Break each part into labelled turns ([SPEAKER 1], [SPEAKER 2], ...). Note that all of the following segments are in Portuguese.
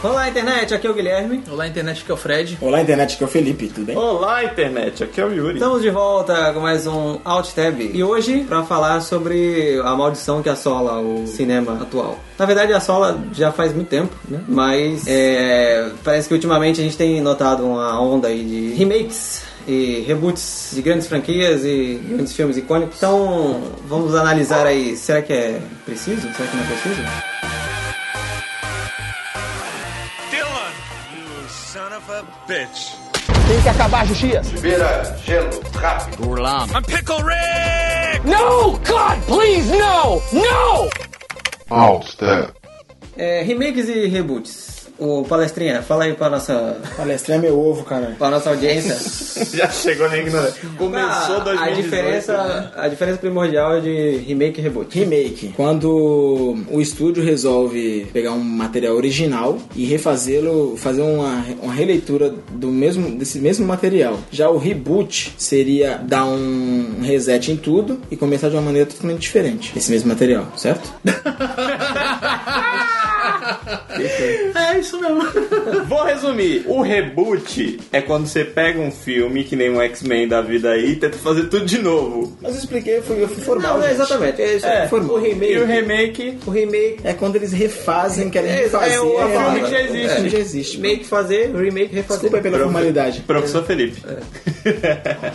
[SPEAKER 1] Olá, internet, aqui é o Guilherme.
[SPEAKER 2] Olá, internet, que é o Fred.
[SPEAKER 3] Olá, internet, que é o Felipe, tudo bem?
[SPEAKER 4] Olá, internet, aqui é o Yuri.
[SPEAKER 1] Estamos de volta com mais um Alt Tab e hoje para falar sobre a maldição que assola o cinema atual. Na verdade, assola já faz muito tempo, né? Mas é, parece que ultimamente a gente tem notado uma onda aí de remakes e reboots de grandes franquias e grandes filmes icônicos. Então, vamos analisar aí, será que é preciso? Será que não é preciso?
[SPEAKER 5] Dylan, you son of a bitch.
[SPEAKER 6] Tem que acabar, Juxias.
[SPEAKER 7] Vira gelo, rápido.
[SPEAKER 5] I'm Pickle Rick!
[SPEAKER 6] No, God, please, no, no!
[SPEAKER 7] Alt Tab.
[SPEAKER 1] É, remakes e reboots. O palestrinha, fala aí para nossa
[SPEAKER 3] Palestrinha é meu ovo, cara.
[SPEAKER 1] para nossa audiência.
[SPEAKER 4] Já chegou na ignorância. Começou
[SPEAKER 1] Ah, a
[SPEAKER 4] 2018.
[SPEAKER 1] diferença, a diferença primordial é de remake e reboot.
[SPEAKER 3] Remake. Quando o estúdio resolve pegar um material original e refazê-lo, fazer uma, uma releitura do mesmo, desse mesmo material. Já o reboot seria dar um reset em tudo e começar de uma maneira totalmente diferente. Esse mesmo material, certo?
[SPEAKER 4] Vou resumir. O reboot é quando você pega um filme, que nem um X-Men da vida aí, e tenta fazer tudo de novo.
[SPEAKER 3] Mas eu expliquei, eu fui, eu fui formal.
[SPEAKER 1] Não, não,
[SPEAKER 3] gente.
[SPEAKER 1] exatamente. É, isso aí,
[SPEAKER 4] É,
[SPEAKER 1] foi o remake.
[SPEAKER 4] E o remake...
[SPEAKER 1] o remake
[SPEAKER 3] É quando eles refazem, querem
[SPEAKER 1] É, é
[SPEAKER 3] refazer.
[SPEAKER 1] o- a forma
[SPEAKER 3] é,
[SPEAKER 1] que já existe.
[SPEAKER 3] o filme já existe.
[SPEAKER 1] Make fazer, remake refazer.
[SPEAKER 3] Desculpa aí pela formalidade.
[SPEAKER 4] Professor Felipe.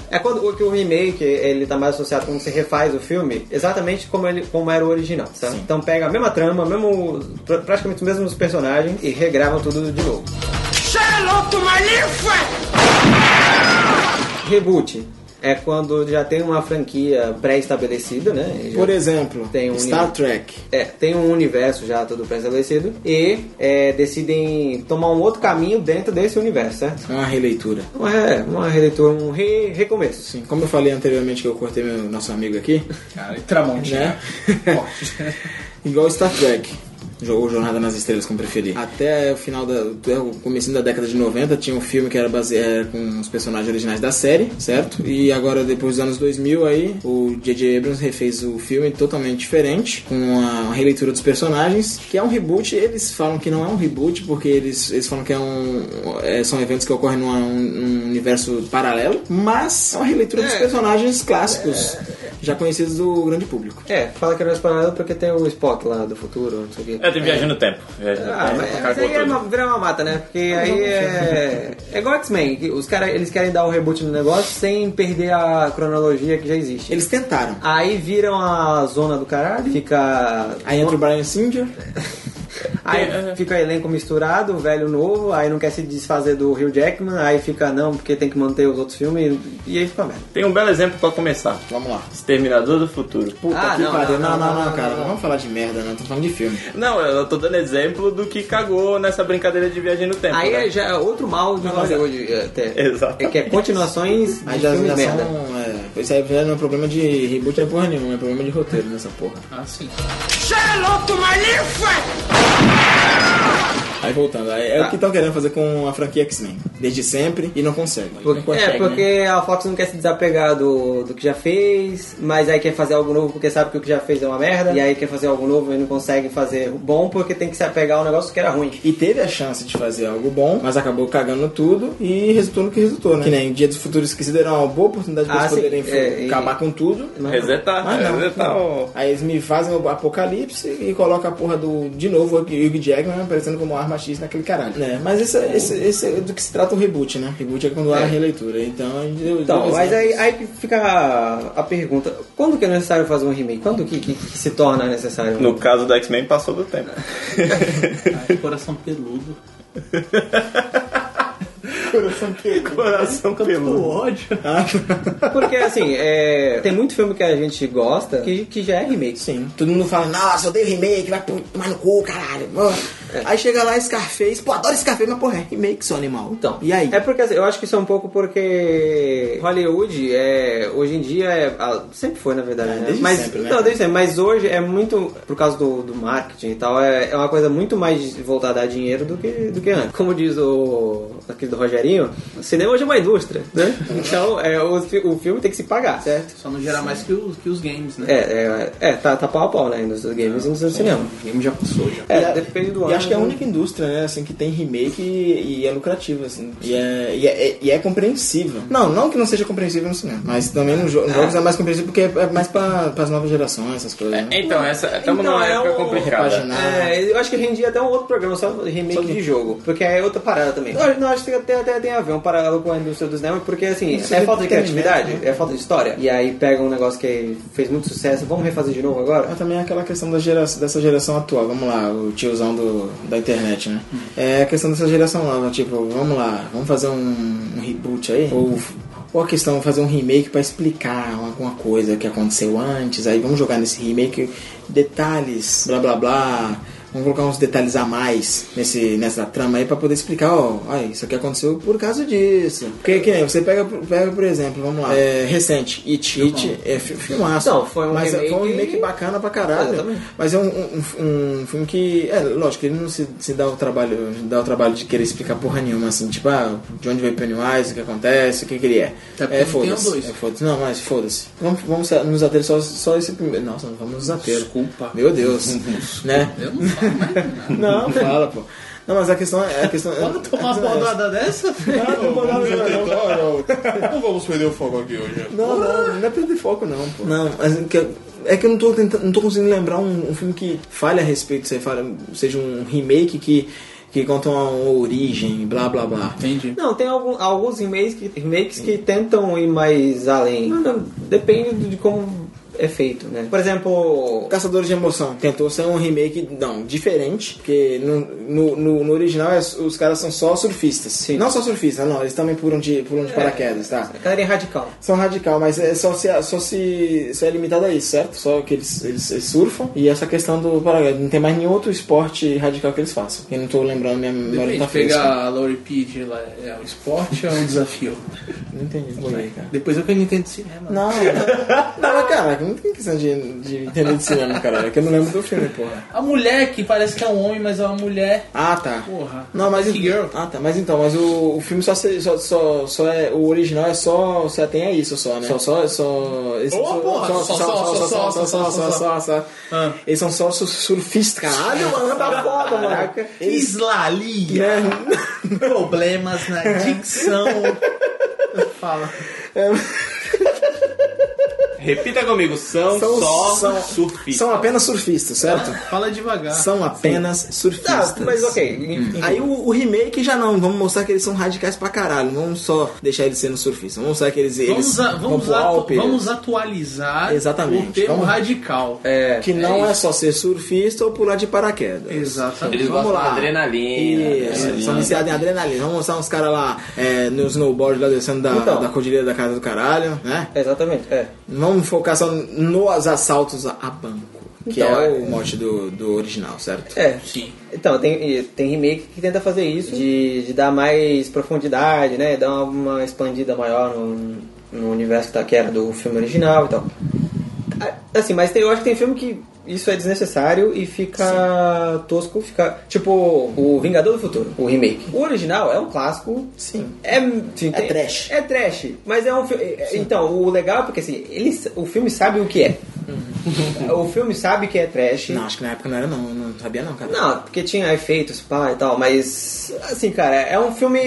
[SPEAKER 1] É quando o, que o remake ele tá mais associado quando você refaz o filme, exatamente como, ele, como era o original, sabe? Então pega a mesma trama, mesmo, pra- praticamente os mesmos personagens e regrava tudo de novo. Reboot é quando já tem uma franquia pré-estabelecida, né? E já-
[SPEAKER 3] Por exemplo,
[SPEAKER 1] Tem um
[SPEAKER 3] Star
[SPEAKER 1] nível.
[SPEAKER 3] Trek.
[SPEAKER 1] É, tem um universo já todo pré-estabelecido e é, decidem tomar um outro caminho dentro desse universo, certo?
[SPEAKER 3] É uma releitura.
[SPEAKER 1] Uma, re- uma releitura, um re- recomeço.
[SPEAKER 3] Sim, como eu falei anteriormente que eu cortei meu nosso amigo aqui,
[SPEAKER 2] Cara, Tramontina.
[SPEAKER 3] né? Igual Star Trek. Jogou Jornada nas Estrelas, como preferir. Até o final da. até o comecinho da década de 90 tinha um filme que era baseado com os personagens originais da série, certo? E agora, depois dos anos 2000, aí, o J.J. Abrams refez o filme totalmente diferente, com uma releitura dos personagens, que é um reboot. Eles falam que não é um reboot, porque eles, eles falam que é um. é, são eventos que ocorrem numa- num, num universo paralelo, mas é uma releitura dos personagens clássicos, já conhecidos do grande público.
[SPEAKER 1] É, fala que era mais paralelo porque tem o Spock lá do futuro, não sei o quê.
[SPEAKER 4] É, tem Viagem no Tempo. Viagem no
[SPEAKER 1] Ah,
[SPEAKER 4] Tempo,
[SPEAKER 1] mas, mas
[SPEAKER 4] cagou
[SPEAKER 1] aí é
[SPEAKER 4] tudo.
[SPEAKER 1] uma, vira uma mata, né? Porque aí é. É igual X-Men, que os caras eles querem dar o reboot no negócio sem perder a cronologia que já existe.
[SPEAKER 3] Eles tentaram.
[SPEAKER 1] Aí viram a zona do caralho, fica.
[SPEAKER 3] Aí entra o Brian Singer.
[SPEAKER 1] Aí fica elenco misturado, velho novo, aí não quer se desfazer do Hugh Jackman, aí fica não, porque tem que manter os outros filmes, e aí fica merda.
[SPEAKER 4] Tem um belo exemplo pra começar.
[SPEAKER 3] Vamos lá.
[SPEAKER 4] Exterminador do Futuro.
[SPEAKER 3] Puta
[SPEAKER 1] Ah,
[SPEAKER 3] que
[SPEAKER 1] não,
[SPEAKER 3] pariu.
[SPEAKER 1] não,
[SPEAKER 3] Não, não,
[SPEAKER 1] não,
[SPEAKER 3] não,
[SPEAKER 1] não,
[SPEAKER 3] cara.
[SPEAKER 1] não.
[SPEAKER 3] Não vamos falar de merda, não. Tô falando de filme.
[SPEAKER 4] Não, eu tô dando exemplo do que cagou nessa brincadeira de Viagem no Tempo.
[SPEAKER 1] Aí
[SPEAKER 4] né?
[SPEAKER 1] é já é outro mal de Hollywood é, até.
[SPEAKER 4] Exatamente.
[SPEAKER 1] É que é continuações de
[SPEAKER 3] Aí já,
[SPEAKER 1] filmes
[SPEAKER 3] já
[SPEAKER 1] merda.
[SPEAKER 3] são... É, isso aí já não é problema de reboot, não é porra nenhuma. É problema de roteiro nessa porra.
[SPEAKER 2] Ah, sim.
[SPEAKER 3] Aí voltando. aí
[SPEAKER 1] Tá.
[SPEAKER 3] É o que estão querendo fazer com a franquia X-Men. Desde sempre. E não conseguem.
[SPEAKER 1] Por-
[SPEAKER 3] Não conseguem,
[SPEAKER 1] é, porque
[SPEAKER 3] né?
[SPEAKER 1] a Fox não quer se desapegar do, do que já fez, mas aí quer fazer algo novo porque sabe que o que já fez é uma merda, e aí quer fazer algo novo e não consegue fazer bom porque tem que se apegar ao negócio que era ruim.
[SPEAKER 3] E teve a chance de fazer algo bom, mas acabou cagando tudo e resultou no que resultou, né? Que nem Dia dos Futuros Esquecidos era uma boa oportunidade pra
[SPEAKER 1] Ah,
[SPEAKER 3] eles
[SPEAKER 1] sim,
[SPEAKER 3] poderem
[SPEAKER 1] é, e-
[SPEAKER 3] acabar com tudo.
[SPEAKER 4] Resetar.
[SPEAKER 3] Ah, não.
[SPEAKER 4] resetar
[SPEAKER 3] não.
[SPEAKER 4] o-
[SPEAKER 3] Aí eles me fazem o apocalipse e colocam a porra do. De novo, o Hugh Jackman aparecendo como arma X naquele caralho. Né? Mas esse, esse, esse é do que se trata o reboot, né? Reboot é quando há
[SPEAKER 1] É.
[SPEAKER 3] releitura. Então, a gente deu-
[SPEAKER 1] Então,
[SPEAKER 3] deu
[SPEAKER 1] mas
[SPEAKER 3] exemplo.
[SPEAKER 1] aí, aí que fica a, a pergunta: quando que é necessário fazer um remake? Quando que, que- que se torna necessário?
[SPEAKER 4] No caso do X-Men, passou do tempo.
[SPEAKER 2] Ai, coração peludo.
[SPEAKER 3] é um
[SPEAKER 4] Coração
[SPEAKER 1] Então,
[SPEAKER 4] peludo.
[SPEAKER 2] ódio.
[SPEAKER 1] Porque assim, é, tem muito filme que a gente gosta que, que já é remake.
[SPEAKER 3] Sim. Todo mundo fala, nossa, eu odeio remake, vai pro- tomar no cu, caralho. mano."
[SPEAKER 1] É.
[SPEAKER 3] Aí chega lá Scarface, pô, adoro Scarface, mas porra, é remake, seu animal.
[SPEAKER 1] Então,
[SPEAKER 3] e aí?
[SPEAKER 1] É porque assim, eu acho que isso é um pouco porque Hollywood é hoje em dia é, ah, sempre foi na verdade, né?
[SPEAKER 3] desde
[SPEAKER 1] mas
[SPEAKER 3] sempre, né?
[SPEAKER 1] não, desde sempre, mas hoje é muito por causa do, do marketing e tal, é, é uma coisa muito mais voltada a dinheiro do que do que antes. Como diz o aquele do Rogerinho, o cinema hoje é uma indústria, né? Então, é, o, fi- o filme tem que se pagar, certo?
[SPEAKER 2] Só não gera mais que, os- que os games, né?
[SPEAKER 1] É, é, é, tá, tá pau a pau, né? Indústria dos games e indústria do cinema.
[SPEAKER 2] O game já passou, já.
[SPEAKER 1] É, depende do ano.
[SPEAKER 3] E a acho que é a única indústria, né, assim, que tem remake e, e é lucrativa, assim. E é, e, é, e é compreensível. Não, não que não seja compreensível no cinema, mas também nos jo- nos jogos é mais compreensível porque é mais pra, pras novas gerações, essas coisas, né?
[SPEAKER 4] Então, essa. Estamos numa
[SPEAKER 1] é
[SPEAKER 4] época
[SPEAKER 1] um-
[SPEAKER 4] complicada.
[SPEAKER 3] repaginar.
[SPEAKER 1] É, eu acho que rendia até um outro programa, só remake de jogo. Porque é outra parada também. Eu não acho que até, até tem a ver um paralelo com a indústria do cinema, porque assim,
[SPEAKER 3] Isso
[SPEAKER 1] é
[SPEAKER 3] é
[SPEAKER 1] falta de
[SPEAKER 3] entretenimento,
[SPEAKER 1] criatividade,
[SPEAKER 3] né?
[SPEAKER 1] é falta de história. E aí pega um negócio que fez muito sucesso, vamos refazer de novo agora?
[SPEAKER 3] Mas também é aquela questão da gera- dessa geração atual, vamos lá, o tiozão do, da internet, né? É a questão dessa geração nova, tipo, vamos lá, vamos fazer um, um reboot aí? Ou, ou a questão de fazer um remake pra explicar alguma coisa que aconteceu antes, aí vamos jogar nesse remake detalhes, blá blá blá. Vamos colocar uns detalhes a mais nesse, nessa trama aí pra poder explicar, ó, ai, isso aqui aconteceu por causa disso. Porque que nem você pega, pega por exemplo, vamos lá, é, recente, It, It é fi- filmaço.
[SPEAKER 1] Não, foi um
[SPEAKER 3] mas é- foi um
[SPEAKER 1] remake-
[SPEAKER 3] remake bacana pra caralho.
[SPEAKER 1] Exatamente.
[SPEAKER 3] Mas é um, um, um filme que. É, lógico, ele não se, se dá o trabalho. Dá o trabalho de querer explicar porra nenhuma, assim, tipo, ah, de onde veio Pennywise, o que acontece, o que, que ele é.
[SPEAKER 2] Até Tá, porque
[SPEAKER 3] é
[SPEAKER 2] não tem
[SPEAKER 3] foda-se.
[SPEAKER 2] os dois.
[SPEAKER 3] É foda-se. Não, mas foda-se. Vamos, vamos nos ater só, só esse primeiro. Nossa, não vamos nos
[SPEAKER 2] É,
[SPEAKER 3] ater.
[SPEAKER 2] Desculpa.
[SPEAKER 3] Meu Deus. né?
[SPEAKER 2] Eu não falo mais nada.
[SPEAKER 3] Não, fala, pô. Não, mas a questão é. A questão,
[SPEAKER 2] Bora tomar uma
[SPEAKER 3] a questão é essa.
[SPEAKER 2] bordada dessa?
[SPEAKER 3] Ah, não, não, não, não, não.
[SPEAKER 8] Não vamos perder o foco aqui hoje.
[SPEAKER 3] Não, não, não é perder foco, não, pô. Não, mas é que, é que eu não tô, tentando, não tô conseguindo lembrar um, um filme que falha a respeito, sei, falha, seja um remake que, que conta uma, origem, blá blá blá.
[SPEAKER 2] Entendi.
[SPEAKER 1] Não, tem algum- alguns remakes que, remakes que tentam ir mais além. Mas não, depende de como é feito, né? Por exemplo,
[SPEAKER 3] Caçadores de Emoção tentou ser um remake, não, diferente, porque no, no, no- no original é- os caras são só surfistas.
[SPEAKER 1] Sim.
[SPEAKER 3] Não só surfistas, não, eles também pulam de, pulam de paraquedas, tá?
[SPEAKER 1] galera em radical.
[SPEAKER 3] São radical, mas é só se, só se só é limitado a isso, certo? Só que eles, eles, eles surfam e essa questão do paragliding. Não tem mais nenhum outro esporte radical que eles façam. Eu não tô lembrando, minha memória não
[SPEAKER 2] Depende,
[SPEAKER 3] tá fresca.
[SPEAKER 2] pegar a Lori Pidge lá é um esporte ou é um desafio?
[SPEAKER 3] Não entendi. Vou ler, cara.
[SPEAKER 2] Depois eu que não entendo cinema.
[SPEAKER 3] Não, não, mas caraca, não tem questão de, de entender de cinema, cara. É que eu não lembro do filme, porra.
[SPEAKER 2] A mulher que parece que é um homem, mas é uma mulher.
[SPEAKER 3] Ah, tá.
[SPEAKER 2] Porra.
[SPEAKER 3] Não, mas
[SPEAKER 2] Que girl.
[SPEAKER 3] Ah, tá. Mas então, mas o, o filme só, se- só, só, só é. O original é só. Só tem a isso só, né? Só, só, só. Eles
[SPEAKER 2] Ô, porra,
[SPEAKER 3] só,
[SPEAKER 2] só, só, só,
[SPEAKER 3] só, só, só, só, só, só.
[SPEAKER 2] Ah.
[SPEAKER 3] Eles são só su- surfistas. Caralho, mano, tá foda, mano. Eles.
[SPEAKER 2] Islalia.
[SPEAKER 3] Né?
[SPEAKER 2] Problemas na dicção. Fala.
[SPEAKER 4] Repita comigo: são,
[SPEAKER 3] São-
[SPEAKER 4] só
[SPEAKER 3] são-
[SPEAKER 4] surfistas.
[SPEAKER 3] São apenas surfistas, certo?
[SPEAKER 2] Fala devagar.
[SPEAKER 3] São apenas surfistas.
[SPEAKER 1] Ah, mas ok. enfim.
[SPEAKER 3] Aí o, o remake já não, vamos mostrar que eles são radicais pra caralho, não vamos só deixar eles sendo surfistas, vamos mostrar que eles. eles
[SPEAKER 2] Vamos, a- vamos,
[SPEAKER 3] vão pro
[SPEAKER 2] atu-
[SPEAKER 3] Alpe.
[SPEAKER 2] vamos atualizar
[SPEAKER 3] Exatamente.
[SPEAKER 2] o termo
[SPEAKER 3] Vamos-
[SPEAKER 2] radical.
[SPEAKER 1] É,
[SPEAKER 3] Que não é, só ser surfista ou pular de paraquedas.
[SPEAKER 2] Exatamente.
[SPEAKER 4] Eles
[SPEAKER 3] Vamos
[SPEAKER 4] gostam
[SPEAKER 3] lá.
[SPEAKER 4] de adrenalina.
[SPEAKER 3] Isso,
[SPEAKER 4] adrenalina.
[SPEAKER 3] são viciados em adrenalina. Vamos mostrar uns caras lá é, no snowboard lá descendo da,
[SPEAKER 1] Então.
[SPEAKER 3] da cordilheira da casa do caralho, né?
[SPEAKER 1] exatamente. É.
[SPEAKER 3] Vamos focar só nos assaltos a banco, que
[SPEAKER 1] Então,
[SPEAKER 3] é
[SPEAKER 1] é.
[SPEAKER 3] o mote do, do original, certo?
[SPEAKER 1] É.
[SPEAKER 2] Sim.
[SPEAKER 1] Então, tem, e tem remake que tenta fazer isso, de, de dar mais profundidade, né? Dar uma, uma expandida maior no, no universo da, que era do filme original e tal. Ah, Assim, mas tem- eu acho que tem filme que isso é desnecessário e fica tosco, fica. Tipo, o Vingador do Futuro, o remake. O original é um clássico.
[SPEAKER 3] Sim.
[SPEAKER 1] É, sim, tem-
[SPEAKER 3] trash.
[SPEAKER 1] É trash. Mas é um filme. Então, o legal é porque assim, ele, o filme sabe o que é. o filme sabe que é trash.
[SPEAKER 3] Uhum. Não, acho que na época não era não, não sabia não, cara.
[SPEAKER 1] Não, porque tinha efeitos, pá e tal, mas assim, cara, é um filme.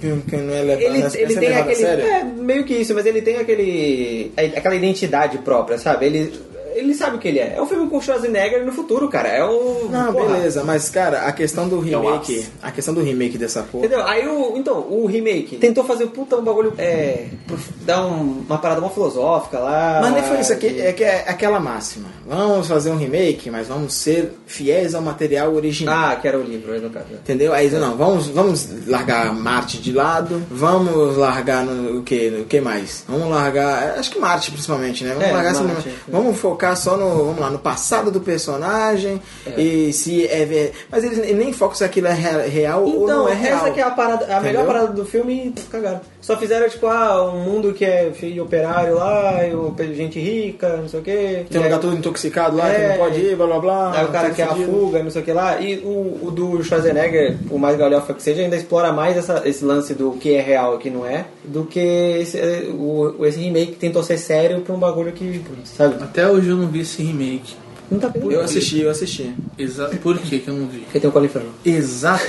[SPEAKER 3] Que- que não é levado,
[SPEAKER 1] Ele,
[SPEAKER 3] né?
[SPEAKER 1] ele
[SPEAKER 3] Essa é
[SPEAKER 1] tem
[SPEAKER 3] levada a
[SPEAKER 1] aquele.
[SPEAKER 3] sério?
[SPEAKER 1] É, meio que isso, mas ele tem aquele. a- aquela identidade própria, sabe? Ele, ele sabe o que ele é. É um filme com Schwarzenegger no futuro, cara. É o.
[SPEAKER 3] Não,
[SPEAKER 1] porra. É
[SPEAKER 3] beleza, mas cara, a questão do remake,
[SPEAKER 4] ápice.
[SPEAKER 3] a questão do remake dessa porra.
[SPEAKER 1] Entendeu? Aí o. Então, o remake tentou fazer puta um bagulho. É. prof- Dar um- uma parada mó filosófica lá.
[SPEAKER 3] Mas nem foi isso aqui,
[SPEAKER 1] Ah,
[SPEAKER 3] é que é aquela máxima. Vamos fazer um remake, mas vamos ser fiéis ao material original.
[SPEAKER 1] Ah, que era o livro, no caso.
[SPEAKER 3] Entendeu? Aí não, vamos, vamos largar Marte de lado, vamos largar no, o que? O que mais? Vamos largar. é, Acho que Marte principalmente, né? Vamos
[SPEAKER 1] É,
[SPEAKER 3] largar
[SPEAKER 1] Marte,
[SPEAKER 3] essa-
[SPEAKER 1] é.
[SPEAKER 3] Vamos focar só no. Vamos lá, no passado do personagem. E se é ver. Mas eles nem focam se aquilo é rea- real ou
[SPEAKER 1] Então,
[SPEAKER 3] não é real.
[SPEAKER 1] essa que é a, parada, a melhor
[SPEAKER 3] Entendeu?
[SPEAKER 1] parada do filme e cagaram. Só fizeram, tipo, ah, um mundo que é filho de operário lá, e o- gente rica, não sei o quê.
[SPEAKER 3] Tem
[SPEAKER 1] E aí-
[SPEAKER 3] um lugar todo intoxicado lá que
[SPEAKER 1] É.
[SPEAKER 3] não pode ir, blá blá blá. tá
[SPEAKER 1] Aí o cara
[SPEAKER 3] tudo
[SPEAKER 1] quer a
[SPEAKER 3] fodido.
[SPEAKER 1] fuga, não sei o que lá. E o, o do Schwarzenegger, o mais galhofa que seja, ainda explora mais essa- esse lance do que é real e que não é, do que esse, eh, o, o- esse remake que tentou ser sério pra um bagulho que, sabe?
[SPEAKER 2] Até hoje eu não vi esse remake.
[SPEAKER 1] Não tá bem.
[SPEAKER 3] Eu assisti, eu assisti.
[SPEAKER 2] Exato. Por que que eu não vi?
[SPEAKER 1] Porque tem o Colin Farrell.
[SPEAKER 2] Exato.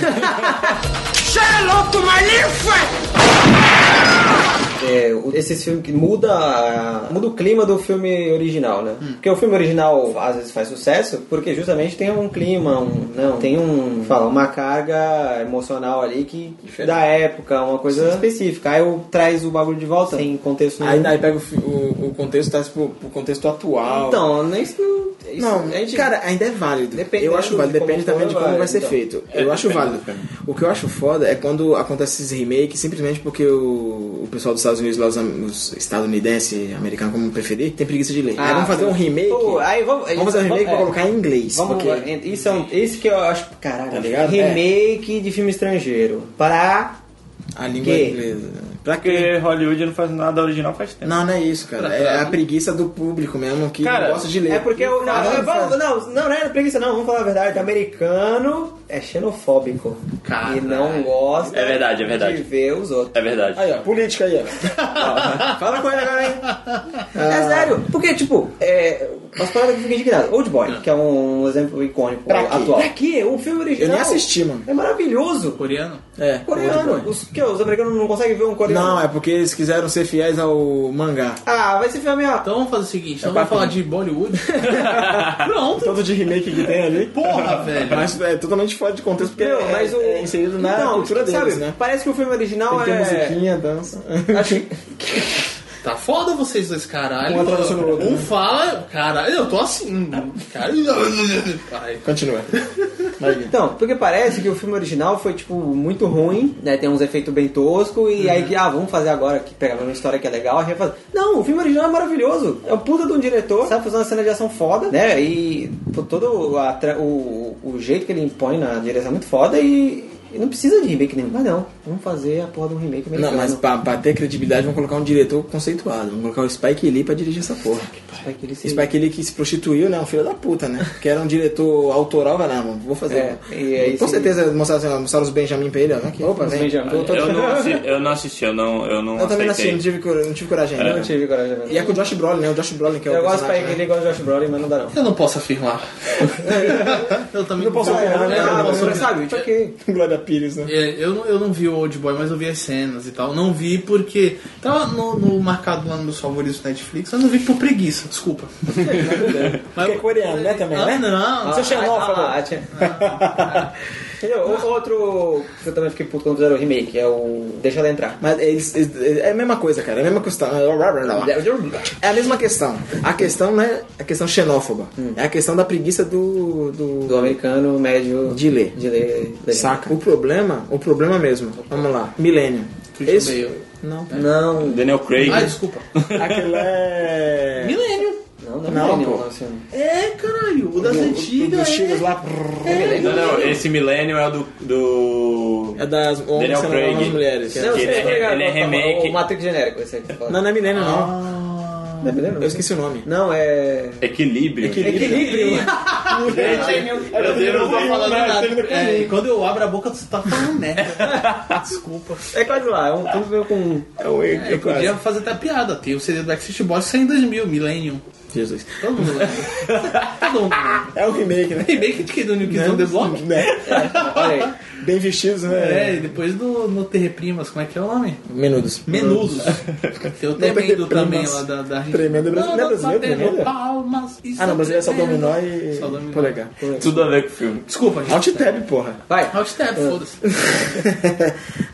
[SPEAKER 1] É, o- esses filmes que muda, a- muda o clima do filme original, né?
[SPEAKER 3] Hum.
[SPEAKER 1] Porque o filme original às vezes faz sucesso porque justamente tem um clima, um, não, tem um, fala, uma carga emocional ali que da época, uma coisa específica. Aí eu traz o bagulho de volta sem contexto nenhum.
[SPEAKER 3] Aí, aí pega o, fi- o, o contexto, traz pro, pro contexto atual.
[SPEAKER 1] Então, nem isso, isso-
[SPEAKER 3] Não,
[SPEAKER 1] a gente-
[SPEAKER 3] cara, ainda é válido.
[SPEAKER 1] Dependendo
[SPEAKER 3] eu acho válido,
[SPEAKER 1] de como
[SPEAKER 3] depende também de
[SPEAKER 1] for,
[SPEAKER 3] como vai,
[SPEAKER 1] vai,
[SPEAKER 3] ser
[SPEAKER 1] então.
[SPEAKER 3] feito. eu acho válido. O que eu acho foda é quando acontece esses remakes simplesmente porque o, o pessoal dos Estados Unidos, lá, os, am- os estadunidenses, americanos, como preferir, tem preguiça de ler. aí vamos fazer um remake.
[SPEAKER 1] Ah, Pô, aí vamos,
[SPEAKER 3] vamos fazer um remake pra
[SPEAKER 1] é.
[SPEAKER 3] colocar em inglês.
[SPEAKER 1] Vamos,
[SPEAKER 3] porque-
[SPEAKER 1] isso é um, esse que eu acho, caralho,
[SPEAKER 3] Tá ligado?
[SPEAKER 1] remake de filme estrangeiro para
[SPEAKER 3] A língua é
[SPEAKER 1] Que?
[SPEAKER 3] inglesa. Pra quê?
[SPEAKER 4] Porque Hollywood não faz nada original faz tempo.
[SPEAKER 3] Não, não é isso, cara. É a preguiça do público mesmo que
[SPEAKER 4] Cara,
[SPEAKER 3] gosta de ler.
[SPEAKER 1] né?
[SPEAKER 3] Ah,
[SPEAKER 1] É porque o. Não,
[SPEAKER 3] Caralho,
[SPEAKER 1] vamos, não, não, não é preguiça, não, vamos falar a verdade. O americano é xenofóbico.
[SPEAKER 2] Caralho.
[SPEAKER 1] E não gosta
[SPEAKER 4] É verdade, é verdade.
[SPEAKER 1] de ver os outros.
[SPEAKER 4] É verdade.
[SPEAKER 3] Aí, ó, política aí, ó.
[SPEAKER 1] Fala com ele agora, hein? É sério, porque, tipo, é, as paradas que ficam indignadas. Old Boy, que é um exemplo icônico
[SPEAKER 3] Pra quê?
[SPEAKER 1] atual. Pra quê? Um filme
[SPEAKER 3] Eu
[SPEAKER 1] original.
[SPEAKER 3] nem assisti, mano.
[SPEAKER 1] É maravilhoso.
[SPEAKER 2] Coreano?
[SPEAKER 3] É.
[SPEAKER 1] Coreano. Os, que, os americanos não conseguem ver um coreano.
[SPEAKER 3] Não, é porque eles quiseram ser fiéis ao mangá.
[SPEAKER 1] Ah, vai ser filme, ó.
[SPEAKER 2] Então vamos fazer o
[SPEAKER 3] É
[SPEAKER 2] seguinte, então vamos
[SPEAKER 3] né?
[SPEAKER 2] falar de Bollywood. Pronto.
[SPEAKER 3] Todo de remake que tem ali.
[SPEAKER 2] Porra, velho.
[SPEAKER 3] Mas é totalmente fora de contexto, porque
[SPEAKER 1] Meu,
[SPEAKER 3] é,
[SPEAKER 1] mas o...
[SPEAKER 3] é inserido na
[SPEAKER 1] então,
[SPEAKER 3] cultura
[SPEAKER 1] sabe,
[SPEAKER 3] deles, né?
[SPEAKER 1] Parece que o filme original
[SPEAKER 3] Tem
[SPEAKER 1] é.
[SPEAKER 3] musiquinha, dança.
[SPEAKER 1] Acho que-
[SPEAKER 2] Tá foda vocês dois, caralho.
[SPEAKER 3] Um atravessando o outro,
[SPEAKER 2] Um
[SPEAKER 3] né?
[SPEAKER 2] fala, caralho, eu tô assim. Caralho. Ai,
[SPEAKER 3] Continua. Vai, Gui.
[SPEAKER 1] Então, porque parece que o filme original foi, tipo, muito ruim, né? Tem uns efeitos bem tosco
[SPEAKER 3] Uhum.
[SPEAKER 1] e aí que, ah, vamos fazer agora, que pegava uma história que é legal, a gente vai fazer. Não, o filme original é maravilhoso. É o puta de um diretor, sabe fazer uma cena de ação foda, né? E pô, todo a tra- o, o jeito que ele impõe na direção é muito foda e, e não precisa de remake nenhum. Mas não, vamos fazer a porra de um remake
[SPEAKER 3] Não,
[SPEAKER 1] americano.
[SPEAKER 3] mas pra, pra ter credibilidade, vamos colocar um diretor conceituado. Vamos colocar o Spike Lee pra dirigir essa porra.
[SPEAKER 1] Vai que ele se-
[SPEAKER 3] Spike Lee que se prostituiu, né? Um filho da puta, né? Que era um diretor autoral, vai lá, mano. Vou fazer.
[SPEAKER 1] É, e é
[SPEAKER 3] Com
[SPEAKER 1] isso
[SPEAKER 3] certeza mostraram, mostraram os Benjamin pra ele, ó. né? Que-
[SPEAKER 1] Opa,
[SPEAKER 3] vem.
[SPEAKER 1] vem já.
[SPEAKER 3] Tô- tô-
[SPEAKER 4] Eu não, assi- eu não assisti, eu não, eu não
[SPEAKER 3] Eu também não assisti,
[SPEAKER 4] aceitei.
[SPEAKER 3] não tive, cor- não tive coragem ainda.
[SPEAKER 1] Não tive coragem de ver.
[SPEAKER 3] E é com o Josh Brolin, né? O Josh Brolin que é o
[SPEAKER 1] Eu gosto de
[SPEAKER 3] personagem,
[SPEAKER 1] Spike Lee, gosto de Josh Brolin, mas não dá não.
[SPEAKER 2] Eu não posso afirmar. eu também não
[SPEAKER 3] posso afirmar, né?
[SPEAKER 2] eu
[SPEAKER 1] Ah,
[SPEAKER 2] não
[SPEAKER 1] mas
[SPEAKER 2] posso
[SPEAKER 1] você
[SPEAKER 2] afirmar.
[SPEAKER 1] sabe, ok.
[SPEAKER 3] né? Glória Pires, né?
[SPEAKER 2] É, eu, não- eu não vi o Old Boy, mas eu vi as cenas e tal. Não vi porque tava no, no marcado lá nos meus favoritos do Netflix, mas não vi por preguiça, desculpa. mas,
[SPEAKER 3] Porque é coreano, né, também,
[SPEAKER 2] ah,
[SPEAKER 3] né?
[SPEAKER 2] Não,
[SPEAKER 3] Você
[SPEAKER 1] Ah,
[SPEAKER 3] xenófobo.
[SPEAKER 1] ah, tinha- Entendeu? O- Outro que eu também fiquei puto quando fizeram o remake é o Deixa Ela Entrar.
[SPEAKER 3] Mas eles, eles- é a mesma coisa, cara. É a mesma questão. É a mesma questão. A questão não é a questão xenófoba. É a questão da preguiça do. do-
[SPEAKER 1] Do americano médio
[SPEAKER 3] de ler.
[SPEAKER 1] de ler. ler.
[SPEAKER 3] Saca? O problema, o problema mesmo. Vamos lá. Milênio.
[SPEAKER 2] Christian Bale.
[SPEAKER 3] Não.
[SPEAKER 1] Não,
[SPEAKER 4] Daniel Craig.
[SPEAKER 2] Ah, desculpa.
[SPEAKER 3] Aquilo é.
[SPEAKER 2] Milênio.
[SPEAKER 1] não, não,
[SPEAKER 3] Não,
[SPEAKER 1] não,
[SPEAKER 3] pô.
[SPEAKER 1] não, assim.
[SPEAKER 2] É, caralho, o das antigas.
[SPEAKER 3] Dos
[SPEAKER 2] é.
[SPEAKER 3] Chiles lá.
[SPEAKER 4] não, não, esse Millennium é o do. do...
[SPEAKER 3] É das homens
[SPEAKER 4] Daniel
[SPEAKER 3] sendo
[SPEAKER 4] Craig.
[SPEAKER 3] das mulheres.
[SPEAKER 1] Não,
[SPEAKER 4] ele
[SPEAKER 1] sei,
[SPEAKER 4] é
[SPEAKER 1] tô
[SPEAKER 4] re-
[SPEAKER 1] ligado,
[SPEAKER 4] ele é
[SPEAKER 1] tá falando,
[SPEAKER 4] remake.
[SPEAKER 1] O Matrix genérico, esse aí que você fala.
[SPEAKER 3] Não, não é milênio, não.
[SPEAKER 1] Não é Millennium?
[SPEAKER 3] Eu esqueci o nome.
[SPEAKER 1] Não, é.
[SPEAKER 4] Equilíbrio.
[SPEAKER 1] Equilíbrio.
[SPEAKER 4] Meu Deus,
[SPEAKER 2] Eu não tô falando
[SPEAKER 3] Não,
[SPEAKER 2] nada.
[SPEAKER 3] termina com
[SPEAKER 2] É, e quando eu abro a boca, você tá falando merda. Desculpa.
[SPEAKER 1] É quase lá, é um tudo veio com.
[SPEAKER 3] É o E.
[SPEAKER 2] Eu podia fazer até piada. Tem o CD do Backstreet Boys que saiu em 2000, Millennium.
[SPEAKER 3] Jesus.
[SPEAKER 2] Todo mundo lembra. Todo mundo lembra.
[SPEAKER 3] É o remake, né?
[SPEAKER 2] Remake de que? Do New Kids on the Block?
[SPEAKER 3] Né?
[SPEAKER 1] Olha aí.
[SPEAKER 3] Bem vestidos, né?
[SPEAKER 2] É, e depois do no Terreprimas, como é que é o nome?
[SPEAKER 3] Menudos.
[SPEAKER 2] Menudos. Tem o Tremendo
[SPEAKER 3] Terreprimas.
[SPEAKER 2] também lá da, da Argentina.
[SPEAKER 3] Tremendo é brasileiro. Não é
[SPEAKER 2] Todas
[SPEAKER 3] brasileiro,
[SPEAKER 2] batendo
[SPEAKER 3] Tremendo?
[SPEAKER 2] palmas, isso
[SPEAKER 3] Ah, não, brasileiro é só
[SPEAKER 2] tremendo.
[SPEAKER 3] dominó e.
[SPEAKER 2] Só dominó.
[SPEAKER 3] Polegar. Ah.
[SPEAKER 4] Tudo a ver com o filme.
[SPEAKER 2] Desculpa, gente.
[SPEAKER 3] Alt-tab, porra.
[SPEAKER 1] Vai.
[SPEAKER 2] Outstep, foda-se.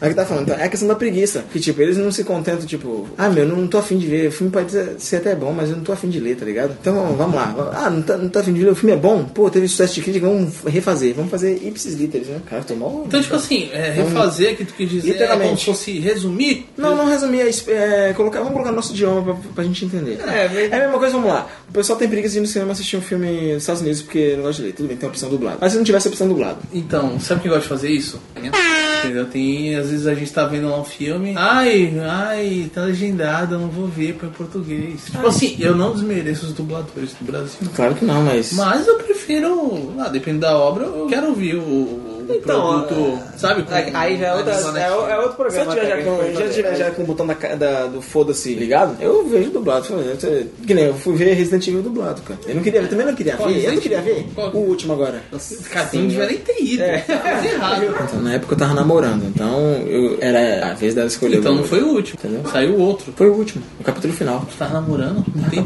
[SPEAKER 3] é o que tá falando. Então, é a questão da preguiça. Que, tipo, eles não se contentam, tipo, ah, meu, não tô afim de ver. O filme pode ser- ser até bom, mas eu não tô afim de ler, tá ligado? Então vamos, vamos lá. Ah, não tá, não tá afim de ler, o filme é bom. Pô, teve sucesso de crítica, vamos refazer. Vamos fazer ipsis literis, né? Cara, tô mal.
[SPEAKER 2] Então, tipo assim, é, refazer que tu quis dizer é
[SPEAKER 3] Literalmente.
[SPEAKER 2] como se fosse resumir.
[SPEAKER 3] Não, não resumir, é, es- é, colocar, vamos colocar nosso idioma pra, pra gente entender.
[SPEAKER 1] É, mas-
[SPEAKER 3] a mesma coisa, vamos lá. O pessoal tem preguiça de ir no cinema assistir um filme dos Estados Unidos porque não gosta de ler. Tudo bem, tem a opção dublada. Mas se não tivesse a opção dublada,
[SPEAKER 2] Então, sabe quem gosta de fazer isso? Entendeu? Tem, às vezes a gente tá vendo lá um filme. Ai, ai, tá legendado, eu não vou ver, põe em português.
[SPEAKER 1] Ah.
[SPEAKER 2] Tipo assim, eu não desmereço os dubladores do Brasil.
[SPEAKER 3] claro que não, mas.
[SPEAKER 2] Mas eu prefiro, ah, depende da obra, eu quero ouvir o, o
[SPEAKER 1] Então,
[SPEAKER 2] produto, sabe? com-
[SPEAKER 1] Aí já é, outra,
[SPEAKER 2] Zona
[SPEAKER 1] é, o- é outro
[SPEAKER 3] Se eu
[SPEAKER 1] programa.
[SPEAKER 3] tiver já
[SPEAKER 1] até, que a
[SPEAKER 3] com,
[SPEAKER 1] gente
[SPEAKER 3] já
[SPEAKER 1] pode
[SPEAKER 3] tiver
[SPEAKER 1] fazer.
[SPEAKER 3] já com o botão da, ca- da- do foda-se ligado, eu vejo dublado. Que nem eu fui ver Resident Evil dublado, cara. Eu não queria ver, também não queria
[SPEAKER 2] Qual
[SPEAKER 3] ver. Eu não
[SPEAKER 2] Resident
[SPEAKER 3] queria ver
[SPEAKER 2] Qual?
[SPEAKER 3] o último agora.
[SPEAKER 2] Cara, tu não devia
[SPEAKER 1] é.
[SPEAKER 2] nem ter ido. Tá errado.
[SPEAKER 3] Então, na época eu tava namorando, então eu, era a vez dela escolher.
[SPEAKER 2] Então
[SPEAKER 3] o-
[SPEAKER 2] não foi o último.
[SPEAKER 3] Entendeu?
[SPEAKER 2] Saiu o outro.
[SPEAKER 3] Foi o último, o capítulo final.
[SPEAKER 2] Tu tá namorando? Não tem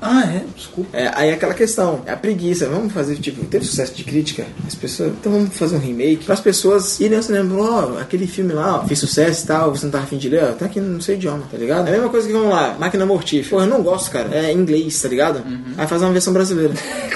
[SPEAKER 2] Ah, é? Desculpa.
[SPEAKER 3] É, aí aquela questão, a preguiça, vamos fazer, tipo, teve sucesso de crítica, as pessoas, então vamos fazer um remake, para as pessoas irem ao cinema, ó, aquele filme lá, ó, fez sucesso e tal, você não tava afim de ler, ó, tá aqui no seu idioma, tá ligado? É a mesma coisa que, vamos lá, Máquina Mortífera, pô, eu não gosto, cara, é inglês, tá ligado?
[SPEAKER 2] Uhum.
[SPEAKER 3] Aí fazer uma versão brasileira.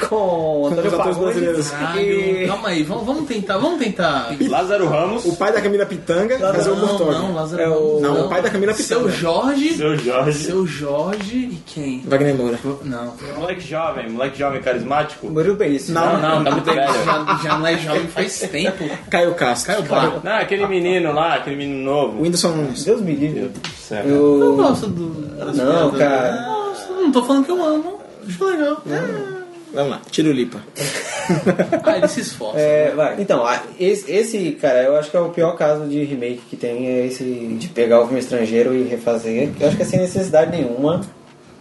[SPEAKER 1] com Antônio
[SPEAKER 3] os atores
[SPEAKER 1] Fagundes
[SPEAKER 3] brasileiros.
[SPEAKER 2] Caralho.
[SPEAKER 1] e...
[SPEAKER 2] Calma aí, vamos, vamos tentar, vamos tentar.
[SPEAKER 4] Lázaro Ramos,
[SPEAKER 3] O pai da Camila Pitanga fazer o
[SPEAKER 2] não,
[SPEAKER 3] Mortog.
[SPEAKER 2] não, Lázaro.
[SPEAKER 1] É o-
[SPEAKER 3] Não, o pai da Camila
[SPEAKER 2] Seu
[SPEAKER 3] Pitanga.
[SPEAKER 2] Jorge.
[SPEAKER 4] seu Jorge.
[SPEAKER 2] Seu Jorge e quem?
[SPEAKER 3] Wagner Moura.
[SPEAKER 2] Não.
[SPEAKER 4] Moleque jovem, moleque jovem carismático.
[SPEAKER 1] Murilo Benício.
[SPEAKER 3] Não,
[SPEAKER 4] não, tá muito velho.
[SPEAKER 2] Já, já não é jovem faz tempo.
[SPEAKER 3] Caio Castro.
[SPEAKER 2] Caio Barro.
[SPEAKER 4] Não, aquele menino lá, aquele menino novo.
[SPEAKER 3] Whindersson Nunes.
[SPEAKER 1] Deus me livre.
[SPEAKER 4] Certo.
[SPEAKER 2] Eu
[SPEAKER 1] Eu...
[SPEAKER 2] gosto do. das
[SPEAKER 1] Não,
[SPEAKER 2] piadas.
[SPEAKER 1] cara.
[SPEAKER 2] Nossa, Não tô falando que eu amo. Acho legal.
[SPEAKER 3] Vamos lá, Tiro Lipa.
[SPEAKER 2] Ah, ele se esforça.
[SPEAKER 1] É, vai. Então, a- esse, esse, cara, eu acho que é o pior caso de remake que tem, é esse de pegar o filme estrangeiro e refazer. Eu acho que é sem necessidade nenhuma.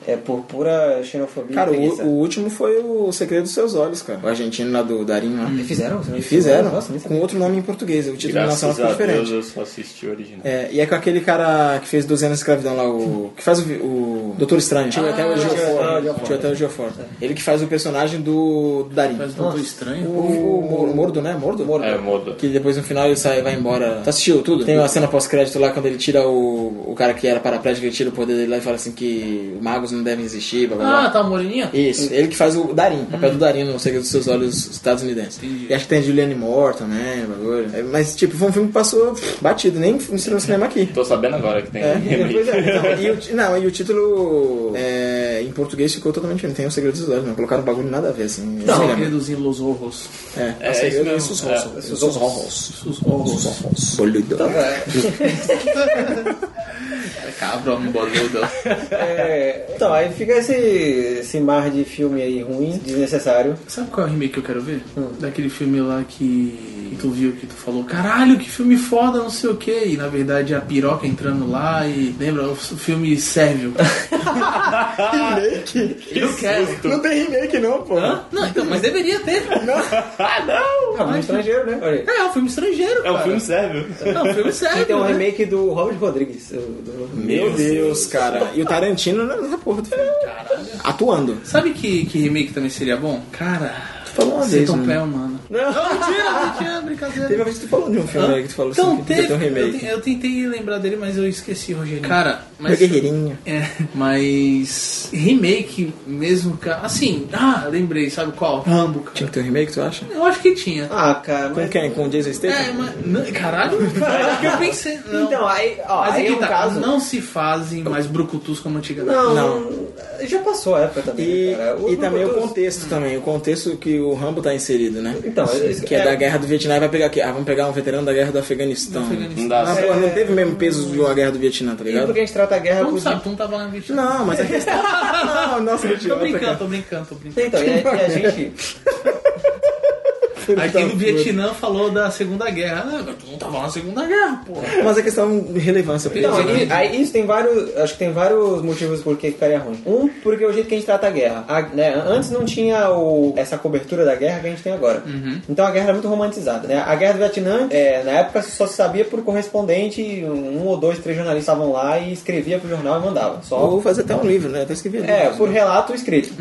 [SPEAKER 1] É por pura xenofobia. e
[SPEAKER 3] Cara, o,
[SPEAKER 1] preguiça.
[SPEAKER 3] o último foi o Segredo dos Seus Olhos, cara. O argentino lá do né? Darinho lá.
[SPEAKER 1] E Fizeram?
[SPEAKER 3] E fizeram,
[SPEAKER 1] Hum. Nossa, nem sabia.
[SPEAKER 3] com outro nome em português, o título
[SPEAKER 4] Graças
[SPEAKER 3] nacional ficou
[SPEAKER 4] a Deus
[SPEAKER 3] diferente.
[SPEAKER 4] eu só assisti o original.
[SPEAKER 3] É, e é com aquele cara que fez 12 anos de escravidão lá, o. que faz o, vi- o Doutor Estranho, Tio até o Geofor. Tio até o Geofor. Ele que faz o personagem do Darim.
[SPEAKER 2] Mas não tô estranho.
[SPEAKER 3] O, o Mor- Mordo, né? Mordo? Mordo.
[SPEAKER 4] É, Modo.
[SPEAKER 3] Que depois no final ele sai e vai embora. Tu assistiu tudo? Tem uma cena pós-crédito lá quando ele tira o. o cara que era paraplégico, ele tira o poder dele lá e fala assim que magos não devem existir, blá blá blá.
[SPEAKER 2] Ah, tá, Moreninha?
[SPEAKER 3] Isso, ele que faz o Darim, o papel do
[SPEAKER 2] Uhum.
[SPEAKER 3] Darim no Segredo dos Seus Olhos estadunidense. E acho que tem a Julianne Moore também, bagulho. É, Mas, tipo, foi um filme que passou pff, batido, nem f- não estreou no cinema aqui.
[SPEAKER 4] Tô sabendo agora que tem
[SPEAKER 3] É,
[SPEAKER 4] remake.
[SPEAKER 3] pois é, então, e o, ti- não, e o título é, em português ficou totalmente. Não tem o Segredo dos Olhos, não colocaram bagulho nada a ver, assim.
[SPEAKER 2] Não,
[SPEAKER 3] Esse filme
[SPEAKER 2] Segredos em Los Horros.
[SPEAKER 3] é, é, é, o
[SPEAKER 4] isso
[SPEAKER 3] Segredo
[SPEAKER 4] mesmo,
[SPEAKER 3] dos Seus
[SPEAKER 4] é.
[SPEAKER 3] Olhos. Tá, Os Seus Olhos.
[SPEAKER 2] Os Horros.
[SPEAKER 3] Boludo.
[SPEAKER 2] É cabrão, boludo.
[SPEAKER 1] É, então, aí fica esse, esse mar de filme aí ruim, desnecessário.
[SPEAKER 2] Sabe qual é o remake que eu quero ver? Daquele filme lá que tu viu, que tu falou, caralho, que filme foda, não sei o que. E na verdade é a piroca entrando lá e. Lembra? O filme sérvio. eu
[SPEAKER 4] é
[SPEAKER 2] quero.
[SPEAKER 3] Não tem remake, não, pô.
[SPEAKER 2] Hã? Não, então, mas deveria ter. ah, não!
[SPEAKER 1] Ah, filme estrangeiro, né? Olha aí.
[SPEAKER 2] É, é um filme estrangeiro.
[SPEAKER 4] É um
[SPEAKER 2] cara.
[SPEAKER 4] filme sérvio.
[SPEAKER 2] É um filme
[SPEAKER 1] E
[SPEAKER 2] sérvio.
[SPEAKER 1] tem um
[SPEAKER 2] né?
[SPEAKER 1] remake do Robert Rodrigues. o- do-
[SPEAKER 3] Meu Deus, cara. E o Tarantino nessa porra do filme. Atuando.
[SPEAKER 2] Sabe que, que remake também seria bom? Cara,
[SPEAKER 3] Tu falou uma vez,
[SPEAKER 2] Seton
[SPEAKER 3] né?
[SPEAKER 2] Pé, mano. Não, mentira, mentira, brincadeira.
[SPEAKER 3] Teve uma vez que tu falou de um filme
[SPEAKER 2] Hã?
[SPEAKER 3] aí que tu falou
[SPEAKER 2] então
[SPEAKER 3] assim, que
[SPEAKER 2] teve,
[SPEAKER 3] tem um
[SPEAKER 2] eu,
[SPEAKER 3] remake.
[SPEAKER 2] te- eu tentei lembrar dele, mas eu esqueci, Rogério. Cara,
[SPEAKER 3] Meu
[SPEAKER 2] mas
[SPEAKER 3] guerreirinho.
[SPEAKER 2] É, mas remake mesmo, cara. Assim, ah, lembrei, sabe qual? Rambo,
[SPEAKER 3] Tinha
[SPEAKER 2] cara.
[SPEAKER 3] que ter um remake, tu acha?
[SPEAKER 2] Eu acho que tinha.
[SPEAKER 1] Ah, cara,
[SPEAKER 3] Com
[SPEAKER 1] mas...
[SPEAKER 3] quem? Com o Jason
[SPEAKER 2] É,
[SPEAKER 3] Statham?
[SPEAKER 2] mas. não, Caralho, é que eu pensei. Não.
[SPEAKER 1] Então, aí, ó,
[SPEAKER 2] mas
[SPEAKER 1] aí
[SPEAKER 2] é
[SPEAKER 1] é
[SPEAKER 2] que
[SPEAKER 1] um
[SPEAKER 2] tá,
[SPEAKER 1] caso...
[SPEAKER 2] não se fazem mais brucutus como antigamente. Tá
[SPEAKER 1] Não, já passou a época também,
[SPEAKER 3] E,
[SPEAKER 1] né, cara.
[SPEAKER 3] e também o
[SPEAKER 1] Brucutus-
[SPEAKER 3] contexto também, o contexto que o Rambo tá inserido, né?
[SPEAKER 1] Então, é-
[SPEAKER 3] que é,
[SPEAKER 1] é-
[SPEAKER 3] da guerra do Vietnã e vai pegar aqui. Ah, vamos pegar um veterano da guerra do
[SPEAKER 2] então,
[SPEAKER 3] Afeganistão.
[SPEAKER 4] Não
[SPEAKER 2] Afeganistão.
[SPEAKER 4] dá
[SPEAKER 3] Ah,
[SPEAKER 1] É.
[SPEAKER 4] certo.
[SPEAKER 3] porra, não teve o mesmo peso de uma guerra do Vietnã, tá
[SPEAKER 1] E
[SPEAKER 3] ligado?
[SPEAKER 1] porque a gente trata a guerra
[SPEAKER 2] Como
[SPEAKER 1] com...
[SPEAKER 2] Então, sabe, tu não tava na bicha.
[SPEAKER 3] Não, mas a questão. Não, nossa,
[SPEAKER 2] Tô
[SPEAKER 3] idiota,
[SPEAKER 2] brincando,
[SPEAKER 3] cara.
[SPEAKER 2] tô brincando, tô brincando.
[SPEAKER 1] Então, e a, e a gente...
[SPEAKER 2] Aí quem no
[SPEAKER 3] um
[SPEAKER 2] Vietnã falou da Segunda Guerra. Ah, mas tu não tava na Segunda Guerra, porra.
[SPEAKER 3] Mas a questão de relevância. porque-
[SPEAKER 1] Não, e- aí isso tem vários... Acho que tem vários motivos por que ficaria ruim. Um, porque é o jeito que a gente trata a guerra. A- né, antes não tinha o- essa cobertura da guerra que a gente tem agora.
[SPEAKER 3] Uhum.
[SPEAKER 1] Então a guerra era muito romantizada, né? A guerra do Vietnã, é, na época, só se sabia por correspondente. Um ou dois, três jornalistas estavam lá e escrevia pro jornal e mandava. Só...
[SPEAKER 3] Ou fazer até um livro, né? Até escrever livro.
[SPEAKER 1] É, por relato escrito.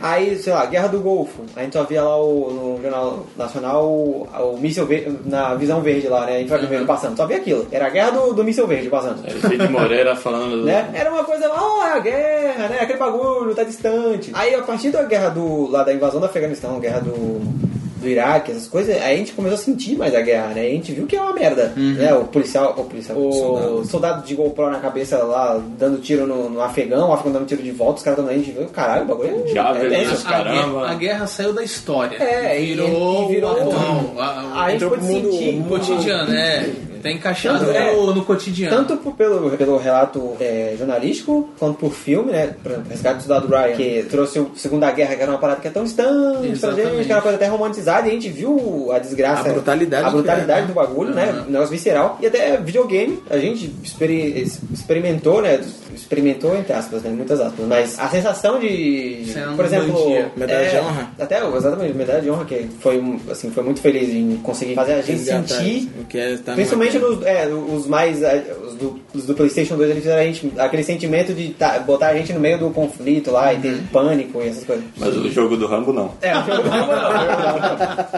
[SPEAKER 1] Aí, sei lá, Guerra do Golfo. A gente só via lá o, no Jornal Nacional o, o míssil verde, na visão verde lá, né? A gente vai vendo passando. Só via aquilo. Era a guerra do, do míssil verde passando.
[SPEAKER 4] É, Cid Moreira falando do...
[SPEAKER 1] Né? Era uma coisa lá, ó, é a guerra, né? Aquele bagulho, tá distante. Aí a partir da guerra do. lá da invasão do Afeganistão, guerra do. Do Iraque, essas coisas, aí a gente começou a sentir mais a guerra, né? A gente viu que é uma merda. Né? O policial, o policial, o soldado. de GoPro na cabeça lá, dando tiro no, no afegão, o afegão dando tiro de volta, os caras dando a gente viu, caralho, o bagulho é.
[SPEAKER 4] Javelin,
[SPEAKER 1] é
[SPEAKER 4] os
[SPEAKER 1] tenso.
[SPEAKER 2] A
[SPEAKER 4] Caramba.
[SPEAKER 2] guerra, a guerra saiu da história.
[SPEAKER 1] É, e-
[SPEAKER 2] virou,
[SPEAKER 1] e virou- um
[SPEAKER 2] o atual, a-
[SPEAKER 1] Aí
[SPEAKER 2] o
[SPEAKER 1] a gente
[SPEAKER 3] entrou
[SPEAKER 1] pôde
[SPEAKER 3] pro mundo-
[SPEAKER 1] sentir.
[SPEAKER 2] cotidiano, é.
[SPEAKER 1] dele.
[SPEAKER 2] Tá encaixado
[SPEAKER 1] Tanto- é.
[SPEAKER 2] no, no cotidiano.
[SPEAKER 1] Tanto por- pelo, pelo relato é, jornalístico, quanto por filme, né? Por exemplo, Resgate do Soldado Ryan, que trouxe o Segunda Guerra, que era uma parada que é tão distante pra
[SPEAKER 2] Exatamente.
[SPEAKER 1] gente, que era uma coisa até romantizada, e a gente viu a desgraça.
[SPEAKER 3] A brutalidade
[SPEAKER 1] A brutalidade
[SPEAKER 3] que
[SPEAKER 1] do bagulho, né? Um negócio visceral. E até videogame, a gente experi- ex- experimentou, né? Experimentou, entre aspas, né? Muitas aspas. Mas a sensação de...
[SPEAKER 2] Ser um
[SPEAKER 1] por exemplo... é,
[SPEAKER 2] bandido.
[SPEAKER 3] Medalha de honra.
[SPEAKER 1] Até, exatamente, medalha de honra, que foi, um- assim, foi muito feliz em conseguir fazer a gente
[SPEAKER 3] Resgatar
[SPEAKER 1] sentir...
[SPEAKER 3] o que é, tá
[SPEAKER 1] Principalmente
[SPEAKER 3] numa-
[SPEAKER 1] nos, é, os mais. é, Os do, os do PlayStation 2 eles fizeram a gente, aquele sentimento de tá- botar a gente no meio do conflito lá e ter pânico e essas coisas.
[SPEAKER 4] Mas o jogo do Rambo não.
[SPEAKER 1] É, o jogo não,
[SPEAKER 2] Cara,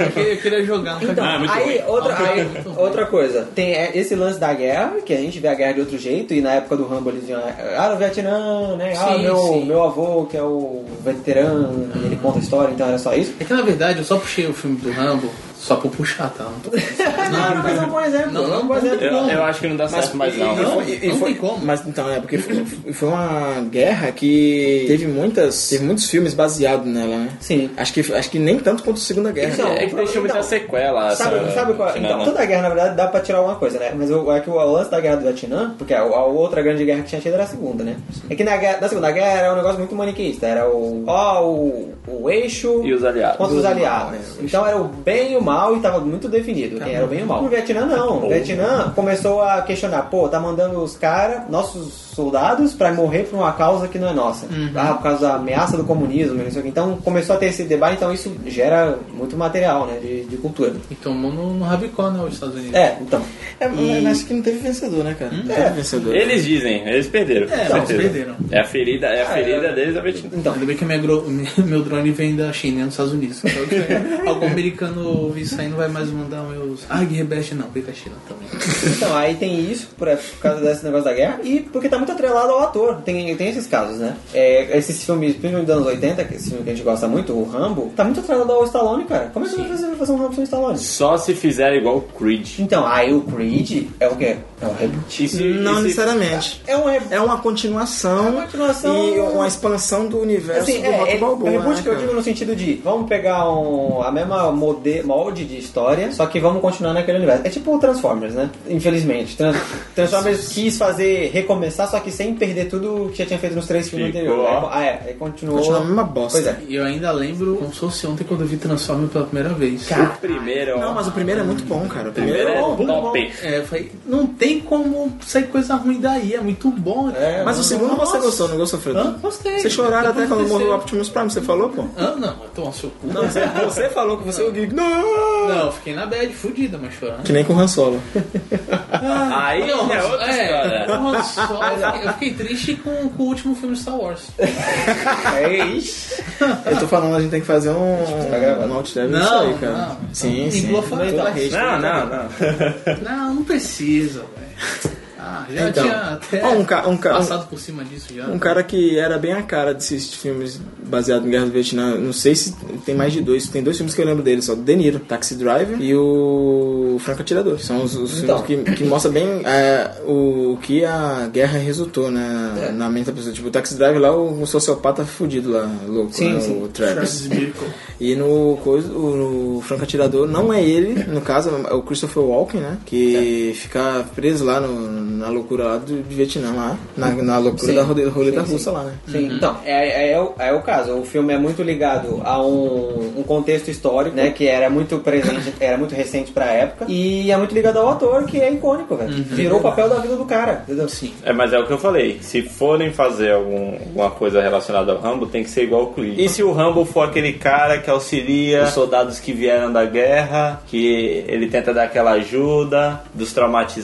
[SPEAKER 2] eu queria, eu queria jogar né? no
[SPEAKER 1] Então,
[SPEAKER 3] Ah, é
[SPEAKER 2] canal.
[SPEAKER 1] aí, outra, aí, outra coisa. Tem é, esse lance da guerra, que a gente vê a guerra de outro jeito, e na época do Rambo eles diziam, ah, era o Vietnã, né? Ah,
[SPEAKER 2] Sim,
[SPEAKER 1] meu,
[SPEAKER 2] sim.
[SPEAKER 1] meu avô que é o veterano, e ele conta a história, então era só isso.
[SPEAKER 2] É que na verdade eu só puxei o filme do Rambo só pra puxar, tá? Não, tô-
[SPEAKER 1] Não, não, mas é um bom exemplo.
[SPEAKER 2] Não,
[SPEAKER 1] é um
[SPEAKER 2] não,
[SPEAKER 1] bom exemplo.
[SPEAKER 2] não.
[SPEAKER 9] Eu acho que não dá certo mais não.
[SPEAKER 2] não,
[SPEAKER 3] E foi- e
[SPEAKER 2] não
[SPEAKER 3] foi-
[SPEAKER 2] tem como.
[SPEAKER 3] Mas então, é porque foi, foi uma guerra que teve muitas. Teve muitos filmes baseados nela, né?
[SPEAKER 1] Sim.
[SPEAKER 3] Acho que, acho que nem tanto quanto a Segunda Guerra.
[SPEAKER 1] Então,
[SPEAKER 9] É que deixou muita
[SPEAKER 1] Então,
[SPEAKER 9] sequela.
[SPEAKER 1] Sabe,
[SPEAKER 9] essa-
[SPEAKER 1] sabe qual
[SPEAKER 9] final,
[SPEAKER 1] Então,
[SPEAKER 9] né?
[SPEAKER 1] toda guerra, na verdade, dá pra tirar alguma coisa, né? Mas o, é que o lance da guerra do Vietnã, porque a, a outra grande guerra que tinha tido era a segunda, né? É que na, guerra- na segunda guerra era um negócio muito maniqueísta. Era o. Ó, o, o eixo.
[SPEAKER 9] E os aliados.
[SPEAKER 1] Contra os aliados. então era o bem e o mal e tava muito definido quem era o bem e o mal. No Tá Vietnã, não. O Vietnã começou a questionar: pô, tá mandando os caras, nossos soldados, pra morrer por uma causa que não é nossa. Ah, por causa da ameaça do comunismo, não sei o que. Então começou a ter esse debate, então isso gera muito material, né? De, de cultura.
[SPEAKER 2] E tomou no, no rabicó, né, os Estados Unidos.
[SPEAKER 1] É, então.
[SPEAKER 3] É, mas acho que não teve vencedor, né, cara? Não teve vencedor.
[SPEAKER 9] Eles dizem, eles
[SPEAKER 2] É,
[SPEAKER 9] perderam. com
[SPEAKER 2] eles
[SPEAKER 9] certeza.
[SPEAKER 2] perderam.
[SPEAKER 9] É a ferida, é a ferida
[SPEAKER 1] é.
[SPEAKER 9] deles, a Betina.
[SPEAKER 1] Então,
[SPEAKER 2] Ainda bem que minha gro- meu drone vem da China, nos Estados Unidos. Então, Algum americano ouvir isso aí não vai mais mandar meus. Ah, que rebeste não, vem da China também.
[SPEAKER 1] então, aí tem isso por, por causa desse negócio da guerra e porque tá muito atrelado ao ator. Tem, tem esses casos, né? É, esses filmes, principalmente dos anos 80, que esse filme que a gente gosta muito, o Rambo, tá muito atrelado ao Stallone, cara. Como é que você vai fazer um Rambo sem Stallone?
[SPEAKER 9] Só se fizer igual o Creed.
[SPEAKER 1] Então, aí o Creed é o quê? É um reboot.
[SPEAKER 9] E se- e
[SPEAKER 3] Não
[SPEAKER 9] se-
[SPEAKER 3] necessariamente.
[SPEAKER 1] É um reboot.
[SPEAKER 3] É uma continuação,
[SPEAKER 1] É uma continuação.
[SPEAKER 3] e uma expansão do universo
[SPEAKER 1] Assim,
[SPEAKER 3] do Rock
[SPEAKER 1] é, é,
[SPEAKER 3] Balboa.
[SPEAKER 1] é reboot
[SPEAKER 3] né,
[SPEAKER 1] que eu
[SPEAKER 3] cara?
[SPEAKER 1] digo no sentido de vamos pegar um, a mesma mode, molde de história, só que vamos continuar naquele universo. É tipo o Transformers, né? Infelizmente. Tran- Transformers quis fazer recomeçar, só que sem perder tudo que já tinha feito nos três filmes
[SPEAKER 9] Ficou,
[SPEAKER 1] anteriores.
[SPEAKER 9] ó.
[SPEAKER 1] Aí, ah, é, aí continuou.
[SPEAKER 3] Continua a mesma bosta.
[SPEAKER 1] Pois é.
[SPEAKER 2] E eu ainda lembro como se fosse ontem quando eu vi Transformers pela primeira vez.
[SPEAKER 9] O primeiro,
[SPEAKER 3] Não, mas o primeiro é muito bom, cara. O
[SPEAKER 9] o
[SPEAKER 3] primeiro
[SPEAKER 9] primeiro é
[SPEAKER 3] é bom.
[SPEAKER 9] top.
[SPEAKER 2] É, eu falei, não tem como sair coisa ruim daí, é muito bom.
[SPEAKER 1] É,
[SPEAKER 3] Mas o segundo você gostou, não gostou, Fred?
[SPEAKER 2] Hã? Gostei.
[SPEAKER 3] Vocês choraram até
[SPEAKER 2] Depois
[SPEAKER 3] quando
[SPEAKER 2] do
[SPEAKER 3] morreu o
[SPEAKER 2] terceiro.
[SPEAKER 3] Optimus Prime, você falou, pô?
[SPEAKER 2] Ah, não, eu tomo seu cu.
[SPEAKER 3] Não, você, você falou que você é o Geek. Não!
[SPEAKER 2] Não, eu fiquei na bad, fudida, mas chorando.
[SPEAKER 3] Que nem com o Han Solo.
[SPEAKER 9] Aí é
[SPEAKER 2] Não,
[SPEAKER 9] outra
[SPEAKER 2] é,
[SPEAKER 9] história.
[SPEAKER 2] porra, só- eu fiquei triste com, com o último filme de Star Wars.
[SPEAKER 1] É, ixi.
[SPEAKER 3] Eu tô falando, a gente tem que fazer um,
[SPEAKER 1] tá gravado.
[SPEAKER 3] um outdrive disso
[SPEAKER 2] Não,
[SPEAKER 3] aí, cara.
[SPEAKER 2] não.
[SPEAKER 3] Sim,
[SPEAKER 2] Então,
[SPEAKER 3] sim.
[SPEAKER 2] igual eu falei,
[SPEAKER 3] Toda
[SPEAKER 2] tá?
[SPEAKER 3] rede.
[SPEAKER 9] Não, não, não.
[SPEAKER 2] Não, não precisa, velho. Ah, já
[SPEAKER 3] Então,
[SPEAKER 2] tinha até
[SPEAKER 3] ó, um ca- um ca-
[SPEAKER 2] passado por cima disso já.
[SPEAKER 3] Um cara que era bem a cara desses filmes baseados em Guerra do Vietnã. Não sei se tem mais de dois. Tem dois filmes que eu lembro dele só. Do De Niro, Taxi Driver e o Franco Atirador. São os, os
[SPEAKER 1] Então.
[SPEAKER 3] filmes que, que mostram bem é, o, que a guerra resultou na,
[SPEAKER 1] É.
[SPEAKER 3] na mente da pessoa. Tipo, o Taxi Driver lá, o, sociopata fudido lá, louco,
[SPEAKER 1] Sim,
[SPEAKER 3] né?
[SPEAKER 1] sim.
[SPEAKER 3] o Travis.
[SPEAKER 2] Travis Bickle.
[SPEAKER 3] E no, coisa, o, no Franco Atirador não é ele, no caso, é o Christopher Walken, né?
[SPEAKER 9] É.
[SPEAKER 3] Que fica preso lá no- na loucura lá do, do Vietnã, lá. Na,
[SPEAKER 9] Uhum.
[SPEAKER 3] na loucura
[SPEAKER 1] Sim.
[SPEAKER 3] da role- roleta
[SPEAKER 1] Sim, sim.
[SPEAKER 3] russa lá, né?
[SPEAKER 1] Sim, então, é, é, o, é o caso. O filme é muito ligado a um, um contexto histórico, né? Que era muito presente, era muito recente pra época. E é muito ligado ao ator, que é icônico, velho. Virou o papel da vida do cara, entendeu? Sim.
[SPEAKER 9] É, mas é o que eu falei. Se forem fazer algum- alguma coisa relacionada ao Rambo, tem que ser igual o Creed. E se o Rambo for aquele cara que auxilia os soldados que vieram da guerra, que ele tenta dar aquela ajuda dos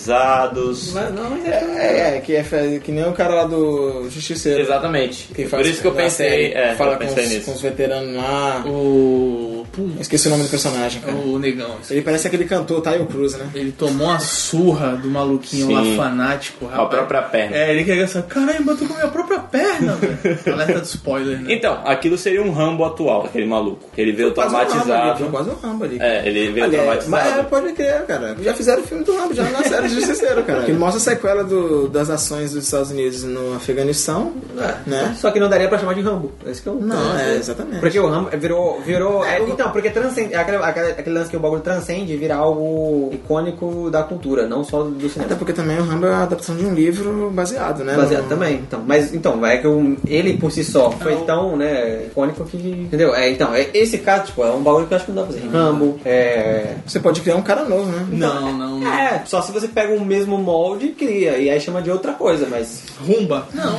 [SPEAKER 9] traumatizados?
[SPEAKER 1] Mas não, mas é.
[SPEAKER 3] É, é, que é fe- que nem o cara lá do Justiceiro.
[SPEAKER 9] Exatamente.
[SPEAKER 3] Que
[SPEAKER 9] Por
[SPEAKER 3] faz-
[SPEAKER 9] isso que eu
[SPEAKER 3] da
[SPEAKER 9] pensei,
[SPEAKER 3] série,
[SPEAKER 9] é,
[SPEAKER 3] fala
[SPEAKER 9] eu
[SPEAKER 3] com,
[SPEAKER 9] pensei
[SPEAKER 3] os,
[SPEAKER 9] nisso.
[SPEAKER 3] com os veteranos lá.
[SPEAKER 2] O.
[SPEAKER 3] Eu
[SPEAKER 2] Putz,
[SPEAKER 3] Esqueci o nome do personagem, cara.
[SPEAKER 2] o negão. esse.
[SPEAKER 3] Ele parece aquele cantor, Tayo Cruz, né?
[SPEAKER 2] Ele tomou a surra do maluquinho
[SPEAKER 9] Sim.
[SPEAKER 2] lá, fanático,
[SPEAKER 9] A
[SPEAKER 2] rapaz.
[SPEAKER 9] própria perna.
[SPEAKER 2] É, ele quer essa. Caramba, eu tô com a minha própria perna, velho. Alerta de spoiler, né?
[SPEAKER 9] Então, aquilo seria um Rambo atual, aquele maluco. Ele veio
[SPEAKER 3] Quase um Rambo ali, foi
[SPEAKER 9] traumatizado.
[SPEAKER 3] Quase um Rambo ali.
[SPEAKER 9] É, ele veio
[SPEAKER 3] Aliás, mas é,
[SPEAKER 9] traumatizado.
[SPEAKER 3] pode crer, cara. Já fizeram o filme do Rambo, já na série do Justiceiro, cara. Que mostra a sequela do- das ações dos Estados Unidos no Afeganistão, né?
[SPEAKER 1] é? Só que não daria pra chamar de Rambo. Esse que eu.
[SPEAKER 3] Não, é, exatamente.
[SPEAKER 1] Porque o Rambo virou. virou é, então, Não, porque transcende, é aquele, aquele, aquele lance que o bagulho transcende e vira algo icônico da cultura, não só do cinema.
[SPEAKER 3] Até porque também o Rambo é a adaptação de um livro baseado, né?
[SPEAKER 1] Baseado
[SPEAKER 3] no-
[SPEAKER 1] também, então. Mas então, é que o- ele por si só foi tão, né, icônico que. Entendeu? É, então, é- esse caso, tipo, é um bagulho que eu acho que não dá pra fazer. Rambo, é.
[SPEAKER 3] Você pode criar um cara novo, né?
[SPEAKER 2] Não, não, não.
[SPEAKER 1] É, só se você pega o mesmo molde e cria, e aí chama de outra coisa, mas.
[SPEAKER 2] Rumba. Não.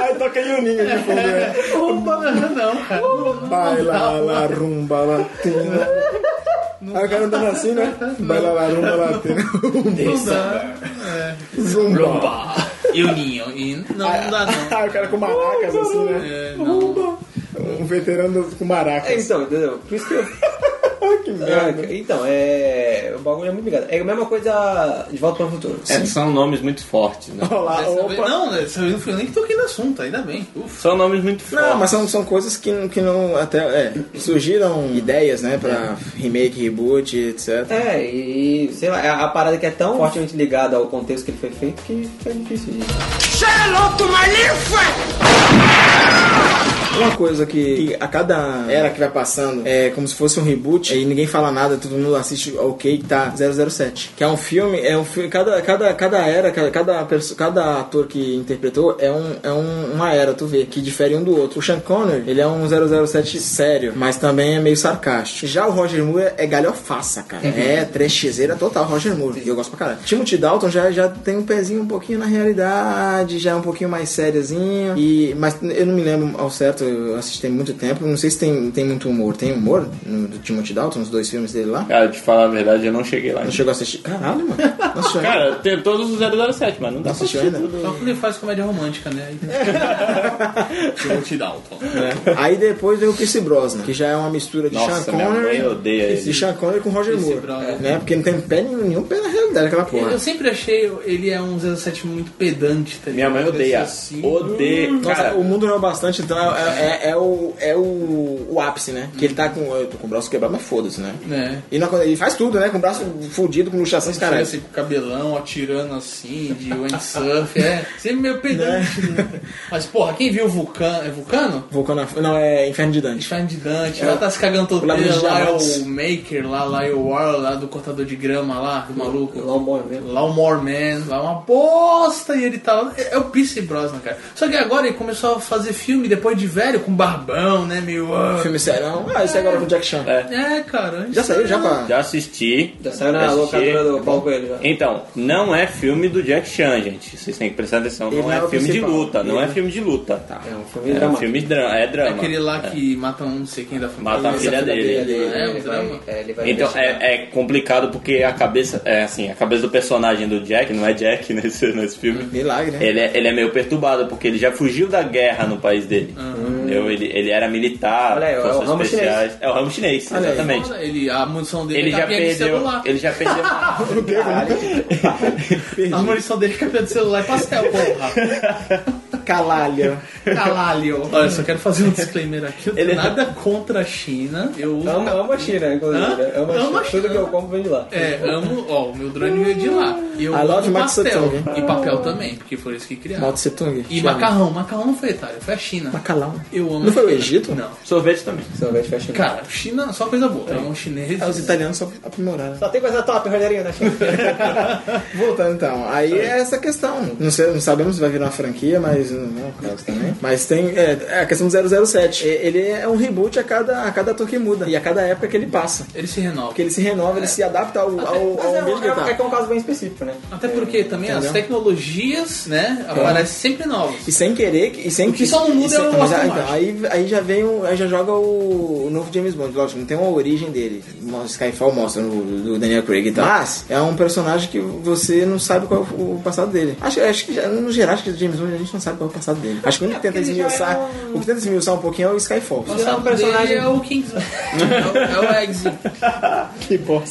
[SPEAKER 3] Aí toca Juninho de fundo, né?
[SPEAKER 2] Rumba, não, cara.
[SPEAKER 3] Baila la rumba latina. Aí o cara andando assim, né? Baila la rumba latina.
[SPEAKER 2] Não dá.
[SPEAKER 3] Zumba.
[SPEAKER 2] E o Ninho? E- Não, não dá, não.
[SPEAKER 3] Ah, o cara com maracas assim, né?
[SPEAKER 2] É, não.
[SPEAKER 3] Um veterano com
[SPEAKER 1] É,
[SPEAKER 3] maracas.
[SPEAKER 1] então, entendeu? Por isso que eu.
[SPEAKER 3] Que
[SPEAKER 1] Ah,
[SPEAKER 3] merda.
[SPEAKER 1] então, é. O bagulho é muito ligado. É a mesma coisa de volta para o futuro.
[SPEAKER 9] É, são nomes muito fortes, né?
[SPEAKER 3] Olha lá,
[SPEAKER 2] Dessa
[SPEAKER 3] opa.
[SPEAKER 2] vez- Não, dessa vez não fui eu nem que toquei no assunto, ainda bem. Ufa.
[SPEAKER 9] São nomes muito fortes.
[SPEAKER 3] Não, mas são, são coisas que, não- que não. Até. É, surgiram ideias, né? Pra remake, reboot, etc.
[SPEAKER 1] É, e sei lá, é a parada que é tão fortemente ligada ao contexto que ele foi feito que é difícil de.
[SPEAKER 3] Uma coisa que, que a cada era que vai passando é como se fosse um reboot e ninguém fala nada, todo mundo assiste ok, tá 007. Que é um filme, é um filme, cada, cada, cada era, cada, cada, perso- cada ator que interpretou é, um, é um- uma era, tu vê, que difere um do outro. O Sean Connery, ele é um 007 sério, mas também é meio sarcástico. Já o Roger Moore é, é galhofaça, cara.
[SPEAKER 9] Uhum.
[SPEAKER 3] É trechezeira total, Roger Moore. E eu gosto pra caralho. Timothy Dalton já, já tem um pezinho um pouquinho na realidade, já é um pouquinho mais sériozinho. E, mas eu não me lembro ao certo, eu assisti tem muito tempo. Não sei se tem, tem muito humor. Tem humor no, do Timothy Dalton, nos dois filmes dele lá?
[SPEAKER 9] Cara, te falar a verdade, eu não cheguei lá.
[SPEAKER 3] Não
[SPEAKER 9] ainda.
[SPEAKER 3] chegou a assistir. Caralho, mano. Nossa, cara,
[SPEAKER 9] Cara, tem todos os 007, mas não dá pra
[SPEAKER 3] assistiu
[SPEAKER 9] assistir
[SPEAKER 3] ainda?
[SPEAKER 9] tudo.
[SPEAKER 2] Só que ele faz comédia romântica, né? Timothy Dalton.
[SPEAKER 3] Aí depois veio o Pierce Brosnan, que já é uma mistura de
[SPEAKER 9] né? Nossa,
[SPEAKER 3] Sean
[SPEAKER 9] minha mãe
[SPEAKER 3] Connery.
[SPEAKER 9] odeia
[SPEAKER 3] De
[SPEAKER 9] ele.
[SPEAKER 3] Sean Connery com Roger
[SPEAKER 2] Pierce
[SPEAKER 3] Moore.
[SPEAKER 2] Brosnan.
[SPEAKER 3] Né? Porque não tem pé nenhum, nenhum pé na realidade aquela porra.
[SPEAKER 2] É, Eu sempre achei ele é um 07 muito pedante, tá ligado?
[SPEAKER 9] Minha mãe
[SPEAKER 2] Uma pessoa
[SPEAKER 9] odeia.
[SPEAKER 2] assim.
[SPEAKER 9] Odeia.
[SPEAKER 3] Nossa,
[SPEAKER 9] Cara,
[SPEAKER 3] o mundo não é bastante, então é, é- é o, é o, o ápice, né? Que ele tá com. Eu tô com o braço quebrado, mas foda-se, né?
[SPEAKER 2] Né?
[SPEAKER 3] E não- ele faz tudo, né? Com o braço fudido, com luxação de
[SPEAKER 2] Chega
[SPEAKER 3] caralho.
[SPEAKER 2] assim com o cabelão, atirando assim, de windsurf, é. Sempre meio pedante, né? Mas, porra, quem viu Vulcano? É Vulcano?
[SPEAKER 3] Vulcano, não, é Inferno de Dante.
[SPEAKER 2] Inferno de Dante, ela tá se cagando todo
[SPEAKER 3] O Labirinto
[SPEAKER 2] dia,
[SPEAKER 3] de
[SPEAKER 2] lá é
[SPEAKER 3] Diamantes.
[SPEAKER 2] o Maker, lá, lá é o War, lá do cortador de grama lá, do maluco.
[SPEAKER 1] Lá o um bom mesmo.
[SPEAKER 2] Lá o Moreman, lá uma bosta e ele tá lá. É, é o Pierce Brosnan, cara. Só que agora ele começou a fazer filme depois de velho, com barbão, né? Meio. ah.
[SPEAKER 3] Filme serão. Ah, esse é agora com o Jack Chan.
[SPEAKER 2] É, cara.
[SPEAKER 3] Já saiu, já pá.
[SPEAKER 9] já assisti.
[SPEAKER 1] Já saiu na
[SPEAKER 9] assisti.
[SPEAKER 1] locadora do Paulo Coelho já.
[SPEAKER 9] Então, não é filme do Jack Chan, gente. Vocês têm que prestar atenção.
[SPEAKER 3] Ele
[SPEAKER 9] Não
[SPEAKER 3] não é
[SPEAKER 9] é
[SPEAKER 3] o
[SPEAKER 9] filme de
[SPEAKER 3] principal.
[SPEAKER 9] luta. Não
[SPEAKER 3] Ele-
[SPEAKER 9] é filme de luta. Tá.
[SPEAKER 1] É um filme
[SPEAKER 9] É um
[SPEAKER 1] dramático.
[SPEAKER 9] filme de drama. É
[SPEAKER 2] É
[SPEAKER 9] drama.
[SPEAKER 2] aquele lá que mata um não sei quem da família.
[SPEAKER 9] Mata a filha dele.
[SPEAKER 2] É,
[SPEAKER 1] ele,
[SPEAKER 2] um
[SPEAKER 1] vai,
[SPEAKER 2] drama.
[SPEAKER 1] é, ele vai
[SPEAKER 9] Então
[SPEAKER 1] investigar.
[SPEAKER 9] é, é complicado porque a cabeça, é assim, a cabeça do personagem do Jack, não é Jack nesse, nesse filme,
[SPEAKER 3] Milagre, né?
[SPEAKER 9] Ele é, ele é meio perturbado, porque ele já fugiu da guerra no país dele. Entendeu? Ele, ele era militar,
[SPEAKER 1] Uhum. Olha aí, é o
[SPEAKER 9] forças
[SPEAKER 1] ramo
[SPEAKER 9] especiais. É o ramo chinês,
[SPEAKER 3] aí.
[SPEAKER 9] exatamente.
[SPEAKER 2] Foda, Ele, a munição dele
[SPEAKER 9] Ele tá
[SPEAKER 2] é
[SPEAKER 9] já,
[SPEAKER 2] capinha de
[SPEAKER 9] perdeu,
[SPEAKER 2] celular.
[SPEAKER 9] ele já perdeu.
[SPEAKER 2] A munição dele é capinha de celular e pastel, porra.
[SPEAKER 3] Calalho.
[SPEAKER 2] Caralho. Olha, só quero fazer um disclaimer aqui. Eu tenho
[SPEAKER 9] Ele-
[SPEAKER 2] nada contra a China. Eu uso
[SPEAKER 1] Amo, amo a China, inclusive.
[SPEAKER 2] Hã?
[SPEAKER 1] né? Amo a
[SPEAKER 2] Amo
[SPEAKER 1] China.
[SPEAKER 2] a
[SPEAKER 1] Tudo
[SPEAKER 2] China.
[SPEAKER 1] que eu como vem de lá.
[SPEAKER 2] É, amo, ó, o meu drone veio de lá. E eu
[SPEAKER 3] I
[SPEAKER 2] amo
[SPEAKER 3] love
[SPEAKER 2] pastel.
[SPEAKER 3] Matsutung.
[SPEAKER 2] E papel também, porque foi eles que criaram.
[SPEAKER 3] Mao Tse Tung.
[SPEAKER 2] E
[SPEAKER 3] Te amo.
[SPEAKER 2] macarrão, macarrão não foi Itália, foi a China.
[SPEAKER 3] Bacalhau.
[SPEAKER 2] Eu amo.
[SPEAKER 3] Não foi o
[SPEAKER 2] a China.
[SPEAKER 3] Egito?
[SPEAKER 2] Não.
[SPEAKER 9] Sorvete também.
[SPEAKER 1] Sorvete faz China.
[SPEAKER 2] Cara, China, só coisa boa. É um chinês.
[SPEAKER 3] Ah, os italianos só aprimoraram.
[SPEAKER 1] Só tem coisa top, né? Rogerinho, na China.
[SPEAKER 3] Voltando então, aí é essa questão. Não, sei- não sabemos se vai virar uma franquia, mas não é o caso também. Mas tem é, é a questão do 007. E- Ele é um reboot a cada, a cada ator que muda e a cada época que ele passa.
[SPEAKER 2] Ele se renova.
[SPEAKER 3] Porque ele se renova, ele se adapta ao, ao,
[SPEAKER 1] Mas
[SPEAKER 3] ao
[SPEAKER 1] é,
[SPEAKER 3] ambiente
[SPEAKER 1] um,
[SPEAKER 3] que ele
[SPEAKER 1] é, é
[SPEAKER 3] tá.
[SPEAKER 1] que é um caso bem específico, né?
[SPEAKER 2] Até porque também as tecnologias, né,
[SPEAKER 3] É.
[SPEAKER 2] aparecem sempre novas.
[SPEAKER 3] E sem querer, que- e sem
[SPEAKER 2] O que só não muda
[SPEAKER 3] e sem-
[SPEAKER 2] é o
[SPEAKER 3] mas,
[SPEAKER 2] Aston
[SPEAKER 3] ah,
[SPEAKER 2] Martin.
[SPEAKER 3] então, aí, aí já vem o, aí já joga o, o novo James Bond, lógico, não tem uma origem dele. O Skyfall mostra no- do Daniel Craig e tal. Mas é um personagem que você não sabe qual é o, o passado dele. Acho, acho que já- no geral, acho que o James Bond a gente não sabe qual é o passado dele. Acho que o único que tenta
[SPEAKER 1] porque ele já
[SPEAKER 3] esmiuçar,
[SPEAKER 1] é um-
[SPEAKER 3] o que tenta esmiuçar um pouquinho é o Skyfall.
[SPEAKER 2] O passado
[SPEAKER 1] personagem-
[SPEAKER 2] dele é o Kingsman. é o, é o Exit.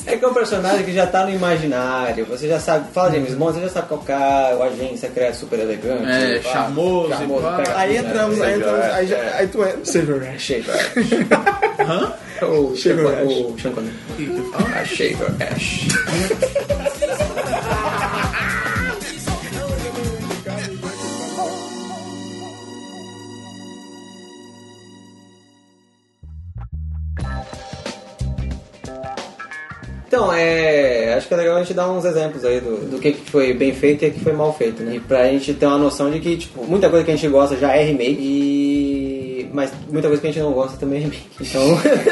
[SPEAKER 1] É que é um personagem que já tá no imaginário. Você já sabe, fala James Bond, você já sabe qual cara, o agente secreto super elegante.
[SPEAKER 2] É,
[SPEAKER 1] pá,
[SPEAKER 2] charmoso e pá.
[SPEAKER 1] pega
[SPEAKER 3] Aí
[SPEAKER 1] tudo,
[SPEAKER 3] entramos,
[SPEAKER 1] né?
[SPEAKER 3] aí entramos, aí, já, aí tu entra. Silver Rush.
[SPEAKER 1] Shaver Ash. Hã? O
[SPEAKER 3] Shaver
[SPEAKER 1] Shaver
[SPEAKER 3] Ash.
[SPEAKER 1] Ash. O Sean Connery. A Shaver Ash. Então, é. Acho que é legal a gente dar uns exemplos aí do, do que, que foi bem feito e o que foi mal feito, né? E pra gente ter uma noção de que, tipo, muita coisa que a gente gosta já é remake e. Mas muita coisa que a gente não gosta também é remake. Então.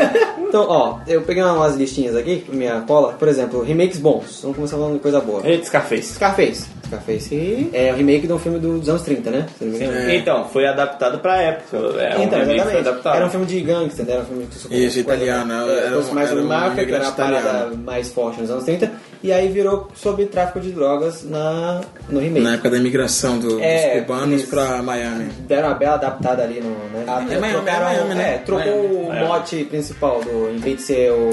[SPEAKER 1] então, ó, eu peguei umas listinhas aqui, minha cola. Por exemplo, remakes bons. Vamos começar falando de coisa boa.
[SPEAKER 9] Eita, Scarface.
[SPEAKER 1] Scarface. Scarface é o remake de um filme dos anos 30, né? Se não me engano.
[SPEAKER 9] Então, foi adaptado pra época. É um
[SPEAKER 1] Então,
[SPEAKER 9] remake que foi
[SPEAKER 1] exatamente.
[SPEAKER 9] adaptado.
[SPEAKER 1] Era um filme de gangster, né? Era um filme de super-
[SPEAKER 3] Isso,
[SPEAKER 1] coisa-
[SPEAKER 3] italiano.
[SPEAKER 1] É,
[SPEAKER 3] Era
[SPEAKER 1] fosse
[SPEAKER 3] um-
[SPEAKER 1] mais
[SPEAKER 3] era
[SPEAKER 1] uma
[SPEAKER 3] um
[SPEAKER 1] máfia, que era a
[SPEAKER 3] imigrante
[SPEAKER 1] parada
[SPEAKER 3] italiano.
[SPEAKER 1] mais forte nos anos 30. E aí virou sobre tráfico de drogas na, no remake.
[SPEAKER 3] Na época da imigração do-
[SPEAKER 1] É,
[SPEAKER 3] dos cubanos
[SPEAKER 1] isso.
[SPEAKER 3] pra Miami.
[SPEAKER 1] Deram uma bela adaptada ali no. Né? Ah,
[SPEAKER 3] É, Miami,
[SPEAKER 1] trocaram-
[SPEAKER 3] é Miami, né?
[SPEAKER 1] é, trocou
[SPEAKER 3] Miami.
[SPEAKER 1] o mote principal do. Em vez de ser o.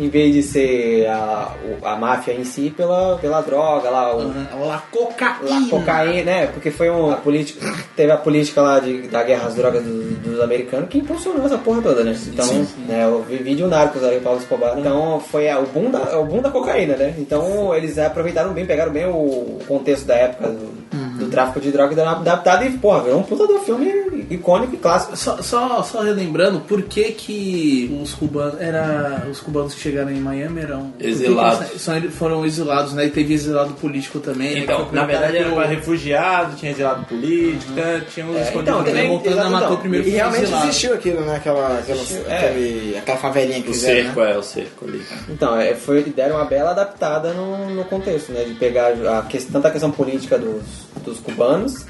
[SPEAKER 1] em vez de ser a, o- a máfia em si pela, pela droga lá, o,
[SPEAKER 2] La cocaína.
[SPEAKER 1] La cocaína, né? Porque foi um, a política, teve a política lá de, da guerra às drogas dos, dos americanos que impulsionou essa porra toda, né? Então, né, eu vi vídeo Narcos ali, o Paulo Escobar. né? Então, foi é, o boom, da, é o boom da cocaína, né? Então, eles aproveitaram bem, pegaram bem o contexto da época do, do tráfico de drogas e deram uma adaptada e, porra, virou um puta do filme icônico e clássico.
[SPEAKER 2] Só, só, só relembrando, por que que os cubanos, era, os cubanos que chegaram em Miami eram... por que que eles
[SPEAKER 9] Exilados.
[SPEAKER 2] sa- só- foram exilados, né? E teve exilado político também. né? Que
[SPEAKER 9] Então,
[SPEAKER 2] foi
[SPEAKER 9] na
[SPEAKER 2] o cara
[SPEAKER 9] verdade
[SPEAKER 2] que
[SPEAKER 9] era
[SPEAKER 2] o-
[SPEAKER 9] para refugiado, tinha exilado político, né? tinha uns
[SPEAKER 1] É,
[SPEAKER 9] escondidos.
[SPEAKER 1] então,
[SPEAKER 2] Ele
[SPEAKER 1] tem-
[SPEAKER 2] voltando
[SPEAKER 1] exato,
[SPEAKER 2] a matar
[SPEAKER 1] então.
[SPEAKER 2] o primeiro
[SPEAKER 3] E realmente
[SPEAKER 2] exilado.
[SPEAKER 3] existiu aquilo, né? Aquela, aquela, aquele- aquela favelinha que
[SPEAKER 9] o
[SPEAKER 3] fizeram, né?
[SPEAKER 9] cerco, é, o cerco ali.
[SPEAKER 1] Então, é, foi, deram uma bela adaptada no, no contexto, né? De pegar a questão, tanto a questão política dos, dos cubanos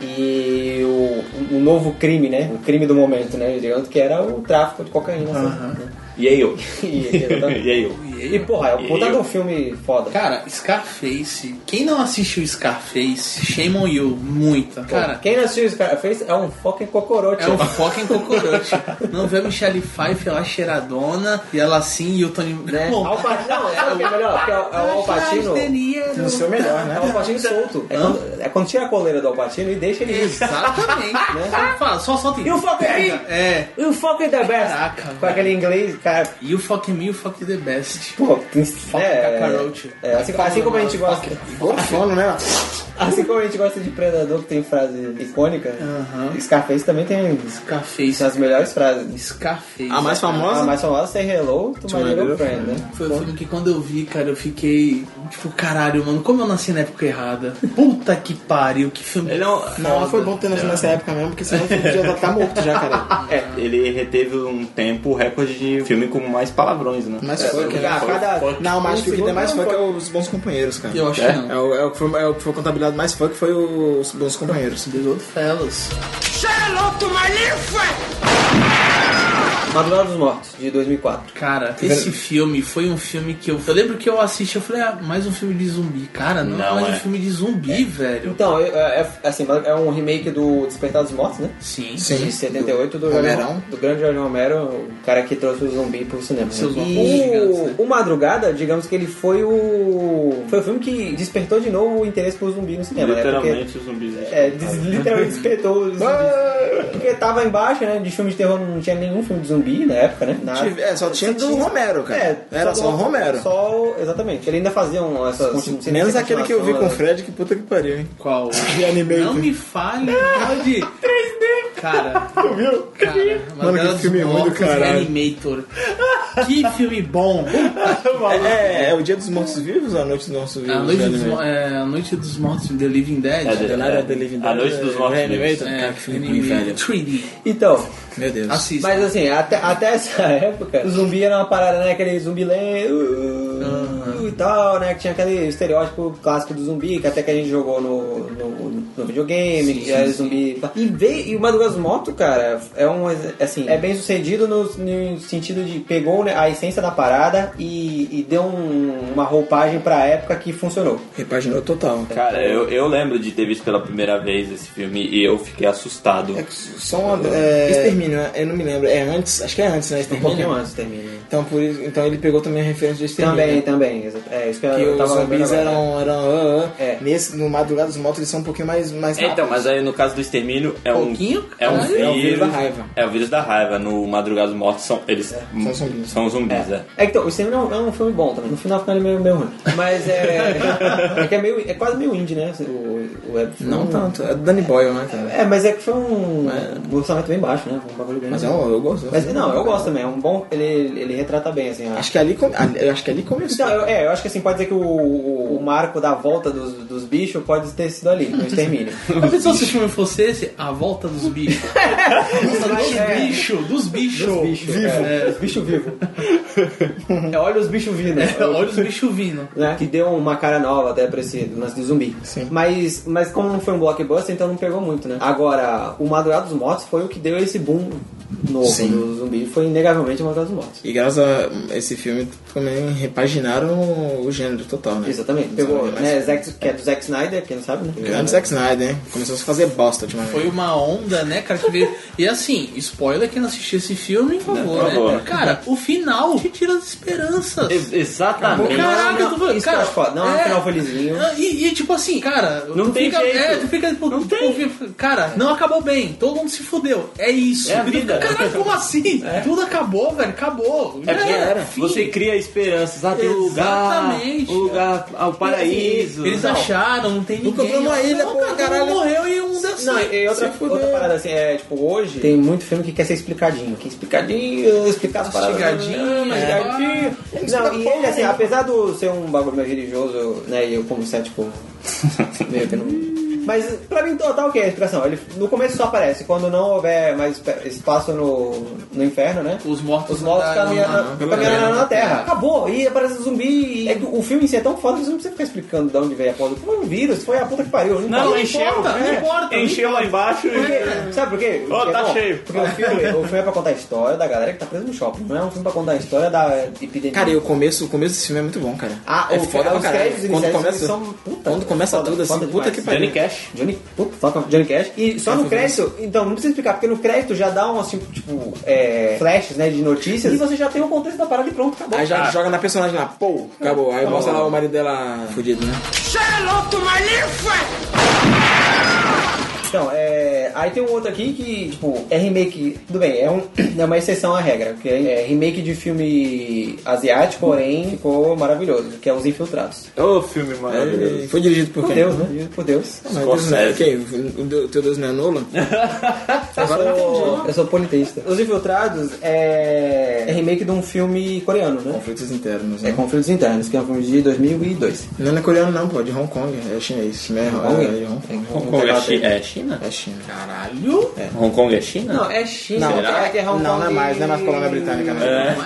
[SPEAKER 1] e o, o novo crime, né? O crime do momento, né? Digamos que era o tráfico de cocaína. assim, né?
[SPEAKER 9] E aí eu?
[SPEAKER 1] E- exatamente.
[SPEAKER 9] e aí eu?
[SPEAKER 1] E, porra, é o puta
[SPEAKER 9] E-
[SPEAKER 1] de um filme foda.
[SPEAKER 2] Cara, Scarface. Quem não assistiu Scarface, shame on you. Muita. Cara,
[SPEAKER 1] quem não assistiu Scarface é um fucking cocorote.
[SPEAKER 2] É um fucking cocorote. Não vê a Michelle Pfeiffer lá cheiradona e ela assim e o Tony.
[SPEAKER 1] né?
[SPEAKER 2] Bom,
[SPEAKER 1] Al Pacino, não, sabe o que é melhor? Porque é o- é o Al Pacino...
[SPEAKER 3] No
[SPEAKER 2] um
[SPEAKER 3] seu melhor, né?
[SPEAKER 1] É o Al Pacino solto. É quando, é quando tira a coleira do Al Pacino e deixa ele... É ir.
[SPEAKER 2] Exatamente. né? Só Fala, só solta
[SPEAKER 1] You fucking me!
[SPEAKER 2] É.
[SPEAKER 1] You fucking the best!
[SPEAKER 2] Caraca,
[SPEAKER 1] Com
[SPEAKER 2] velho.
[SPEAKER 1] aquele inglês, cara...
[SPEAKER 2] You fuck me, you fuck the best.
[SPEAKER 1] Pô, tem- é,
[SPEAKER 2] cockroach.
[SPEAKER 1] é, assim, assim como a gente gosta,
[SPEAKER 3] Igual sono, né?
[SPEAKER 1] assim como a gente gosta de Predador que tem frase icônica,
[SPEAKER 2] Aham.
[SPEAKER 1] Scarface também tem
[SPEAKER 2] Scarface.
[SPEAKER 1] as melhores frases. Ah,
[SPEAKER 2] Scarface.
[SPEAKER 3] A mais
[SPEAKER 1] A
[SPEAKER 3] famosa?
[SPEAKER 1] mais famosa Say Hello to My Little Friend, né?
[SPEAKER 2] Foi o filme que quando eu vi, cara, eu fiquei tipo, caralho, mano, como eu nasci na época errada? Puta que pariu, que filme.
[SPEAKER 9] Ele é um-
[SPEAKER 3] Não,
[SPEAKER 2] foda.
[SPEAKER 3] foi bom ter nascido nessa época mesmo, porque senão o filme já tá morto já, cara.
[SPEAKER 9] Ele reteve um tempo o recorde de filme com mais palavrões, né?
[SPEAKER 3] Mas foi,
[SPEAKER 1] Ah,
[SPEAKER 3] cara.
[SPEAKER 1] cada-
[SPEAKER 3] Não, mas
[SPEAKER 1] um
[SPEAKER 3] acho que o que
[SPEAKER 1] segundo
[SPEAKER 3] deu mais
[SPEAKER 1] não
[SPEAKER 3] funk é os bons companheiros, cara.
[SPEAKER 2] Eu acho
[SPEAKER 9] É?
[SPEAKER 2] que não.
[SPEAKER 3] É o, é o que foi, é o que foi contabilizado mais funk foi os bons companheiros.
[SPEAKER 2] The Goodfellas.
[SPEAKER 1] Madrugada dos Mortos, de 2004.
[SPEAKER 2] Cara, esse filme foi um filme que eu. Eu lembro que eu assisti, eu falei, ah, mais um filme de zumbi. Cara, não, é
[SPEAKER 9] Não
[SPEAKER 2] mais
[SPEAKER 9] é.
[SPEAKER 2] um filme de zumbi, velho.
[SPEAKER 1] Então, é, é- é- assim, é um remake do Despertar dos Mortos, né?
[SPEAKER 2] Sim.
[SPEAKER 1] De 78 do,
[SPEAKER 3] Romerão.
[SPEAKER 1] Jorge- do grande Jorge Romero, o cara que trouxe o zumbi pro cinema.
[SPEAKER 2] Seus
[SPEAKER 1] né?
[SPEAKER 2] vampiros gigantes, né?
[SPEAKER 1] E o, o Madrugada, digamos que ele foi o. Foi o filme que despertou de novo o interesse pro zumbi no cinema, né? Porque-
[SPEAKER 9] Literalmente os zumbis.
[SPEAKER 1] É, des- literalmente despertou os zumbis. Porque tava embaixo, né? De filme de terror não tinha nenhum filme de zumbi na época, né? Nada.
[SPEAKER 3] Tive- É, só tinha do Romero, cara.
[SPEAKER 1] É,
[SPEAKER 3] Era só o
[SPEAKER 1] do-
[SPEAKER 3] Romero.
[SPEAKER 1] Só, o- exatamente. Ele ainda fazia um, essas.
[SPEAKER 3] Menos aquele que eu vi com o
[SPEAKER 1] continuação,
[SPEAKER 3] Fred, que puta que pariu, hein?
[SPEAKER 2] Qual?
[SPEAKER 3] De né? anime.
[SPEAKER 2] Não me fale mal de. 3D! Cara. Tu viu? Cara,
[SPEAKER 3] Mano, que filme ruim do caralho.
[SPEAKER 2] Animator. Que filme bom!
[SPEAKER 3] É, é o Dia dos Mortos Vivos ou a Noite dos Mortos Vivos?
[SPEAKER 2] A Noite,
[SPEAKER 3] de
[SPEAKER 2] dos,
[SPEAKER 3] anime?
[SPEAKER 2] Mo- é, A Noite dos Mortos, The Living Dead.
[SPEAKER 9] É, The-
[SPEAKER 3] Galera da Living
[SPEAKER 9] A
[SPEAKER 3] Dead,
[SPEAKER 9] Noite dos
[SPEAKER 3] é,
[SPEAKER 9] Mortos
[SPEAKER 3] Reanimator.
[SPEAKER 9] Vivos.
[SPEAKER 3] Cara, que filme ruim,
[SPEAKER 2] anime
[SPEAKER 3] velho.
[SPEAKER 2] 3D.
[SPEAKER 1] Então,
[SPEAKER 3] Meu Deus.
[SPEAKER 2] Assista.
[SPEAKER 1] mas assim, até, até essa época, o zumbi era uma parada, né? Aquele zumbi lento e tal, né? Que tinha aquele estereótipo clássico do zumbi, que até que a gente jogou no, no, no videogame, que era zumbi. E, veio, e o Madrugas Moto, cara, é um assim, é bem sucedido no, no sentido de pegou né, a essência da parada e, e deu um- uma roupagem pra época que funcionou.
[SPEAKER 3] Repaginou total.
[SPEAKER 9] Cara, eu, eu lembro de ter visto pela primeira vez esse filme e eu fiquei assustado.
[SPEAKER 3] É, só uma, é, Extermínio, né? Eu não me lembro. É antes? Acho que é antes, né?
[SPEAKER 1] Um pouquinho
[SPEAKER 3] Extermínio.
[SPEAKER 1] antes termina.
[SPEAKER 3] Então, por isso, então ele pegou também a referência do Extermínio.
[SPEAKER 1] Também,
[SPEAKER 3] né?
[SPEAKER 1] também, É, isso que, eu-
[SPEAKER 3] Que
[SPEAKER 1] eu
[SPEAKER 3] os
[SPEAKER 1] tava
[SPEAKER 3] zumbis
[SPEAKER 1] lembrando agora.
[SPEAKER 3] eram. eram ah, ah.
[SPEAKER 1] É.
[SPEAKER 3] Nesse, no Madrugada dos Mortos eles são um pouquinho mais. mais
[SPEAKER 9] É, então,
[SPEAKER 3] rápidos.
[SPEAKER 9] mas aí no caso do extermínio é um.
[SPEAKER 2] Pouquinho?
[SPEAKER 9] É um
[SPEAKER 2] Caralho.
[SPEAKER 9] vírus.
[SPEAKER 3] É o vírus da raiva. É,
[SPEAKER 9] É o vírus da raiva. No Madrugada dos Mortos são. Eles.
[SPEAKER 3] são zumbis.
[SPEAKER 9] São zumbis, é.
[SPEAKER 1] É que então, o Extermínio é um- é um filme bom também. No final fica ele meio, meio ruim. Mas é. é que é, meio, é quase meio indie, né? O, o web. um
[SPEAKER 3] Não tanto. É do Danny Boyle, né, cara?
[SPEAKER 1] É, mas é que foi um, um orçamento bem baixo, né? Foi um bagulho grande.
[SPEAKER 3] Mas é eu, eu gosto.
[SPEAKER 1] Mas, não, eu gosto também. É um bom. Ele, ele retrata bem, assim. a-
[SPEAKER 3] Acho que ali, come- ali- eu acho que ali começou.
[SPEAKER 1] Então, eu, é, eu acho que assim, pode dizer que o, o, o marco da volta dos, dos bichos pode ter sido ali, no extermínio.
[SPEAKER 2] Já pensou se o um filme fosse esse? A volta dos bichos.
[SPEAKER 1] É.
[SPEAKER 2] dos bichos, dos bichos.
[SPEAKER 1] É, os bichos vivos. É, olha os bichos vindo.
[SPEAKER 3] É,
[SPEAKER 2] Olha os bichos vindo.
[SPEAKER 1] né, Que deu uma cara nova até pra esse lance de zumbi.
[SPEAKER 3] Sim.
[SPEAKER 1] Mas, mas como não foi um blockbuster, então não pegou muito, né? Agora, o Madrugada dos Mortos foi o que deu esse boom novo
[SPEAKER 3] Sim.
[SPEAKER 1] do zumbi. Foi inegavelmente o Madrugada dos Mortos.
[SPEAKER 3] E graças a esse filme também repaginaram o gênero total, né?
[SPEAKER 1] Exatamente. Pegou,
[SPEAKER 3] Mas-
[SPEAKER 1] né? Zack, que é do Zack Snyder, quem não sabe, né?
[SPEAKER 3] Grande É, Zack Snyder, hein? Começou a se fazer bosta ultimamente.
[SPEAKER 2] Foi uma onda, né, cara, que veio. E assim, spoiler quem não assistiu esse filme, por favor,
[SPEAKER 9] favor.
[SPEAKER 2] né? Cara, o final te tira as esperanças.
[SPEAKER 9] Ex- Exatamente.
[SPEAKER 2] Caraca, Tá, eu tô falando,
[SPEAKER 1] Isso
[SPEAKER 2] cara,
[SPEAKER 1] que eu acho foda. Não, é um
[SPEAKER 2] é.
[SPEAKER 1] final felizinho.
[SPEAKER 2] E, e, tipo assim, cara,
[SPEAKER 9] Não
[SPEAKER 2] tu
[SPEAKER 9] tem
[SPEAKER 2] fica,
[SPEAKER 9] jeito.
[SPEAKER 2] É, tu fica, tipo, não tem. cara, não acabou bem, todo mundo se fudeu. É isso.
[SPEAKER 9] É a
[SPEAKER 2] E tu fica,
[SPEAKER 9] vida.
[SPEAKER 2] Caralho, como assim? Tudo acabou, velho, acabou.
[SPEAKER 9] É porque
[SPEAKER 2] Já fim.
[SPEAKER 9] você cria esperanças. Ah, tem um lugar.
[SPEAKER 2] Exatamente.
[SPEAKER 9] Um lugar ao paraíso.
[SPEAKER 2] Eles acharam, não tem
[SPEAKER 3] Nunca
[SPEAKER 2] ninguém.
[SPEAKER 3] foi uma ilha,
[SPEAKER 2] Não,
[SPEAKER 3] pô,
[SPEAKER 2] cara, todo
[SPEAKER 3] caralho.
[SPEAKER 2] mundo morreu e um deu
[SPEAKER 1] Não,
[SPEAKER 2] certo.
[SPEAKER 1] e outra,
[SPEAKER 3] se fuder.
[SPEAKER 1] outra parada assim, é tipo, hoje tem muito filme que quer ser explicadinho. Que explicadinho, explicar as paradas.
[SPEAKER 2] Mastigadinho,
[SPEAKER 1] Ah, mastigadinho. Não, e ele assim, apesar de ser um bagulho meio religioso, né, e eu como cético, tipo, meio que não... Mas pra mim total o que é a explicação? Ele, no começo só aparece, quando não houver mais espa- espaço no, no inferno, né?
[SPEAKER 2] Os mortos
[SPEAKER 1] Os mortos
[SPEAKER 2] andaram
[SPEAKER 1] caminham
[SPEAKER 2] na-
[SPEAKER 1] na-
[SPEAKER 3] pela
[SPEAKER 1] caminharam
[SPEAKER 3] terra.
[SPEAKER 1] na Terra. Acabou, e aparece um zumbi. E né? é que o filme em si é tão foda que você não precisa ficar explicando de onde veio a porra. Foi um vírus, foi a puta que pariu.
[SPEAKER 9] Não,
[SPEAKER 1] importa.
[SPEAKER 9] encheu.
[SPEAKER 2] importa, não
[SPEAKER 9] é.
[SPEAKER 2] importa, não
[SPEAKER 9] Encheu lá embaixo
[SPEAKER 1] Porque-
[SPEAKER 9] e.
[SPEAKER 1] sabe por quê?
[SPEAKER 9] Ó,
[SPEAKER 1] Porque,
[SPEAKER 9] tá
[SPEAKER 1] bom,
[SPEAKER 9] cheio.
[SPEAKER 1] Porque o filme, o filme é pra contar a história da galera que tá presa no shopping. Não é um filme pra contar a história da epidemia.
[SPEAKER 3] Cara, e o começo, o começo desse filme é muito bom, cara.
[SPEAKER 1] Ah,
[SPEAKER 3] é
[SPEAKER 1] o-
[SPEAKER 3] foda pra
[SPEAKER 1] os
[SPEAKER 3] caralho.
[SPEAKER 1] créditos
[SPEAKER 3] Quando
[SPEAKER 1] iniciais
[SPEAKER 3] começa,
[SPEAKER 1] são- puta,
[SPEAKER 3] quando começa
[SPEAKER 1] foda,
[SPEAKER 3] tudo assim,
[SPEAKER 1] foda
[SPEAKER 3] puta
[SPEAKER 1] demais.
[SPEAKER 3] que pariu.
[SPEAKER 9] Johnny Cash.
[SPEAKER 1] Johnny, puta, toca Johnny Cash. E só no crédito, então não precisa explicar, porque no crédito já dá umas tipo, tipo é, flashes né, de notícias. E você já tem o contexto da parada e pronto, acabou.
[SPEAKER 3] Aí
[SPEAKER 9] Ah,
[SPEAKER 3] já joga na personagem lá, pô, acabou. Aí mostra lá o marido dela fudido, né?
[SPEAKER 1] Então, é. Aí tem um outro aqui que, tipo, é remake. Tudo bem, é, um, é uma exceção à regra, porque é remake de filme asiático, porém ficou maravilhoso, que é Os Infiltrados.
[SPEAKER 9] Ô, filme
[SPEAKER 3] Aí Foi dirigido por
[SPEAKER 1] Por
[SPEAKER 3] quem?
[SPEAKER 1] Deus, né? Por Deus.
[SPEAKER 3] Mas Deus não é-
[SPEAKER 9] Scorsese.
[SPEAKER 3] quem? O Deu- teu Deus não é Nolan? Tá
[SPEAKER 1] Eu sou, eu sou politeísta. Os Infiltrados é, é remake de um filme coreano, né?
[SPEAKER 3] Conflitos internos,
[SPEAKER 1] É
[SPEAKER 3] né?
[SPEAKER 1] Conflitos Internos, que é um filme de 2002.
[SPEAKER 3] Não é coreano não, pô, é de Hong Kong, é chinês. Né?
[SPEAKER 1] Kong?
[SPEAKER 3] É, é Hong Kong.
[SPEAKER 9] Hong Kong é, chi é China?
[SPEAKER 3] É China.
[SPEAKER 2] Caralho.
[SPEAKER 9] Hong Kong é China?
[SPEAKER 1] Não, é China.
[SPEAKER 3] Não,
[SPEAKER 1] é que é
[SPEAKER 3] não,
[SPEAKER 1] Hong
[SPEAKER 3] não
[SPEAKER 1] Kong
[SPEAKER 3] é mais, não é mais colônia
[SPEAKER 1] e-
[SPEAKER 3] britânica, né?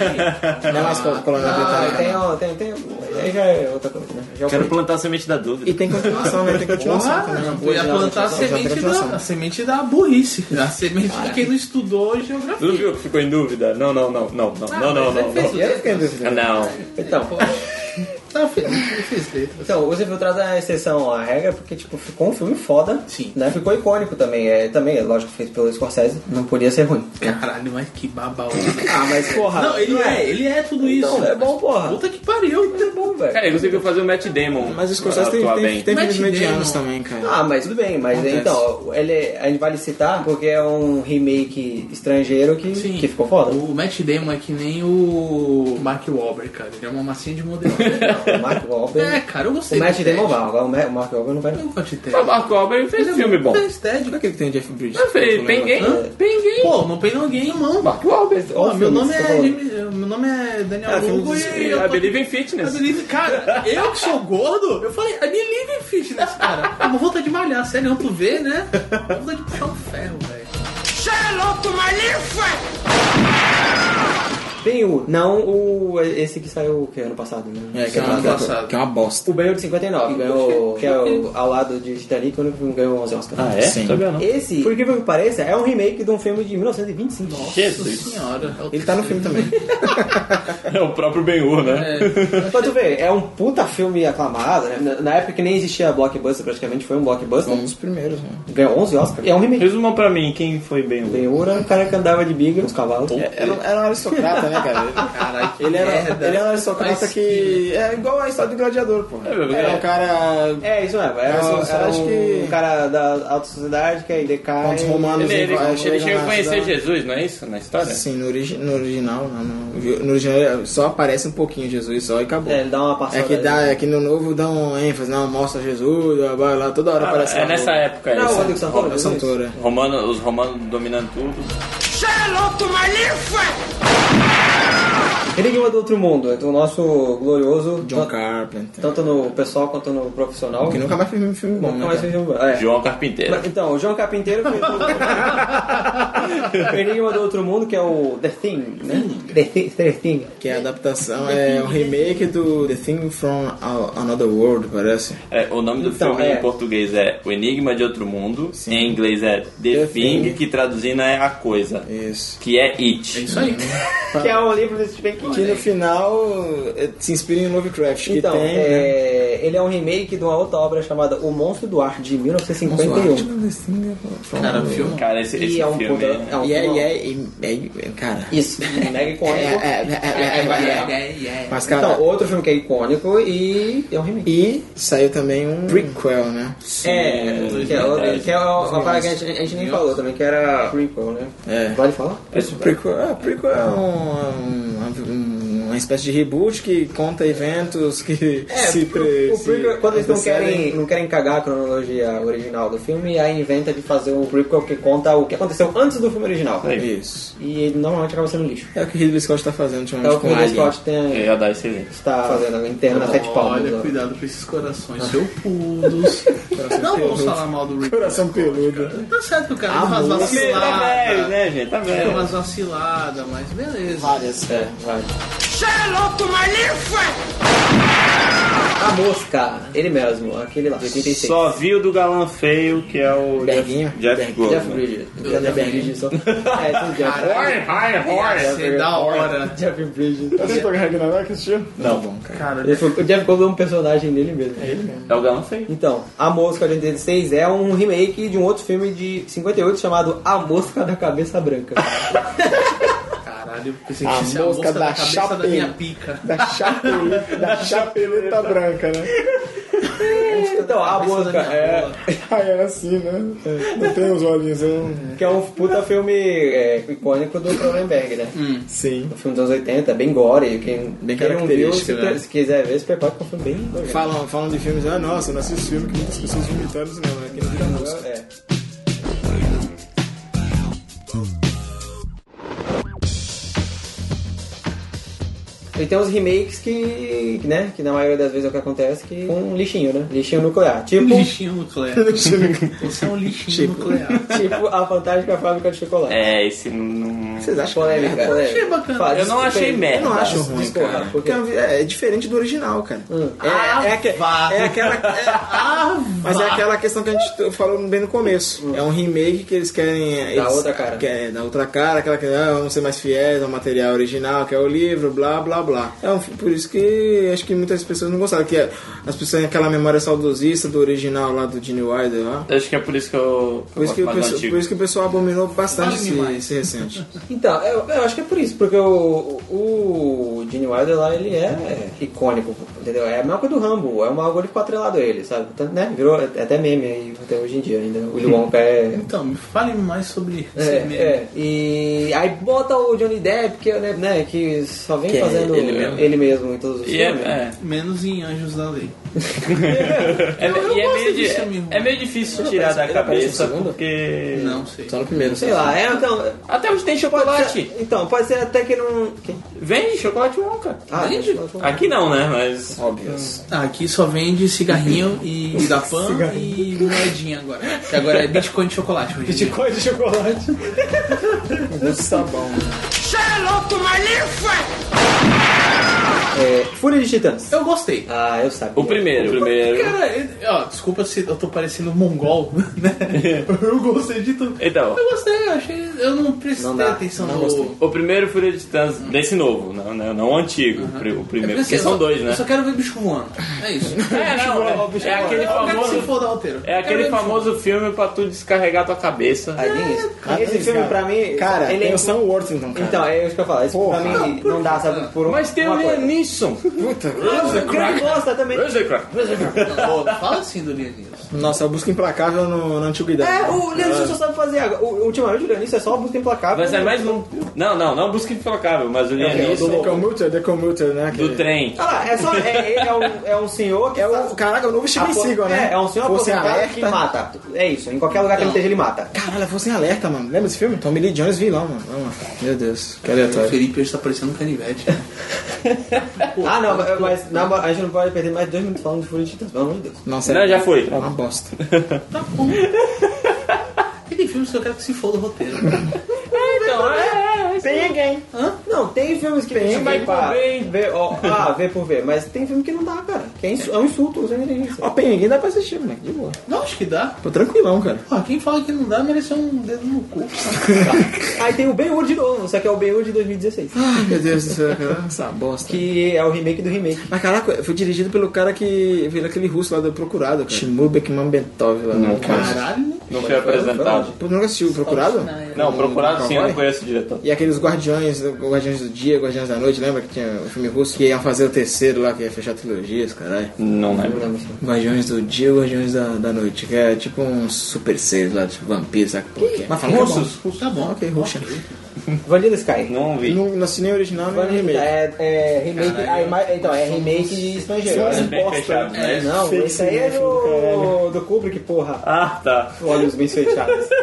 [SPEAKER 3] Não é mais col- colônia
[SPEAKER 1] Ah,
[SPEAKER 3] britânica.
[SPEAKER 1] tem, ó, tem, tem. Aí já é outra coisa, né? Já é
[SPEAKER 9] Quero
[SPEAKER 1] outra-
[SPEAKER 9] plantar a semente da dúvida.
[SPEAKER 3] E tem continuação, né? Tem continuação
[SPEAKER 2] Porra,
[SPEAKER 3] também.
[SPEAKER 2] eu ia plantar a
[SPEAKER 3] Já tem
[SPEAKER 2] semente,
[SPEAKER 3] continuação.
[SPEAKER 2] da, a semente da burrice. A semente de quem não estudou
[SPEAKER 9] Tu
[SPEAKER 2] geografia.
[SPEAKER 9] viu que ficou em dúvida? Não, não, não, não, não, não, não,
[SPEAKER 2] mas
[SPEAKER 9] não.
[SPEAKER 2] ele fez
[SPEAKER 9] não.
[SPEAKER 1] Eu não fiquei em dúvida.
[SPEAKER 9] Não.
[SPEAKER 1] Então,
[SPEAKER 2] Tá, filho, eu fiz letras.
[SPEAKER 1] Então, Os Infiltrados é a exceção à regra, porque, tipo, ficou um filme foda.
[SPEAKER 2] Sim.
[SPEAKER 1] Né? Ficou icônico também. É, também, é lógico, feito pelo Scorsese. Não podia ser ruim.
[SPEAKER 2] Caralho, mas que babaú.
[SPEAKER 1] Ah, mas, porra...
[SPEAKER 2] Não, ele é, ele um, é tudo isso.
[SPEAKER 1] Então, é bom, porra.
[SPEAKER 2] Puta que pariu.
[SPEAKER 1] é bom, velho.
[SPEAKER 9] Cara, ele conseguiu fazer o Matt Damon.
[SPEAKER 3] Mas o Scorsese tem,
[SPEAKER 9] atuar
[SPEAKER 3] tem,
[SPEAKER 9] bem.
[SPEAKER 3] tem filmes
[SPEAKER 2] Matt
[SPEAKER 3] medianos
[SPEAKER 2] Damon.
[SPEAKER 3] também, cara.
[SPEAKER 1] Ah, mas tudo bem, mas
[SPEAKER 3] Acontece.
[SPEAKER 1] então, ele, a gente vale citar porque é um remake estrangeiro que,
[SPEAKER 2] Sim.
[SPEAKER 1] que ficou foda.
[SPEAKER 2] O Matt Damon é que nem o Mark Wahlberg, cara. Ele é uma massinha de modelo.
[SPEAKER 1] O Mark Wahlberg.
[SPEAKER 2] é, cara, eu
[SPEAKER 1] o
[SPEAKER 2] gostei.
[SPEAKER 1] Matt
[SPEAKER 2] do
[SPEAKER 1] Damon
[SPEAKER 2] Ted.
[SPEAKER 1] vai, agora o Ma- o Mark Wahlberg não vai.
[SPEAKER 2] Eu gosto de Ted.
[SPEAKER 9] O Mark Wahlberg fez filme bom.
[SPEAKER 2] Fez Ted.
[SPEAKER 3] Não é aquele que tem o Jeff Bridges.
[SPEAKER 9] Eu falei, Penguin? Penguin.
[SPEAKER 2] Pô, não peguei ninguém, não.
[SPEAKER 9] Mark Wahlberg.
[SPEAKER 1] Ó,
[SPEAKER 2] Pô, meu,
[SPEAKER 1] filme,
[SPEAKER 2] nome
[SPEAKER 1] você
[SPEAKER 2] é,
[SPEAKER 1] tá falando.
[SPEAKER 2] Jimmy- meu nome é Daniel
[SPEAKER 9] Ah, filme
[SPEAKER 2] Lugo
[SPEAKER 9] de-
[SPEAKER 2] e eu
[SPEAKER 9] I
[SPEAKER 3] é
[SPEAKER 2] tô-
[SPEAKER 9] Believe in
[SPEAKER 2] I
[SPEAKER 3] né?
[SPEAKER 9] Fitness.
[SPEAKER 2] Believe- Cara, eu que sou gordo, eu falei, I believe in fitness, cara. Eu vou voltar de malhar, sério, não, tu vê, né? Eu vou voltar de puxar um ferro, velho.
[SPEAKER 1] Tem o. Não o. Esse que saiu que, ano passado, né?
[SPEAKER 3] É, que é, uma,
[SPEAKER 2] Ano passado.
[SPEAKER 3] que é uma bosta.
[SPEAKER 1] O Banheiro de 59, que ganhou, que é o, ao lado de Titanic, quando ganhou 11 Oscars.
[SPEAKER 9] Ah, é?
[SPEAKER 3] Sim.
[SPEAKER 9] Sabia não.
[SPEAKER 1] Esse, por incrível que pareça, é um remake de um filme de 1925.
[SPEAKER 2] Nossa
[SPEAKER 9] Jesus.
[SPEAKER 2] senhora.
[SPEAKER 3] um Ele tá no filme também.
[SPEAKER 9] É o próprio Ben-Hur, né?
[SPEAKER 1] Pra tu ver, é um puta filme aclamado, né? Na, na época que nem existia blockbuster, praticamente foi um blockbuster.
[SPEAKER 3] Foi um dos primeiros, né?
[SPEAKER 1] Ganhou 11 Oscars. E é um remake.
[SPEAKER 9] Resuma pra mim, quem foi Ben-Hur?
[SPEAKER 1] Tem o cara que andava de biga, os cavalos. É,
[SPEAKER 3] Era, era É, um aristocrata, né, cara?
[SPEAKER 2] Caralho, que
[SPEAKER 3] Ele era,
[SPEAKER 2] merda.
[SPEAKER 3] ele era um aristocrata
[SPEAKER 2] Mas
[SPEAKER 3] que. É igual a história do gladiador, pô. Era um cara.
[SPEAKER 1] É, isso mesmo. Era,
[SPEAKER 3] Mas eu
[SPEAKER 1] um-
[SPEAKER 3] só
[SPEAKER 1] era
[SPEAKER 3] acho
[SPEAKER 1] um
[SPEAKER 3] que-
[SPEAKER 1] cara da alta sociedade que aí decai.
[SPEAKER 3] Pontos romanos
[SPEAKER 9] Ele, ele,
[SPEAKER 3] invadem-
[SPEAKER 9] ele chega a
[SPEAKER 3] na
[SPEAKER 9] conhecer
[SPEAKER 3] cidade.
[SPEAKER 9] Jesus, não é isso? Na história?
[SPEAKER 3] Sim, assim, no, origi- no original, não, não. No original ele só aparece um pouquinho Jesus só e acabou.
[SPEAKER 1] É, ele dá uma
[SPEAKER 3] É
[SPEAKER 1] passada.
[SPEAKER 3] que, dá,
[SPEAKER 1] aí.
[SPEAKER 3] é que no novo dá um ênfase, não, mostra Jesus, blá, blá, blá, toda hora
[SPEAKER 9] Ah,
[SPEAKER 3] aparece.
[SPEAKER 9] é
[SPEAKER 3] lá
[SPEAKER 9] nessa
[SPEAKER 3] o-
[SPEAKER 9] época aí.
[SPEAKER 1] Não, o
[SPEAKER 9] sabe?
[SPEAKER 1] Rodrigo Santoro.
[SPEAKER 3] o Santoro, é.
[SPEAKER 9] Romano, os romanos dominando tudo.
[SPEAKER 1] Enigma do Outro Mundo, é do nosso glorioso.
[SPEAKER 3] John
[SPEAKER 1] tan-
[SPEAKER 3] Carpenter.
[SPEAKER 1] Tanto no pessoal quanto no profissional.
[SPEAKER 3] Que nunca mais fez um filme bom,
[SPEAKER 1] Nunca
[SPEAKER 3] né,
[SPEAKER 1] mais
[SPEAKER 3] cara?
[SPEAKER 1] fez um- é.
[SPEAKER 9] João Carpinteiro.
[SPEAKER 1] Mas, Então, o João Carpinteiro fez o- o Enigma do Outro Mundo, que é o The Thing, né? The, Thi- The Thing.
[SPEAKER 3] Que é a adaptação, é o remake do The Thing from A- Another World, parece.
[SPEAKER 9] É, o nome do
[SPEAKER 1] Então,
[SPEAKER 9] filme
[SPEAKER 1] é.
[SPEAKER 9] em português é O Enigma de Outro Mundo. Em inglês é The,
[SPEAKER 3] The
[SPEAKER 9] Thing,
[SPEAKER 3] Thing.
[SPEAKER 9] que traduzindo é A Coisa.
[SPEAKER 3] Isso.
[SPEAKER 9] Que é It.
[SPEAKER 2] Isso aí.
[SPEAKER 1] Que é um livro desse Stephen
[SPEAKER 3] tipo Que
[SPEAKER 1] King.
[SPEAKER 3] no final eh, se inspira em Lovecraft, que
[SPEAKER 1] Então,
[SPEAKER 3] tem... né?
[SPEAKER 1] é, ele é um remake de uma outra obra chamada O Monstro do Ar, de 1951.
[SPEAKER 3] Tipo,
[SPEAKER 2] Cara, o filme.
[SPEAKER 9] Cara, esse, esse
[SPEAKER 1] E é um
[SPEAKER 9] filme.
[SPEAKER 1] puta.
[SPEAKER 9] é-
[SPEAKER 1] é um
[SPEAKER 3] E é,
[SPEAKER 1] filme-
[SPEAKER 3] e é, e é, cara...
[SPEAKER 1] Isso, mega
[SPEAKER 3] É,
[SPEAKER 1] icônico.
[SPEAKER 3] é, é, é, é, é. Mas, cara...
[SPEAKER 1] Então, outro filme que é icônico e é um remake.
[SPEAKER 3] E saiu também um prequel, né?
[SPEAKER 1] É, que é, o- que é o- uma parada que a gente, a gente nem falou também, que era prequel, né?
[SPEAKER 3] É.
[SPEAKER 1] Vale falar?
[SPEAKER 3] Esse prequel, é, prequel é um, é um- uma espécie de reboot que conta eventos que
[SPEAKER 1] É,
[SPEAKER 3] se... pre-
[SPEAKER 1] o
[SPEAKER 3] se
[SPEAKER 1] prequel, quando eles não
[SPEAKER 3] acontecem.
[SPEAKER 1] querem, não querem cagar a cronologia original do filme, aí inventa de fazer um prequel que conta o que aconteceu antes do filme original.
[SPEAKER 9] É.
[SPEAKER 3] Isso.
[SPEAKER 1] E ele normalmente acaba sendo lixo.
[SPEAKER 3] É o que Ridley Scott tá fazendo
[SPEAKER 1] É
[SPEAKER 3] ultimamente
[SPEAKER 1] o que
[SPEAKER 3] com
[SPEAKER 1] o Ridley
[SPEAKER 3] Alien.
[SPEAKER 1] Scott tem,
[SPEAKER 9] ia dar excelente.
[SPEAKER 1] está fazendo interno na Sete Palmas.
[SPEAKER 2] Olha,
[SPEAKER 1] ó.
[SPEAKER 2] cuidado com esses
[SPEAKER 3] Ah.
[SPEAKER 2] corações felpudos. Não vamos falar mal do Rick.
[SPEAKER 3] Coração peludo.
[SPEAKER 2] Scott. Tá certo que o cara faz
[SPEAKER 9] Tá velho,
[SPEAKER 2] vacilada.
[SPEAKER 9] né, gente? Tá
[SPEAKER 2] Deu
[SPEAKER 9] velho.
[SPEAKER 2] É. umas vaciladas, mas beleza.
[SPEAKER 3] Várias. É,
[SPEAKER 1] A mosca, ele mesmo, aquele lá, de 86.
[SPEAKER 9] Só viu do galã feio, que é o
[SPEAKER 3] Berguinho.
[SPEAKER 9] Jeff, Jeff
[SPEAKER 3] Berguinho.
[SPEAKER 9] Goldblum.
[SPEAKER 1] Jeff Bridges. Jeff Bridges. só- É, tudo Jeff.
[SPEAKER 2] Você da hora.
[SPEAKER 1] Jeff Bridges.
[SPEAKER 3] Não, tá bom, cara.
[SPEAKER 2] Cara,
[SPEAKER 1] Tá Ele foi- o Jeff Goldblum é um personagem dele mesmo.
[SPEAKER 9] É o galã feio.
[SPEAKER 1] Então, A Mosca de 86 é um remake de um outro filme de 58 chamado A Mosca da Cabeça Branca.
[SPEAKER 2] caralho, eu pensei
[SPEAKER 3] A
[SPEAKER 2] que isso é a
[SPEAKER 3] mosca
[SPEAKER 2] mosca
[SPEAKER 3] da
[SPEAKER 2] da cabeça da
[SPEAKER 3] chapinha.
[SPEAKER 2] minha pica.
[SPEAKER 3] Da chapeleta, da chapeleta branca, né?
[SPEAKER 1] então, A
[SPEAKER 2] Cabeça da
[SPEAKER 1] Mosca
[SPEAKER 2] minha
[SPEAKER 1] é,
[SPEAKER 2] rola.
[SPEAKER 3] Aí era assim, né? Não tem os olhinhos, eu...
[SPEAKER 1] que é um puta filme é, icônico do Cronenberg, né?
[SPEAKER 3] Sim.
[SPEAKER 1] Um filme dos anos 80, bem gore. Quem,
[SPEAKER 3] Bem
[SPEAKER 1] quem não viu, se,
[SPEAKER 3] característico, né?
[SPEAKER 1] se quiser ver, se prepara que é um filme bem gore.
[SPEAKER 3] Falam, falam de filmes, ah, nossa, eu não assisto filme que muitas pessoas vomitaram no cinema, né? Que não vira música.
[SPEAKER 1] É. E tem uns remakes que, né, que na maioria das vezes é o que acontece, que com um lixinho, né? Lixinho nuclear. Tipo,
[SPEAKER 2] Um Lixinho nuclear. Você é um lixinho nuclear.
[SPEAKER 1] tipo a fantástica fábrica de chocolate.
[SPEAKER 9] É, esse não- não.
[SPEAKER 3] Vocês acham
[SPEAKER 1] Polêmica,
[SPEAKER 3] merda?
[SPEAKER 1] polêmica.
[SPEAKER 2] Achei bacana.
[SPEAKER 1] Fala,
[SPEAKER 9] Eu não
[SPEAKER 1] desculpa
[SPEAKER 9] achei
[SPEAKER 1] aí.
[SPEAKER 9] merda.
[SPEAKER 3] Eu não acho ruim,
[SPEAKER 1] Desculpa,
[SPEAKER 3] cara.
[SPEAKER 1] por quê?
[SPEAKER 3] Porque é, um vi- é diferente do original, cara.
[SPEAKER 1] Hum.
[SPEAKER 3] É, é, aque-
[SPEAKER 2] vá.
[SPEAKER 3] é aquela. é- mas é aquela questão que a gente t- falou bem no começo. É um remake que eles querem. eles-
[SPEAKER 1] outra cara.
[SPEAKER 3] Querem, dar outra cara, aquela que ah, vamos ser mais fiéis ao material original, que é o livro, blá blá blá. É um fi- por isso que acho que muitas pessoas não gostaram. Que é- as pessoas têm aquela memória saudosista do original lá do Gene Wilder lá.
[SPEAKER 9] Acho que é por isso que eu.
[SPEAKER 3] Por isso, que o
[SPEAKER 9] mais do
[SPEAKER 3] pessoal,
[SPEAKER 9] antigo.
[SPEAKER 3] por isso que o pessoal abominou bastante
[SPEAKER 2] Vale
[SPEAKER 3] esse,
[SPEAKER 2] demais.
[SPEAKER 3] esse recente.
[SPEAKER 1] Então, eu, eu acho que é por isso, porque o, o Gene Wilder lá, ele é icônico, entendeu? É a mesma coisa do Rambo, é um bagulho que ficou atrelado a ele, sabe? Tanto, né? Virou até meme aí, até hoje em dia ainda. O Willy Wonka é...
[SPEAKER 2] Então, me fale mais sobre
[SPEAKER 1] É,
[SPEAKER 2] esse meme.
[SPEAKER 1] é. e aí bota o Johnny Depp, que, né, né, que só vem
[SPEAKER 3] Que é
[SPEAKER 1] fazendo
[SPEAKER 3] ele mesmo.
[SPEAKER 1] mesmo em todos os
[SPEAKER 9] E é,
[SPEAKER 1] filmes.
[SPEAKER 9] é,
[SPEAKER 2] Menos em Anjos da Lei.
[SPEAKER 9] É, e é
[SPEAKER 2] gosto
[SPEAKER 9] meio, di-
[SPEAKER 2] disso, amigo.
[SPEAKER 9] é meio difícil tirar da
[SPEAKER 1] ele aparece no
[SPEAKER 9] cabeça,
[SPEAKER 1] segundo?
[SPEAKER 9] porque.
[SPEAKER 2] Não sei.
[SPEAKER 3] Só no primeiro,
[SPEAKER 1] Sei lá, é, então...
[SPEAKER 9] Até hoje tem
[SPEAKER 1] Pode
[SPEAKER 9] chocolate.
[SPEAKER 1] ser, então, pode ser até que não... que-
[SPEAKER 9] Vende chocolate Wonka.
[SPEAKER 1] Ah,
[SPEAKER 9] Vende.
[SPEAKER 1] mas-
[SPEAKER 9] Aqui não, né? Mas.
[SPEAKER 3] Óbvio.
[SPEAKER 2] Ah, aqui só vende cigarrinho e da pan e moedinha agora. Que agora é Bitcoin de chocolate. Hoje em dia.
[SPEAKER 1] Coisa de chocolate. né?
[SPEAKER 3] Sabão.
[SPEAKER 1] É, Fúria de Titãs.
[SPEAKER 2] Eu gostei.
[SPEAKER 1] Ah, eu sabia.
[SPEAKER 9] O primeiro. O
[SPEAKER 1] É.
[SPEAKER 9] primeiro.
[SPEAKER 2] Cara, ele- ó, desculpa se eu tô parecendo um mongol, né?
[SPEAKER 1] É.
[SPEAKER 2] Eu gostei de tudo.
[SPEAKER 9] Então,
[SPEAKER 2] Eu gostei, eu achei. Eu não prestei
[SPEAKER 1] Não dá,
[SPEAKER 2] atenção
[SPEAKER 1] não
[SPEAKER 2] no. É
[SPEAKER 1] gostei.
[SPEAKER 9] o primeiro Fúria de Titãs desse novo, não, não, não o antigo, o pri- o
[SPEAKER 2] É
[SPEAKER 9] primeiro.
[SPEAKER 2] assim,
[SPEAKER 9] Porque
[SPEAKER 2] eu só-
[SPEAKER 9] são dois, né?
[SPEAKER 2] Eu só quero ver bicho voando. É isso.
[SPEAKER 9] É, não, é- é, aquele
[SPEAKER 2] Eu quero que se
[SPEAKER 9] famoso.
[SPEAKER 2] foda o roteiro.
[SPEAKER 9] É
[SPEAKER 2] Eu quero
[SPEAKER 9] aquele
[SPEAKER 2] ver bicho
[SPEAKER 9] famoso filme pra tu descarregar tua cabeça.
[SPEAKER 1] Aí tem É isso. Esse filme pra mim.
[SPEAKER 3] Cara,
[SPEAKER 1] ele
[SPEAKER 3] tem
[SPEAKER 1] é...
[SPEAKER 3] o Sam Worthington, cara.
[SPEAKER 1] Então, é isso que eu falo. Esse filme pra
[SPEAKER 3] Porra.
[SPEAKER 1] mim não dá, sabe? Por um,
[SPEAKER 9] Mas tem o
[SPEAKER 1] uma coisa.
[SPEAKER 9] Liam Neeson.
[SPEAKER 3] Puta.
[SPEAKER 1] O Greg gosta também.
[SPEAKER 2] voando. Fala assim do Leonidas.
[SPEAKER 3] Nossa, a busca implacável no, na antiguidade.
[SPEAKER 1] É, o Leonício só sabe fazer agora. O- Ultimamente o Leonício é só busca implacável.
[SPEAKER 9] Ah. Mas é mais um. Não, não, não busca implacável, mas o Liam
[SPEAKER 3] É, o
[SPEAKER 9] Neeson
[SPEAKER 3] The Commuter, The Commuter, né?
[SPEAKER 9] do trem.
[SPEAKER 1] Ah, lá, é só. É, é- é um, é um senhor que.
[SPEAKER 3] É
[SPEAKER 1] sabe-
[SPEAKER 3] o, caraca, o novo Steven
[SPEAKER 1] apo-
[SPEAKER 3] Seagal, né? Então.
[SPEAKER 1] É, é um senhor
[SPEAKER 3] Fosse
[SPEAKER 1] aposentado
[SPEAKER 3] alerta.
[SPEAKER 1] que mata. É isso, em qualquer lugar que ele esteja, ele mata.
[SPEAKER 3] Caralho, fosse alerta, mano. Lembra desse filme? Tommy Lee Jones vilão, mano. Vamos lá. Meu Deus, que aleatório.
[SPEAKER 2] Felipe hoje tá parecendo um canivete.
[SPEAKER 1] Ah, não, mas- mas na moral, a gente não pode perder mais dois minutos falando de Fúria de Titãs, pelo amor de Deus.
[SPEAKER 3] Nossa,
[SPEAKER 9] Não, já foi.
[SPEAKER 3] é uma bosta.
[SPEAKER 2] Tá bom. Tem filme que eu quero que se foda o roteiro.
[SPEAKER 9] Então, é.
[SPEAKER 1] Hã? Não, tem filmes que tem,
[SPEAKER 9] vai por bem.
[SPEAKER 1] Vê, ó, ah, vê por ver, mas tem filme que não dá, cara. Que é, insu- é um insulto, você não entende isso.
[SPEAKER 3] Ó, Penguin dá pra assistir, moleque. De boa.
[SPEAKER 2] Não, acho que dá.
[SPEAKER 3] Tô tranquilão, cara.
[SPEAKER 2] Pô, quem fala que não dá mereceu um dedo no cu.
[SPEAKER 1] Aí tem o Ben-Hur de novo, só que é o Ben-Hur de 2016.
[SPEAKER 3] Ai, meu Deus do céu, cara. Essa bosta.
[SPEAKER 1] Que é o remake do remake.
[SPEAKER 3] Mas caraca, foi dirigido pelo cara que. pelo aquele russo lá do Procurado, cara. Shimur Bekman Bentov lá no
[SPEAKER 2] Caralho.
[SPEAKER 9] Não foi apresentado.
[SPEAKER 3] Tu nunca assistiu o Procurado?
[SPEAKER 2] é.
[SPEAKER 9] Não, procurado sim, eu não
[SPEAKER 3] Cowboy?
[SPEAKER 9] conheço o diretor.
[SPEAKER 3] E aqueles guardiões, né, guardiões do dia, guardiões da noite, lembra que tinha o filme russo que iam fazer o terceiro lá, que ia fechar trilogias, caralho.
[SPEAKER 9] Não lembro.
[SPEAKER 3] Guardiões do dia, guardiões da, da noite, que é tipo um super seis lá, tipo vampiro, sabe? Que? Mas fala
[SPEAKER 2] Russos? Tá
[SPEAKER 3] que é bom.
[SPEAKER 2] bom.
[SPEAKER 3] Ok, Ruxa.
[SPEAKER 1] Vanilla Sky.
[SPEAKER 9] Não vi.
[SPEAKER 3] Não não assinei o original nem o remake.
[SPEAKER 1] É, é remake. a ima- então, é remake de estrangeiro.
[SPEAKER 9] Filmes
[SPEAKER 1] né?
[SPEAKER 9] bem
[SPEAKER 1] Bosta.
[SPEAKER 9] fechados, né?
[SPEAKER 1] É, não, esse aí é do, do Kubrick, porra.
[SPEAKER 9] Ah, tá.
[SPEAKER 1] Olhos bem fechados.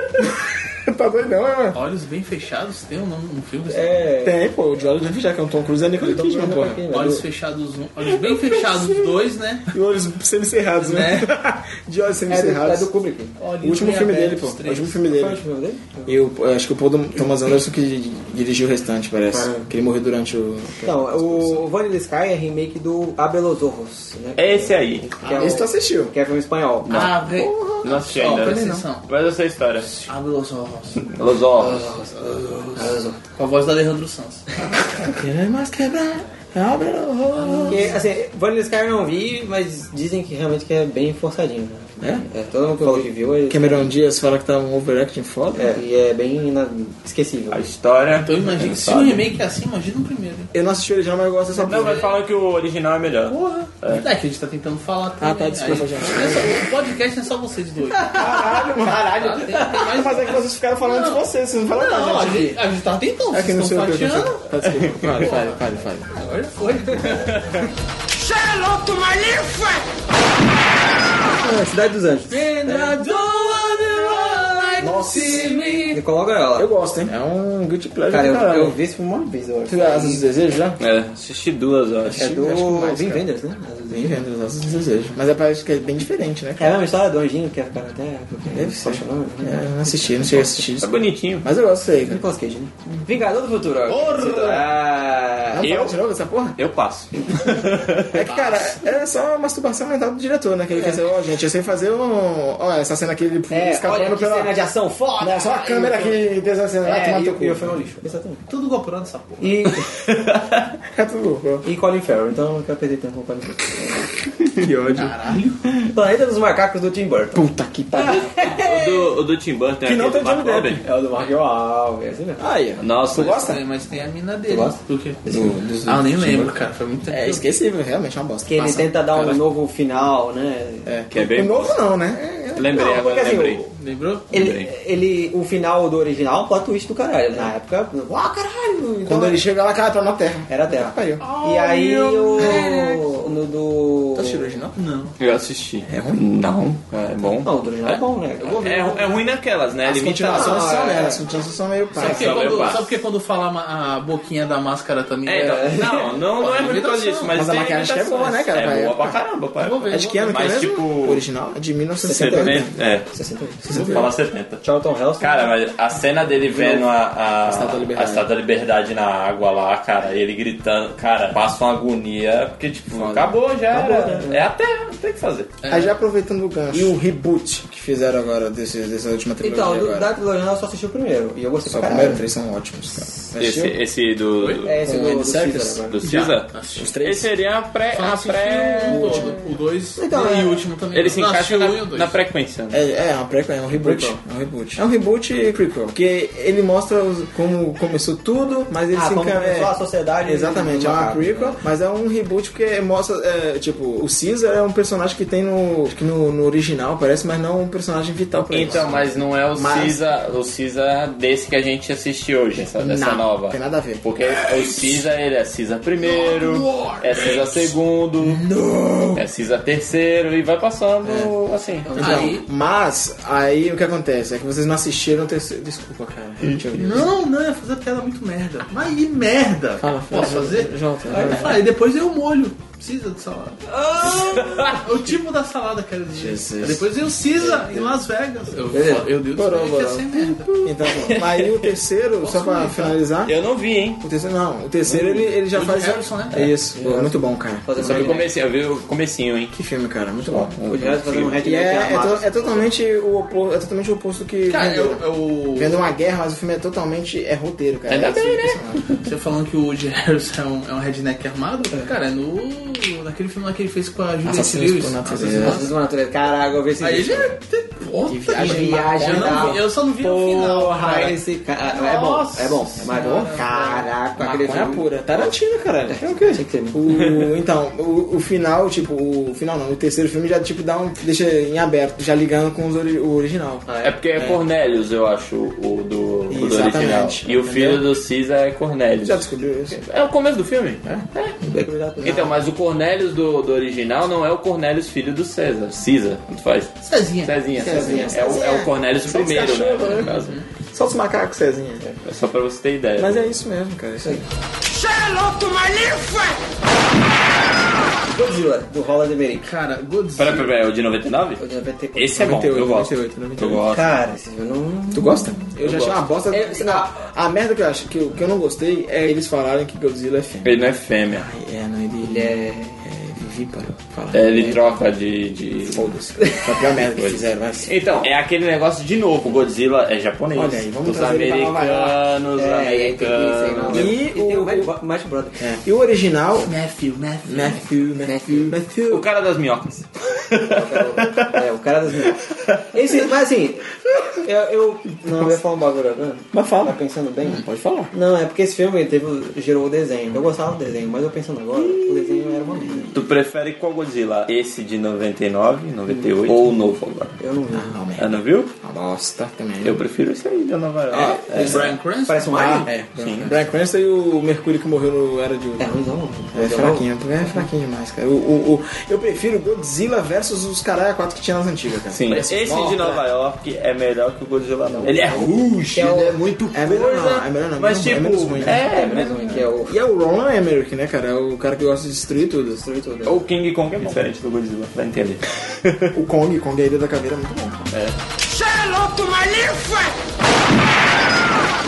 [SPEAKER 3] tá doido não, é, mano?
[SPEAKER 2] Olhos bem fechados tem um nome um filme.
[SPEAKER 1] É. né?
[SPEAKER 3] Tem, pô, o Diário do Fechar, que é um Tom Cruise, é Nicolas Kidman, porra.
[SPEAKER 2] Olhos fechados um. Olhos bem fechados dois, né?
[SPEAKER 3] E olhos semicerrados, né? De olhos
[SPEAKER 1] É do, é
[SPEAKER 3] semicerrados.
[SPEAKER 1] do Kubrick.
[SPEAKER 2] Olhos
[SPEAKER 3] O último
[SPEAKER 2] bem
[SPEAKER 3] filme dele, pô.
[SPEAKER 2] abertos,
[SPEAKER 3] O
[SPEAKER 2] três.
[SPEAKER 3] último filme
[SPEAKER 1] Foi o
[SPEAKER 3] dele.
[SPEAKER 1] último filme dele?
[SPEAKER 3] E o- eu acho que o Paul do- Thomas Anderson que di- dirigiu o restante, parece. Que ele morreu durante o.
[SPEAKER 1] Não, o Vanilla Sky é remake do Abelozorros, né?
[SPEAKER 9] É esse aí.
[SPEAKER 1] Que é
[SPEAKER 3] Esse tá- tu
[SPEAKER 1] o,
[SPEAKER 3] assistiu.
[SPEAKER 1] que é filme espanhol.
[SPEAKER 2] Ah, velho.
[SPEAKER 9] Não assisti
[SPEAKER 2] Ó,
[SPEAKER 9] ainda. assim.
[SPEAKER 2] presta atenção.
[SPEAKER 9] Mas eu sei a história.
[SPEAKER 2] Abre os olhos.
[SPEAKER 9] Los Orros.
[SPEAKER 2] Com a voz do Alejandro Sanz.
[SPEAKER 3] Queremos quebrar. Abre o
[SPEAKER 1] Que, assim, Vanilla Sky eu não vi, mas dizem que realmente que é bem forçadinho. Né? É? todo mundo que falou que viu, é,
[SPEAKER 3] Cameron Dias fala que tá um overacting foda.
[SPEAKER 1] é, e é bem ina- esquecível.
[SPEAKER 9] A história.
[SPEAKER 2] Então imagina,
[SPEAKER 9] Não
[SPEAKER 2] se
[SPEAKER 9] sabe.
[SPEAKER 2] o remake é assim, imagina o primeiro. hein?
[SPEAKER 3] Eu não assisti o original, mas eu gosto dessa
[SPEAKER 9] Não,
[SPEAKER 3] porra.
[SPEAKER 9] mas falam que o original é melhor.
[SPEAKER 2] Porra. É. que a gente tá tentando falar também.
[SPEAKER 3] Ah, tá, desculpa,
[SPEAKER 2] Aí-
[SPEAKER 3] gente.
[SPEAKER 2] É só- O podcast é só vocês dois. Caralho, caralho. Tem, tem mais...
[SPEAKER 3] Mas é que vocês ficaram falando de vocês, vocês não falaram
[SPEAKER 2] Não,
[SPEAKER 3] da
[SPEAKER 2] a
[SPEAKER 3] gente.
[SPEAKER 2] gente, a gente tá tentando.
[SPEAKER 3] É que não
[SPEAKER 2] vocês
[SPEAKER 3] sei o
[SPEAKER 2] estão
[SPEAKER 3] que
[SPEAKER 2] fatiando.
[SPEAKER 3] aconteceu. Tá, desculpa. Fale, fale, fale, fale.
[SPEAKER 2] Agora foi.
[SPEAKER 1] Ah, Cidade dos Anjos.
[SPEAKER 3] É. Nossa.
[SPEAKER 1] Ele coloca ela.
[SPEAKER 3] Eu gosto, hein? É um guilty pleasure
[SPEAKER 1] cara,
[SPEAKER 3] do
[SPEAKER 1] eu,
[SPEAKER 3] caralho.
[SPEAKER 1] eu vi esse filme uma vez, eu acho.
[SPEAKER 3] Tu Asas dos Desejos já?
[SPEAKER 9] É, assisti duas, eu acho.
[SPEAKER 1] É do
[SPEAKER 3] acho que mais,
[SPEAKER 1] Vin
[SPEAKER 3] cara.
[SPEAKER 1] Vendors, né?
[SPEAKER 3] Bem vendo os Asas dos Desejos. Mas é, parece que é bem diferente, né?
[SPEAKER 1] É a mesma história do Anjinho, que é o cara até.
[SPEAKER 3] Deve ser.
[SPEAKER 1] apaixonado, né?
[SPEAKER 3] É, eu não assisti, não cheguei a assistir.
[SPEAKER 9] É bonitinho.
[SPEAKER 3] Mas eu gosto disso aí, cara.
[SPEAKER 1] Nicolas Cage, né? Vingador do Futuro. Ah,
[SPEAKER 3] Vamos falar
[SPEAKER 9] Eu?
[SPEAKER 3] de novo essa porra?
[SPEAKER 9] Eu passo.
[SPEAKER 3] É que, cara, é só uma masturbação mental do diretor, né? Que ele quer dizer, ó, gente, eu sei fazer um. Ó, essa cena aqui, ele
[SPEAKER 1] é, olha
[SPEAKER 3] escapando
[SPEAKER 1] que cena
[SPEAKER 3] pela.
[SPEAKER 1] de ação foda!
[SPEAKER 3] Não, é só a câmera aqui desacenando.
[SPEAKER 1] É,
[SPEAKER 3] É,
[SPEAKER 1] e,
[SPEAKER 3] teu
[SPEAKER 1] e o
[SPEAKER 3] cu.
[SPEAKER 1] filme é um lixo. Exatamente.
[SPEAKER 2] Tudo goprando essa porra.
[SPEAKER 1] E,
[SPEAKER 3] É tudo louco.
[SPEAKER 1] e Colin Farrell, então eu não quero perder tempo com Colin Farrell.
[SPEAKER 3] Que ódio.
[SPEAKER 1] Planeta dos Macacos do Tim Burton.
[SPEAKER 3] Ah, Puta que pariu.
[SPEAKER 9] O do, o do Tim Burton é
[SPEAKER 3] Que não tá
[SPEAKER 9] aquele
[SPEAKER 3] tem Johnny
[SPEAKER 9] Mark
[SPEAKER 3] Depp.
[SPEAKER 9] Wahlberg.
[SPEAKER 1] É o do Mark Wahlberg, é assim mesmo.
[SPEAKER 3] Aí, ó.
[SPEAKER 9] Nossa,
[SPEAKER 3] Tu gosta?
[SPEAKER 2] É, Mas, mas tem a mina dele.
[SPEAKER 1] gosta?
[SPEAKER 2] Do quê?
[SPEAKER 3] Do- do-
[SPEAKER 2] Ah, eu nem lembro, cara. Foi muito tempo.
[SPEAKER 3] É esquecível, realmente é uma bosta.
[SPEAKER 1] Que ele
[SPEAKER 3] Passa.
[SPEAKER 1] tenta dar um novo final, né?
[SPEAKER 3] É.
[SPEAKER 9] Que é bem-
[SPEAKER 3] O novo não, né? É- é-
[SPEAKER 9] lembrei,
[SPEAKER 1] Não,
[SPEAKER 9] agora
[SPEAKER 1] porque assim,
[SPEAKER 9] lembrei.
[SPEAKER 1] o-
[SPEAKER 2] Lembrou?
[SPEAKER 1] Ele,
[SPEAKER 9] Lembrei.
[SPEAKER 1] ele, o final do original, é um plot twist do caralho. Na época, ah, caralho! Então, Ah, Oh,
[SPEAKER 3] Quando ele chega lá, cara, tá na terra.
[SPEAKER 1] Era a Terra.
[SPEAKER 3] Aí, ó.
[SPEAKER 1] E aí o, o no do.
[SPEAKER 3] Tá assistindo o original?
[SPEAKER 2] Não.
[SPEAKER 9] Eu assisti. É ruim? Não. É bom.
[SPEAKER 1] Não, o do original é bom, né? Eu vou ver.
[SPEAKER 9] É, ru- é ruim naquelas, né?
[SPEAKER 3] As
[SPEAKER 9] Ele imita-
[SPEAKER 3] continuações
[SPEAKER 1] Não,
[SPEAKER 3] são,
[SPEAKER 1] é-
[SPEAKER 3] né? As continuações são meio
[SPEAKER 2] Sabe
[SPEAKER 3] pá.
[SPEAKER 2] porque
[SPEAKER 9] só meu
[SPEAKER 2] quando,
[SPEAKER 9] passo.
[SPEAKER 2] sabe por que quando fala ma- a boquinha da máscara também?
[SPEAKER 9] É, então,
[SPEAKER 2] é-
[SPEAKER 9] Não, não, não é bonito por disso, mas,
[SPEAKER 3] Mas a
[SPEAKER 9] tem
[SPEAKER 3] maquiagem acho que é boa, né, cara, pra
[SPEAKER 9] É boa
[SPEAKER 3] época.
[SPEAKER 9] pra caramba, pai.
[SPEAKER 2] Vou ver.
[SPEAKER 3] É de que ano que é
[SPEAKER 9] Mas,
[SPEAKER 3] mesmo?
[SPEAKER 9] tipo,
[SPEAKER 3] O original é de 1970.
[SPEAKER 9] 70, é,
[SPEAKER 3] 68.
[SPEAKER 9] vou falar 70.
[SPEAKER 1] Charlton Heston.
[SPEAKER 9] Cara, mas a cena dele vendo a, a, a
[SPEAKER 3] Estátua da Liberdade.
[SPEAKER 9] Estátua da Liberdade na água lá, cara, ele gritando, cara, passa uma agonia, porque, tipo, acabou já, era. é a terra, não tem o que fazer.
[SPEAKER 3] Aí já aproveitando o gancho. E o reboot que fizeram agora desse, dessa última trilogia
[SPEAKER 1] Então, do,
[SPEAKER 3] agora.
[SPEAKER 1] da trilogia eu só assisti o primeiro. E eu gostei
[SPEAKER 3] Só
[SPEAKER 1] pra
[SPEAKER 3] o
[SPEAKER 1] caralho.
[SPEAKER 3] primeiro três são ótimos, cara.
[SPEAKER 9] Esse, esse do,
[SPEAKER 1] É esse
[SPEAKER 3] Com
[SPEAKER 1] do,
[SPEAKER 3] Andy
[SPEAKER 1] do
[SPEAKER 3] Serkis?
[SPEAKER 1] Caesar, né?
[SPEAKER 9] do Caesar,
[SPEAKER 3] Os
[SPEAKER 9] ele
[SPEAKER 3] três.
[SPEAKER 9] seria a pré...
[SPEAKER 2] Só não
[SPEAKER 9] A
[SPEAKER 2] assisti
[SPEAKER 9] pré
[SPEAKER 2] o último. O dois
[SPEAKER 1] Então,
[SPEAKER 2] e
[SPEAKER 1] é-
[SPEAKER 2] o último também.
[SPEAKER 9] ele se
[SPEAKER 2] Não, assisti
[SPEAKER 9] encaixa
[SPEAKER 2] o um e
[SPEAKER 9] na,
[SPEAKER 2] o dois.
[SPEAKER 9] na frequência, né?
[SPEAKER 3] É, é uma prequel, é um reboot.
[SPEAKER 1] Prequel.
[SPEAKER 3] É um reboot. É um reboot prequel. Porque ele mostra os- como começou tudo, mas ele
[SPEAKER 1] Ah,
[SPEAKER 3] se
[SPEAKER 1] como
[SPEAKER 3] enca-
[SPEAKER 1] começou
[SPEAKER 3] é.
[SPEAKER 1] a sociedade.
[SPEAKER 3] Exatamente, é uma
[SPEAKER 1] macabra,
[SPEAKER 3] prequel,
[SPEAKER 1] né?
[SPEAKER 3] mas é um reboot porque mostra, é, tipo, o Caesar é um personagem que tem no, acho que no, no original, parece, mas não um personagem vital pra
[SPEAKER 9] Então,
[SPEAKER 3] eles.
[SPEAKER 9] mas não é o
[SPEAKER 3] Mas-
[SPEAKER 9] Caesar, o Caesar desse que a gente assistiu hoje, essa, dessa
[SPEAKER 3] não,
[SPEAKER 9] nova.
[SPEAKER 3] tem nada a ver.
[SPEAKER 9] Porque o Cisa, ele é Cisa primeiro, é Cisa segundo, é Cisa terceiro e vai passando assim.
[SPEAKER 3] Então,
[SPEAKER 2] Aí-
[SPEAKER 3] Mas, aí o que acontece? É que vocês não assistiram o terceiro. Desculpa, cara. Deixa eu ver.
[SPEAKER 2] Não, não, é fazer piada muito merda. Mas e merda?
[SPEAKER 3] Fala, fala.
[SPEAKER 2] Posso fazer?
[SPEAKER 3] Jota,
[SPEAKER 2] Aí,
[SPEAKER 3] vai.
[SPEAKER 2] fala, e depois eu molho. Cisa de salada. o tipo da salada, quero dizer.
[SPEAKER 3] Jesus.
[SPEAKER 2] Depois eu Cisa em Las Vegas. Eu, eu Deus do
[SPEAKER 3] Parou,
[SPEAKER 2] céu, que ia
[SPEAKER 3] parou.
[SPEAKER 2] ser merda.
[SPEAKER 3] Então, aí o terceiro, só pra finalizar.
[SPEAKER 9] Eu não vi, hein?
[SPEAKER 3] O terceiro não, o terceiro ele, ele já
[SPEAKER 2] O
[SPEAKER 3] faz.
[SPEAKER 2] de Harrison, né?
[SPEAKER 3] É isso, pô, muito bom, cara.
[SPEAKER 9] Eu só vi o comecinho, eu vi o comecinho, hein?
[SPEAKER 3] Que filme, cara, muito bom.
[SPEAKER 1] O Jazz fazendo um headback
[SPEAKER 3] E é,
[SPEAKER 1] que
[SPEAKER 3] é,
[SPEAKER 1] amassa.
[SPEAKER 3] to- é totalmente o oposto, é totalmente o oposto que.
[SPEAKER 2] Cara,
[SPEAKER 3] vendeu.
[SPEAKER 2] eu, eu-
[SPEAKER 3] Vendo uma guerra, mas o filme é totalmente. É roteiro, cara.
[SPEAKER 9] Ainda
[SPEAKER 3] é
[SPEAKER 9] bem, né?
[SPEAKER 3] impressionante.
[SPEAKER 2] Você falando que o Woody Harrison é um, é um redneck armado? Cara, é no. naquele filme lá que ele fez com a Juliette
[SPEAKER 3] Assassinos
[SPEAKER 2] Lewis.
[SPEAKER 3] por Natureza.
[SPEAKER 2] Assassinos.
[SPEAKER 1] Vocês vão atrás. Caraca, eu vi esse
[SPEAKER 2] Aí ele
[SPEAKER 1] vídeo.
[SPEAKER 2] é. Puta
[SPEAKER 3] viagem
[SPEAKER 2] que
[SPEAKER 1] viagem
[SPEAKER 2] eu, não vi-
[SPEAKER 1] da
[SPEAKER 2] eu só não vi o final.
[SPEAKER 1] Porra,
[SPEAKER 2] cara.
[SPEAKER 1] esse cara. É bom, é bom. É mais bom. Caraca, aquele
[SPEAKER 3] Maconha
[SPEAKER 1] filme.
[SPEAKER 3] pura. Tarantino, caralho. É o quê?
[SPEAKER 1] Tinha que ter muito.
[SPEAKER 3] O- então, o, o final, tipo, o final não, o terceiro filme já, tipo, dá um. deixa em aberto, já ligando com os ori- o original.
[SPEAKER 9] É porque é, Cornélios, eu acho, o do, o do
[SPEAKER 3] Exatamente.
[SPEAKER 9] original. E o
[SPEAKER 3] Entendeu?
[SPEAKER 9] filho do Cisa é Cornélios.
[SPEAKER 3] Já descobriu isso?
[SPEAKER 9] É o começo do filme? É. Então, mas o Cornélios do, do original não é o Cornélios filho do César. Cisa, tanto faz.
[SPEAKER 2] Cezinha.
[SPEAKER 9] Cezinha, Cezinha. É o, é o Cornélios
[SPEAKER 3] Só os
[SPEAKER 9] primeiro, né?
[SPEAKER 3] cachorros,
[SPEAKER 9] No
[SPEAKER 3] né?
[SPEAKER 9] caso.
[SPEAKER 3] Só os macacos, Cezinha.
[SPEAKER 9] É só pra você ter ideia.
[SPEAKER 3] Mas é isso mesmo, cara. Isso aí.
[SPEAKER 1] Godzilla, do Roland Emmerich.
[SPEAKER 2] Cara, Godzilla.
[SPEAKER 9] Pera, pera, pera, é o de 99?
[SPEAKER 1] Eu devia ter-
[SPEAKER 9] Esse é bom,
[SPEAKER 3] 98,
[SPEAKER 9] eu gosto.
[SPEAKER 3] 98, 98.
[SPEAKER 9] Eu gosto.
[SPEAKER 1] Cara, esse filme não.
[SPEAKER 3] Tu gosta? Eu, já achei uma bosta.
[SPEAKER 1] Eu-
[SPEAKER 3] Não, a, merda que eu, acho, que, eu, que eu não gostei é eles falarem que Godzilla é fêmea.
[SPEAKER 9] Ele não é fêmea.
[SPEAKER 3] É, não, ele, ele é. É vivíparo. Fala.
[SPEAKER 9] É, Ele troca de. de-
[SPEAKER 3] Foda-se. Foi a pior merda que fizeram, vai. se-
[SPEAKER 9] Então, é aquele negócio de novo. o Godzilla é japonês.
[SPEAKER 3] Olha aí, vamos
[SPEAKER 9] Os
[SPEAKER 3] trazer ele pra Nova
[SPEAKER 9] americanos,
[SPEAKER 1] É, aí tem isso aí, não.
[SPEAKER 9] americanos.
[SPEAKER 1] E,
[SPEAKER 3] E um
[SPEAKER 1] tem
[SPEAKER 3] o-
[SPEAKER 1] o velho Ba- Macho Brother.
[SPEAKER 3] É. E o original.
[SPEAKER 2] Matthew, Matthew.
[SPEAKER 3] Matthew, Matthew,
[SPEAKER 9] O
[SPEAKER 3] Matthew.
[SPEAKER 9] cara das minhocas.
[SPEAKER 1] É, o cara das minhas. Esse, mas assim, eu, eu- Não, eu ia falar um bagulho agora.
[SPEAKER 3] Mas
[SPEAKER 1] Tá
[SPEAKER 3] fala.
[SPEAKER 1] pensando bem?
[SPEAKER 3] Pode falar.
[SPEAKER 1] Não, é porque esse filme teve, um, gerou o desenho. Eu gostava do desenho, mas eu pensando agora, o desenho era uma merda.
[SPEAKER 9] Tu prefere qual Godzilla? Esse de 99, 98 ou o novo agora?
[SPEAKER 1] Eu não vi.
[SPEAKER 3] Não, merda.
[SPEAKER 9] Ah, não viu?
[SPEAKER 3] Uma bosta também.
[SPEAKER 9] Eu prefiro esse aí da Nova York.
[SPEAKER 2] É. Brian Cranston?
[SPEAKER 1] Parece um alien.
[SPEAKER 3] Ah, é. Brian Cranston e o Mercúrio que morreu no Era de Ouro.
[SPEAKER 1] É ruimzão.
[SPEAKER 3] É fraquinho, é fraquinho demais, cara. O, o, o- eu prefiro Godzilla versus os caralho 4 que tinha nas antigas, cara.
[SPEAKER 9] Sim. Esse de
[SPEAKER 3] né?
[SPEAKER 9] Nova York é melhor que o Godzilla não. Ele é ruge,
[SPEAKER 1] é o-
[SPEAKER 9] ele é muito
[SPEAKER 3] É melhor
[SPEAKER 9] coisa.
[SPEAKER 3] não, é melhor não.
[SPEAKER 9] Mas
[SPEAKER 3] é
[SPEAKER 9] tipo,
[SPEAKER 3] menos ruim, né?
[SPEAKER 9] é, é menos
[SPEAKER 1] Mesmo que é o.
[SPEAKER 3] E é o Roland Emmerich, né, cara? É o cara que gosta de destruir tudo.
[SPEAKER 1] Destruir tudo.
[SPEAKER 9] O King Kong é bom. Ah. diferente do Godzilla, vai entender.
[SPEAKER 3] O Kong, Kong e a Ilha da Caveira é muito bom.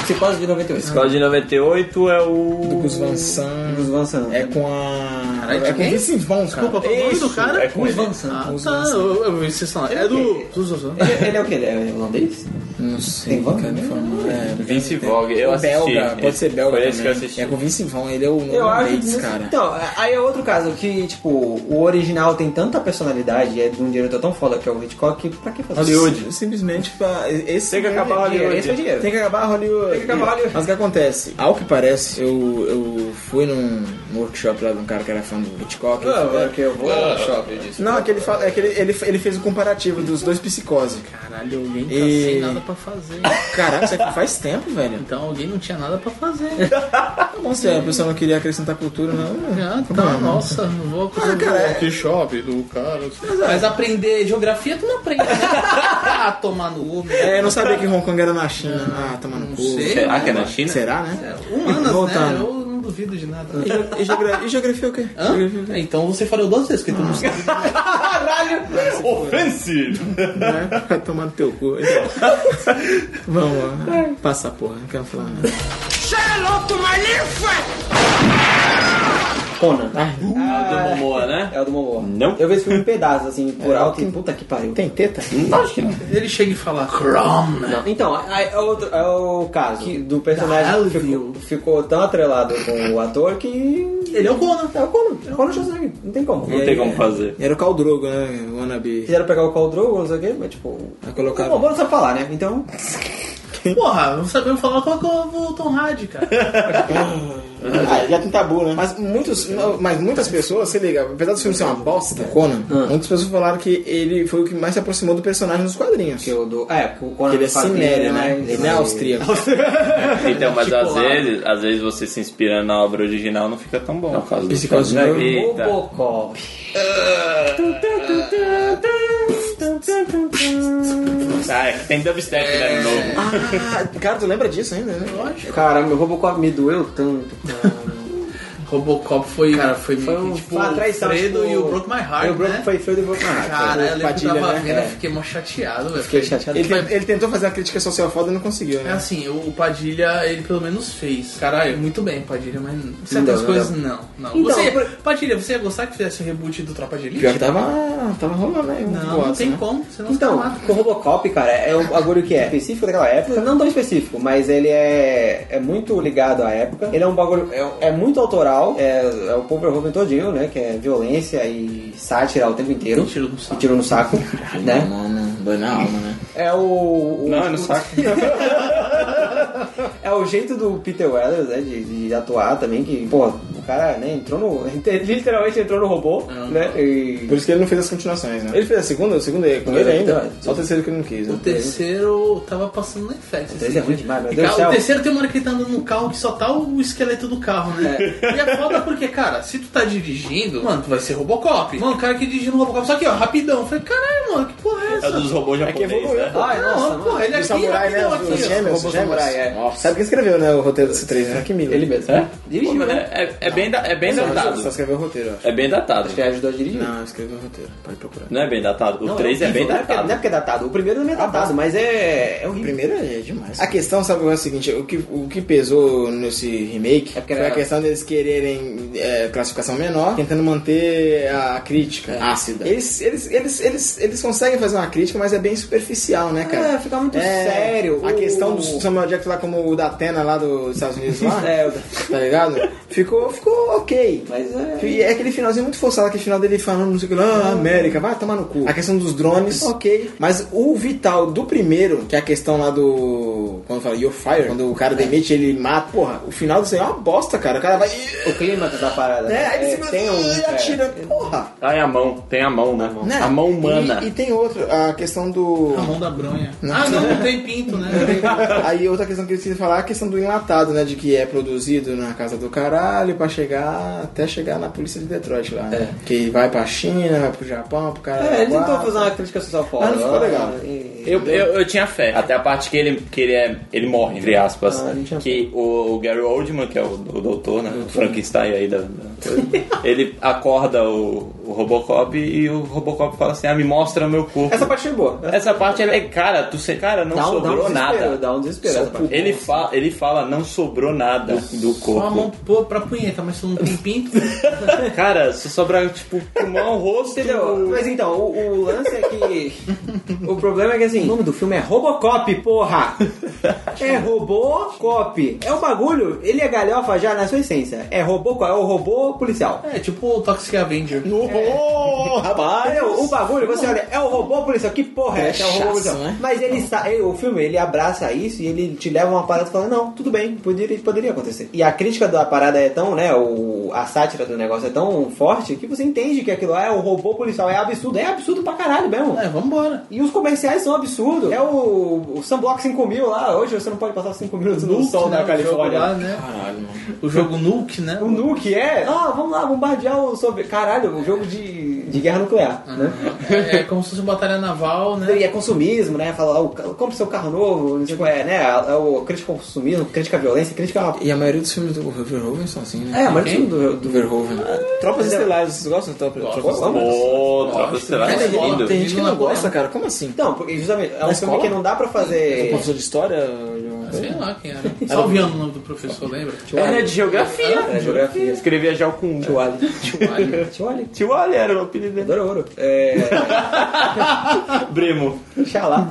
[SPEAKER 1] Psicose de 98.
[SPEAKER 9] Escola de 98 é o.
[SPEAKER 3] Os Van Sant,
[SPEAKER 1] Dos Van Sant.
[SPEAKER 3] É com a...
[SPEAKER 2] Caralho,
[SPEAKER 3] é com
[SPEAKER 2] quem?
[SPEAKER 3] Vincent Vaughn, cara.
[SPEAKER 2] Desculpa, qual é o nome do cara?
[SPEAKER 9] É com ele.
[SPEAKER 2] Ah, tá, eu, eu vi vocês falando. É do. do Zozan.
[SPEAKER 1] Ele, ele é o que? Ele é holandês?
[SPEAKER 3] Não sei,
[SPEAKER 1] Tem Van?
[SPEAKER 3] cara, me informa. É,
[SPEAKER 9] Vince Vogue, eu
[SPEAKER 3] Ou
[SPEAKER 9] assisti.
[SPEAKER 3] belga, pode
[SPEAKER 9] Esse-
[SPEAKER 3] ser belga
[SPEAKER 9] Foi
[SPEAKER 3] também.
[SPEAKER 9] esse que eu assisti.
[SPEAKER 3] É com Vincent Vaughn, ele é o
[SPEAKER 1] Eu acho
[SPEAKER 3] Bates,
[SPEAKER 1] que.
[SPEAKER 3] cara.
[SPEAKER 1] Então, aí é outro caso que, tipo, o original tem tanta personalidade e é de um diretor tão foda que é o Hitchcock que pra que fazer
[SPEAKER 3] Sim- é Simplesmente pra... Esse
[SPEAKER 9] Tem que acabar
[SPEAKER 3] é dinheiro,
[SPEAKER 9] Hollywood.
[SPEAKER 1] Esse é o dinheiro.
[SPEAKER 3] Tem que acabar Hollywood.
[SPEAKER 1] Tem que acabar Hollywood.
[SPEAKER 3] Mas o que acontece? Ao que parece, eu, eu fui num num workshop lá de um cara que era fã do Hitchcock.
[SPEAKER 2] Não,
[SPEAKER 3] é.
[SPEAKER 2] é que eu vou ao shopping disso.
[SPEAKER 3] Não, é que ele, fala, é que ele, ele, ele fez o comparativo dos dois psicose.
[SPEAKER 2] Caralho, alguém tá
[SPEAKER 3] E-
[SPEAKER 2] sem nada pra fazer.
[SPEAKER 3] Caraca, isso aqui faz tempo, velho.
[SPEAKER 2] Então alguém não tinha nada pra fazer.
[SPEAKER 3] Tá bom, se a pessoa não queria acrescentar cultura, não.
[SPEAKER 2] Ah, tá, nossa, não vou.
[SPEAKER 3] Ah, cara, é-
[SPEAKER 8] Que chove do cara.
[SPEAKER 2] Mas aprender geografia tu não aprende, né? ah, tomar no ovo.
[SPEAKER 3] É, eu não sabia que Hong Kong era na China. Ah, toma no cu.
[SPEAKER 2] sei.
[SPEAKER 9] Será que é na China?
[SPEAKER 3] Será, né?
[SPEAKER 2] Humanas,
[SPEAKER 3] Voltando.
[SPEAKER 2] né? Eu não duvido de nada.
[SPEAKER 3] E ge- E, geogra- e geografia é o quê?
[SPEAKER 2] Hã? É, Então você falou duas vezes, porque tu não sabe.
[SPEAKER 9] Ofensivo!
[SPEAKER 3] Né? Vai tomar no teu cu. Então, Vamos lá. Passa a porra, não quero falar nada.
[SPEAKER 1] Conan. né?
[SPEAKER 9] Ah, do Momoa, né?
[SPEAKER 1] É o do Momoa.
[SPEAKER 9] Não.
[SPEAKER 1] Eu vi esse filme em pedaços, assim, por alto e puta que pariu.
[SPEAKER 3] Tem teta?
[SPEAKER 9] Acho que não.
[SPEAKER 2] Ele chega e fala, Chrome.
[SPEAKER 1] Não, Então, é, é outro- é o caso que- do personagem que ficou, ficou tão atrelado com o ator que.
[SPEAKER 2] Ele é o Conan.
[SPEAKER 1] É o Conan. É o Conan Schwarzenegger. Não tem como.
[SPEAKER 9] Não tem como fazer.
[SPEAKER 3] Era o Khal Drogo, né? O Wannabe.
[SPEAKER 1] Quiseram pegar o Khal Drogo, não sei o quê, mas tipo.
[SPEAKER 3] Aí colocaram-
[SPEAKER 1] Bom, não sabe falar, né? Então.
[SPEAKER 2] Porra, não sabemos falar qual que é o Tom Hardy, cara.
[SPEAKER 3] Ah, já tem tabu, né? Mas, muitos, não, mas muitas pessoas, se liga, apesar do filme ser uma bosta, Conan, muitas pessoas falaram que ele foi o que mais se aproximou do personagem nos quadrinhos.
[SPEAKER 1] Que eu dou. É, porque o Conan
[SPEAKER 3] Que ele é
[SPEAKER 1] fazia,
[SPEAKER 3] cinério, né?
[SPEAKER 1] mas-
[SPEAKER 3] Ele não é austríaco.
[SPEAKER 9] Então, mas
[SPEAKER 2] Tipo
[SPEAKER 9] às
[SPEAKER 2] lá.
[SPEAKER 9] vezes, às vezes você se inspirando na obra original não fica tão bom. Por causa do
[SPEAKER 3] Psicose
[SPEAKER 1] é
[SPEAKER 3] de
[SPEAKER 9] Schwarzenegger.
[SPEAKER 1] O
[SPEAKER 9] Eita.
[SPEAKER 1] Bocó.
[SPEAKER 9] Ah, é que tem dubstep, né? de Novo.
[SPEAKER 3] Ah, cara, tu lembra disso ainda, né?
[SPEAKER 2] Lógico.
[SPEAKER 1] Caramba, o Robocop me doeu tanto. cara.
[SPEAKER 2] Robocop foi, cara, foi, meio que, tipo,
[SPEAKER 1] uma um traição,
[SPEAKER 2] Fredo
[SPEAKER 1] tipo,
[SPEAKER 2] e o Broke My Heart,
[SPEAKER 1] Aí o Broke
[SPEAKER 2] né?
[SPEAKER 1] foi Fredo e o Broke My Heart.
[SPEAKER 2] Cara, eu lembro que eu
[SPEAKER 3] Padilha,
[SPEAKER 2] tava
[SPEAKER 3] né?
[SPEAKER 2] vendo,
[SPEAKER 3] É.
[SPEAKER 2] eu fiquei mó chateado, velho.
[SPEAKER 1] Fiquei chateado.
[SPEAKER 3] Ele,
[SPEAKER 2] Foi-
[SPEAKER 3] te- ele tentou fazer uma crítica social foda e não conseguiu,
[SPEAKER 2] É
[SPEAKER 3] né?
[SPEAKER 2] assim, o Padilha, ele pelo menos fez. Caralho, muito bem, Padilha, mas certas
[SPEAKER 1] não,
[SPEAKER 2] coisas não. não.
[SPEAKER 1] Então,
[SPEAKER 2] você,
[SPEAKER 1] por-
[SPEAKER 2] Padilha, você ia gostar que fizesse o reboot do Tropa de Elite?
[SPEAKER 3] Pior que tava, tava rolando aí. um
[SPEAKER 2] Não,
[SPEAKER 3] boato,
[SPEAKER 2] não tem
[SPEAKER 3] né?
[SPEAKER 2] como, você não
[SPEAKER 1] Então,
[SPEAKER 2] se mata.
[SPEAKER 1] o Robocop, cara, é um bagulho que é específico daquela época, não tão específico, mas ele é, é muito ligado à época. Ele é um bagulho, é, é muito autoral, é, é o Paul Verhoeven todinho, né, que é violência e sátira o tempo inteiro.
[SPEAKER 2] E tiro no saco.
[SPEAKER 1] E tiro no saco, né?
[SPEAKER 3] Mano, dói na alma, né?
[SPEAKER 1] É o... o-
[SPEAKER 9] Não, é no saco.
[SPEAKER 1] É o jeito do Peter Weller, né, de, de atuar também, que, pô, o cara, né, entrou no... Literalmente entrou no robô, né, e...
[SPEAKER 3] Ah. Por isso que ele não fez as continuações, né? Ele fez a segunda, a segunda é com
[SPEAKER 1] É,
[SPEAKER 3] ele
[SPEAKER 1] é.
[SPEAKER 3] ainda. Só o terceiro que ele não quis,
[SPEAKER 2] O
[SPEAKER 3] né?
[SPEAKER 2] terceiro tava passando na FX. O
[SPEAKER 1] terceiro é ruim demais, meu Deus do céu.
[SPEAKER 2] O terceiro tem uma hora que ele tá andando num carro que só tá o esqueleto do carro, né? E é foda porque, cara, se tu tá dirigindo, mano, tu vai ser Robocop. Mano, o cara que dirige no Robocop, só que, ó, rapidão. Eu falei, caralho, mano, que porra é
[SPEAKER 9] É
[SPEAKER 2] essa?
[SPEAKER 9] dos robôs japoneses,
[SPEAKER 3] evoluiu,
[SPEAKER 9] né?
[SPEAKER 1] Ai,
[SPEAKER 2] Não,
[SPEAKER 1] nossa,
[SPEAKER 2] porra, ele é
[SPEAKER 3] O
[SPEAKER 2] aqui,
[SPEAKER 3] samurai, né?
[SPEAKER 2] rapidão aqui,
[SPEAKER 3] Os
[SPEAKER 2] ó.
[SPEAKER 3] gêmeos,
[SPEAKER 1] Robô
[SPEAKER 3] os gêmeos.
[SPEAKER 1] samurai, é.
[SPEAKER 3] Nossa. Sabe quem escreveu, né, o roteiro desse três, né? Que Miller.
[SPEAKER 1] Ele mesmo.
[SPEAKER 9] É?
[SPEAKER 1] Dirigiu, né?
[SPEAKER 9] É, é- é bem, da- é bem
[SPEAKER 3] Só, só
[SPEAKER 9] datado.
[SPEAKER 3] escreveu o roteiro, eu acho.
[SPEAKER 9] É bem datado.
[SPEAKER 1] Acho que ele ajudou a dirigir.
[SPEAKER 3] Não, escreveu o roteiro. Pode procurar.
[SPEAKER 9] Não é bem datado. O 3 é bem
[SPEAKER 1] não porque-
[SPEAKER 9] datado.
[SPEAKER 1] não é porque é datado. O primeiro não é datado, mas é, é
[SPEAKER 3] O
[SPEAKER 1] horrível.
[SPEAKER 3] primeiro é demais. A questão, sabe, é o seguinte, o que, o que pesou nesse remake
[SPEAKER 1] É porque
[SPEAKER 3] foi a
[SPEAKER 1] era-
[SPEAKER 3] questão deles quererem é, classificação menor, tentando manter a crítica ácida. É. Eles, eles, eles, eles, eles conseguem fazer uma crítica, mas é bem superficial, né, cara?
[SPEAKER 1] É, fica muito sério.
[SPEAKER 3] A
[SPEAKER 1] O-
[SPEAKER 3] questão do Samuel Jackson lá como o da Atena lá do- dos Estados Unidos lá,
[SPEAKER 1] É, o-
[SPEAKER 3] tá ligado? Ficou, ficou ok.
[SPEAKER 1] Mas é.
[SPEAKER 3] E é aquele finalzinho muito forçado, aquele final dele falando não sei o que lá, ah, América, vai tomar no cu. A questão dos drones, ok. Mas o vital do primeiro, que é a questão lá do. Quando fala You're Fire, quando o cara demite, ele mata. Porra, o final disso aí é uma bosta, cara. O cara vai.
[SPEAKER 1] O clima da parada.
[SPEAKER 3] É, aí ele
[SPEAKER 1] É,
[SPEAKER 3] segura
[SPEAKER 1] tem um.
[SPEAKER 3] e atira. Porra!
[SPEAKER 9] Ah, é a mão. Tem a mão, né?
[SPEAKER 3] Né?
[SPEAKER 9] A mão humana.
[SPEAKER 3] E, e tem outra, a questão do.
[SPEAKER 2] A mão da bronha. Ah, não, não tem pinto, né?
[SPEAKER 3] Aí outra questão que eu esqueci de falar é a questão do enlatado, né? De que é produzido na casa do caralho pra chegar até chegar na polícia de Detroit lá. né? Que vai pra China, vai pro Japão, pro
[SPEAKER 1] É,
[SPEAKER 3] caralho.
[SPEAKER 1] é, ele tentou
[SPEAKER 3] Guarda.
[SPEAKER 1] fazer uma crítica social foda.
[SPEAKER 3] Ah, não ficou
[SPEAKER 1] ó,
[SPEAKER 3] legal.
[SPEAKER 1] e-
[SPEAKER 9] Eu, eu, eu tinha fé. Até a parte que ele, que ele, é, ele morre, entre aspas.
[SPEAKER 1] Ah, não tinha
[SPEAKER 9] que o, o Gary Oldman, que é o, o doutor, né? O Frankenstein aí da, da coisa, ele acorda o, o Robocop e o Robocop fala assim: ah, me mostra meu corpo.
[SPEAKER 1] Essa parte é boa.
[SPEAKER 9] Essa parte é. Cara, tu sei, cara, não
[SPEAKER 1] Dá um, dá um
[SPEAKER 9] sobrou
[SPEAKER 1] desespero,
[SPEAKER 9] nada.
[SPEAKER 1] dá um desespero essa parte.
[SPEAKER 9] Ele, fa ele fala, não sobrou nada do
[SPEAKER 2] Só a
[SPEAKER 9] corpo.
[SPEAKER 2] mão pô, pra punheta, mas tu não tem pinto.
[SPEAKER 9] Cara, só sobra, tipo, pulmão, rosto.
[SPEAKER 1] Entendeu? Mas então, o, o lance é que que. o problema é que assim, o nome do filme é Robocop, porra! É Robocop. É o bagulho, ele é galhofa já na sua essência. É Robocop, é o robô policial.
[SPEAKER 2] É tipo o Toxic Avenger. É,
[SPEAKER 3] Oh, rapaz!
[SPEAKER 1] Entendeu? O bagulho, você olha, é o robô policial, que porra é essa? É o robô
[SPEAKER 3] Cachaça,
[SPEAKER 1] policial.
[SPEAKER 3] né?
[SPEAKER 1] Mas ele sa- ele- o filme, ele abraça isso e ele te leva uma parada falando, não, tudo bem, poderia, poderia acontecer. E a crítica da parada é tão, né, o, a sátira do negócio é tão forte que você entende que aquilo lá é o robô policial, é absurdo, é absurdo pra caralho mesmo.
[SPEAKER 2] É, vambora.
[SPEAKER 1] E os comerciais são absurdos. É o, o Sunblock 5000 lá. Hoje você não pode passar 5 minutos no
[SPEAKER 2] Nuke,
[SPEAKER 1] sol
[SPEAKER 2] né,
[SPEAKER 1] na
[SPEAKER 2] o
[SPEAKER 1] Califórnia.
[SPEAKER 2] jogo lá, né?
[SPEAKER 3] Caralho, mano.
[SPEAKER 2] O jogo Nuke, né?
[SPEAKER 1] O Nuke é. Ah, vamos lá, bombardear o sobre. Caralho, o jogo de, de guerra nuclear, né?
[SPEAKER 2] É, é como se fosse uma batalha naval, né?
[SPEAKER 1] E é consumismo, né? Fala, ó, compra seu carro novo, não sei qual é, né? É o crítica ao consumismo, crítica à violência, crítica à.
[SPEAKER 3] E a maioria dos filmes do Verhoeven são assim, né?
[SPEAKER 1] É, mas
[SPEAKER 2] Quem?
[SPEAKER 1] do, do...
[SPEAKER 3] Do Verhoeven. né?
[SPEAKER 1] Tropas
[SPEAKER 3] Estelares, vocês gostam de Tropa- Tropas
[SPEAKER 9] Ô, tropa será
[SPEAKER 3] Cara, tem-
[SPEAKER 9] lindo.
[SPEAKER 3] Tem gente que não
[SPEAKER 2] Lindo.
[SPEAKER 3] gosta, cara. Como assim?
[SPEAKER 1] Então, porque justamente, é um
[SPEAKER 3] Na
[SPEAKER 1] filme
[SPEAKER 3] escola?
[SPEAKER 1] que não dá pra
[SPEAKER 2] é
[SPEAKER 1] fazer.
[SPEAKER 3] Professor de história? João?
[SPEAKER 2] Ah, Sei lá quem era. Salviano o nome do professor, lembra?
[SPEAKER 9] Era É, né? de geografia.
[SPEAKER 1] É, geografia.
[SPEAKER 9] Escrevia já com um
[SPEAKER 1] Tio Ali.
[SPEAKER 2] um Tchuali.
[SPEAKER 1] Tio Ali.
[SPEAKER 9] Tio Ali era o apelido dele.
[SPEAKER 1] Adoro ouro. É.
[SPEAKER 9] Brimo.
[SPEAKER 1] Xalá.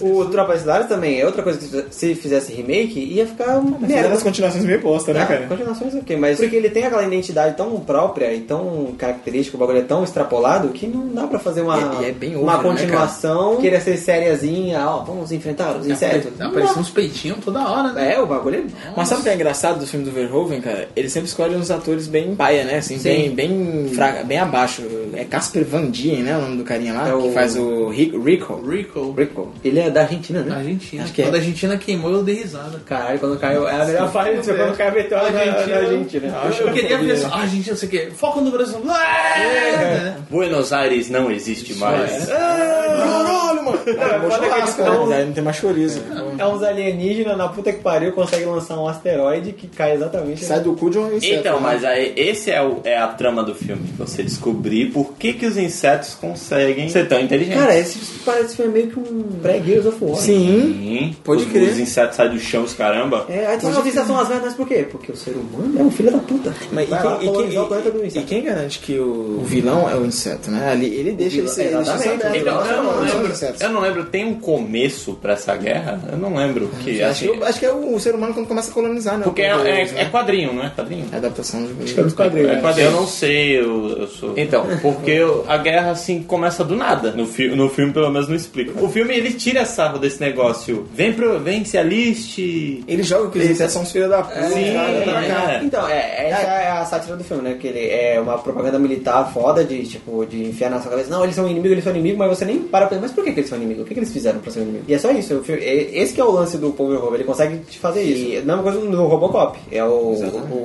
[SPEAKER 1] O Tropas Estelares também é outra coisa que se fizesse remake ia ficar uma merda.
[SPEAKER 3] As continuações meio bosta, né,
[SPEAKER 1] Ah,
[SPEAKER 3] cara?
[SPEAKER 1] continuações ok, mas porque ele tem aquela identidade tão própria e tão característica, o bagulho é tão extrapolado que não dá pra fazer uma,
[SPEAKER 3] E- e é bem
[SPEAKER 1] uma
[SPEAKER 3] over, né,
[SPEAKER 1] continuação, queira é ser sériazinha, ó, vamos enfrentar os insetos.
[SPEAKER 2] Apareciam uns peitinhos toda hora, né?
[SPEAKER 1] É, o bagulho é.
[SPEAKER 3] Mas sabe o que é engraçado do filme do Verhoeven, cara? Ele sempre escolhe uns atores bem paia, né? Assim, bem, bem, fraca, bem abaixo. É Casper Van Dien, né? O nome do carinha lá,
[SPEAKER 1] É
[SPEAKER 3] que
[SPEAKER 1] o-
[SPEAKER 3] faz o Rico. Rico.
[SPEAKER 2] Rico.
[SPEAKER 1] Rico. Ele é da Argentina, né?
[SPEAKER 2] Argentina.
[SPEAKER 3] Acho que é.
[SPEAKER 2] Quando a Argentina queimou, eu dei risada.
[SPEAKER 1] Caralho, quando caiu. É a melhor fase foi quando caiu a meteora na Argentina. Na Argentina.
[SPEAKER 2] Eu queria ver isso. Ah, Argentina, não sei o quê. Foco no Brasil. É.
[SPEAKER 9] Buenos Aires não existe mais. Ah,
[SPEAKER 3] Caralho, mano! É,
[SPEAKER 1] foda que eles
[SPEAKER 3] churrasco, né?
[SPEAKER 1] tão-
[SPEAKER 3] Mas aí não tem mais chorizo.
[SPEAKER 1] É uns alienígenas na puta que pariu, consegue lançar um asteroide que cai exatamente.
[SPEAKER 3] Sai do cu de um inseto.
[SPEAKER 9] Então,
[SPEAKER 3] né?
[SPEAKER 9] mas aí, esse é, o- é a trama do filme. Você descobrir por que, que os insetos conseguem é ser tão inteligentes.
[SPEAKER 1] Cara, esse parece foi meio que um pré-Gears of War.
[SPEAKER 3] Sim.
[SPEAKER 9] Sim.
[SPEAKER 3] pode
[SPEAKER 9] os,
[SPEAKER 3] crer.
[SPEAKER 9] Os insetos saem do chão, os caramba.
[SPEAKER 1] É, aí tu fala, "Vocês são as merdas por quê? Porque o ser humano é um filho da puta.
[SPEAKER 3] Mas e
[SPEAKER 1] Vai lá
[SPEAKER 3] quem, e,
[SPEAKER 1] colonizar o planeta do
[SPEAKER 3] quem, e- e
[SPEAKER 1] inseto.
[SPEAKER 3] quem garante que o, o vilão é o inseto, né? Ali, ele deixa ele
[SPEAKER 1] vilão- é
[SPEAKER 3] ser. ele deixa um
[SPEAKER 1] exatamente,
[SPEAKER 3] essa
[SPEAKER 1] o
[SPEAKER 3] aberta.
[SPEAKER 9] Então,
[SPEAKER 1] vilão é um
[SPEAKER 3] Não,
[SPEAKER 9] eu não
[SPEAKER 3] não É, são
[SPEAKER 9] lembro.
[SPEAKER 3] insetos.
[SPEAKER 9] Eu não lembro. Tem um começo pra essa guerra? Eu não lembro. Que,
[SPEAKER 3] Acho,
[SPEAKER 9] assim,
[SPEAKER 3] que- acho que é o ser humano quando começa a colonizar, né?
[SPEAKER 9] porque é,
[SPEAKER 3] O povo,
[SPEAKER 9] é-
[SPEAKER 3] né?
[SPEAKER 9] é quadrinho, não é quadrinho?
[SPEAKER 3] A adaptação de
[SPEAKER 9] É quadrinho. Eu não sei, eu, eu sou. Então, porque eu- a guerra assim começa do nada. No, fi no filme, pelo menos, não explica. O filme ele tira sarro desse negócio. Vem pro. Vem, se aliste.
[SPEAKER 3] Ele joga que os insetos são os filhos da puta. né?
[SPEAKER 9] Sim,
[SPEAKER 3] cara, pra cá.
[SPEAKER 9] é.
[SPEAKER 1] Então, é, essa é a sátira do filme, né? Que ele é uma propaganda militar foda de, tipo, de enfiar na sua cabeça. Não, eles são inimigo, eles são inimigo, mas você nem para pra pensar, mas por que, que eles são inimigo? O que, que eles fizeram pra ser inimigo? E é só isso. o filme- é- esse que é o lance do Paul Verhoeven, ele consegue te fazer isso. E a mesma coisa no Robocop. É o,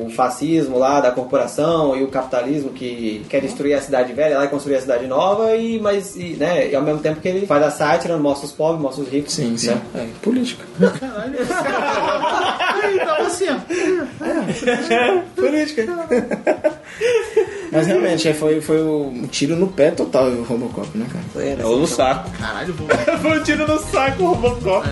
[SPEAKER 1] o fascismo lá da corporação e o capitalismo que quer destruir a cidade velha lá e construir a cidade nova e, mas, e, né? E ao mesmo tempo que ele faz a sátira, mostra os pobres, mostra os ricos.
[SPEAKER 3] Sim, sim.
[SPEAKER 1] Né?
[SPEAKER 3] É, política.
[SPEAKER 2] Então, assim, ó.
[SPEAKER 3] política. Mas realmente, é, foi, foi um tiro no pé total o Robocop, né, cara?
[SPEAKER 9] Ou no saco.
[SPEAKER 2] Caralho, vou.
[SPEAKER 9] Foi um tiro no saco, Robocop.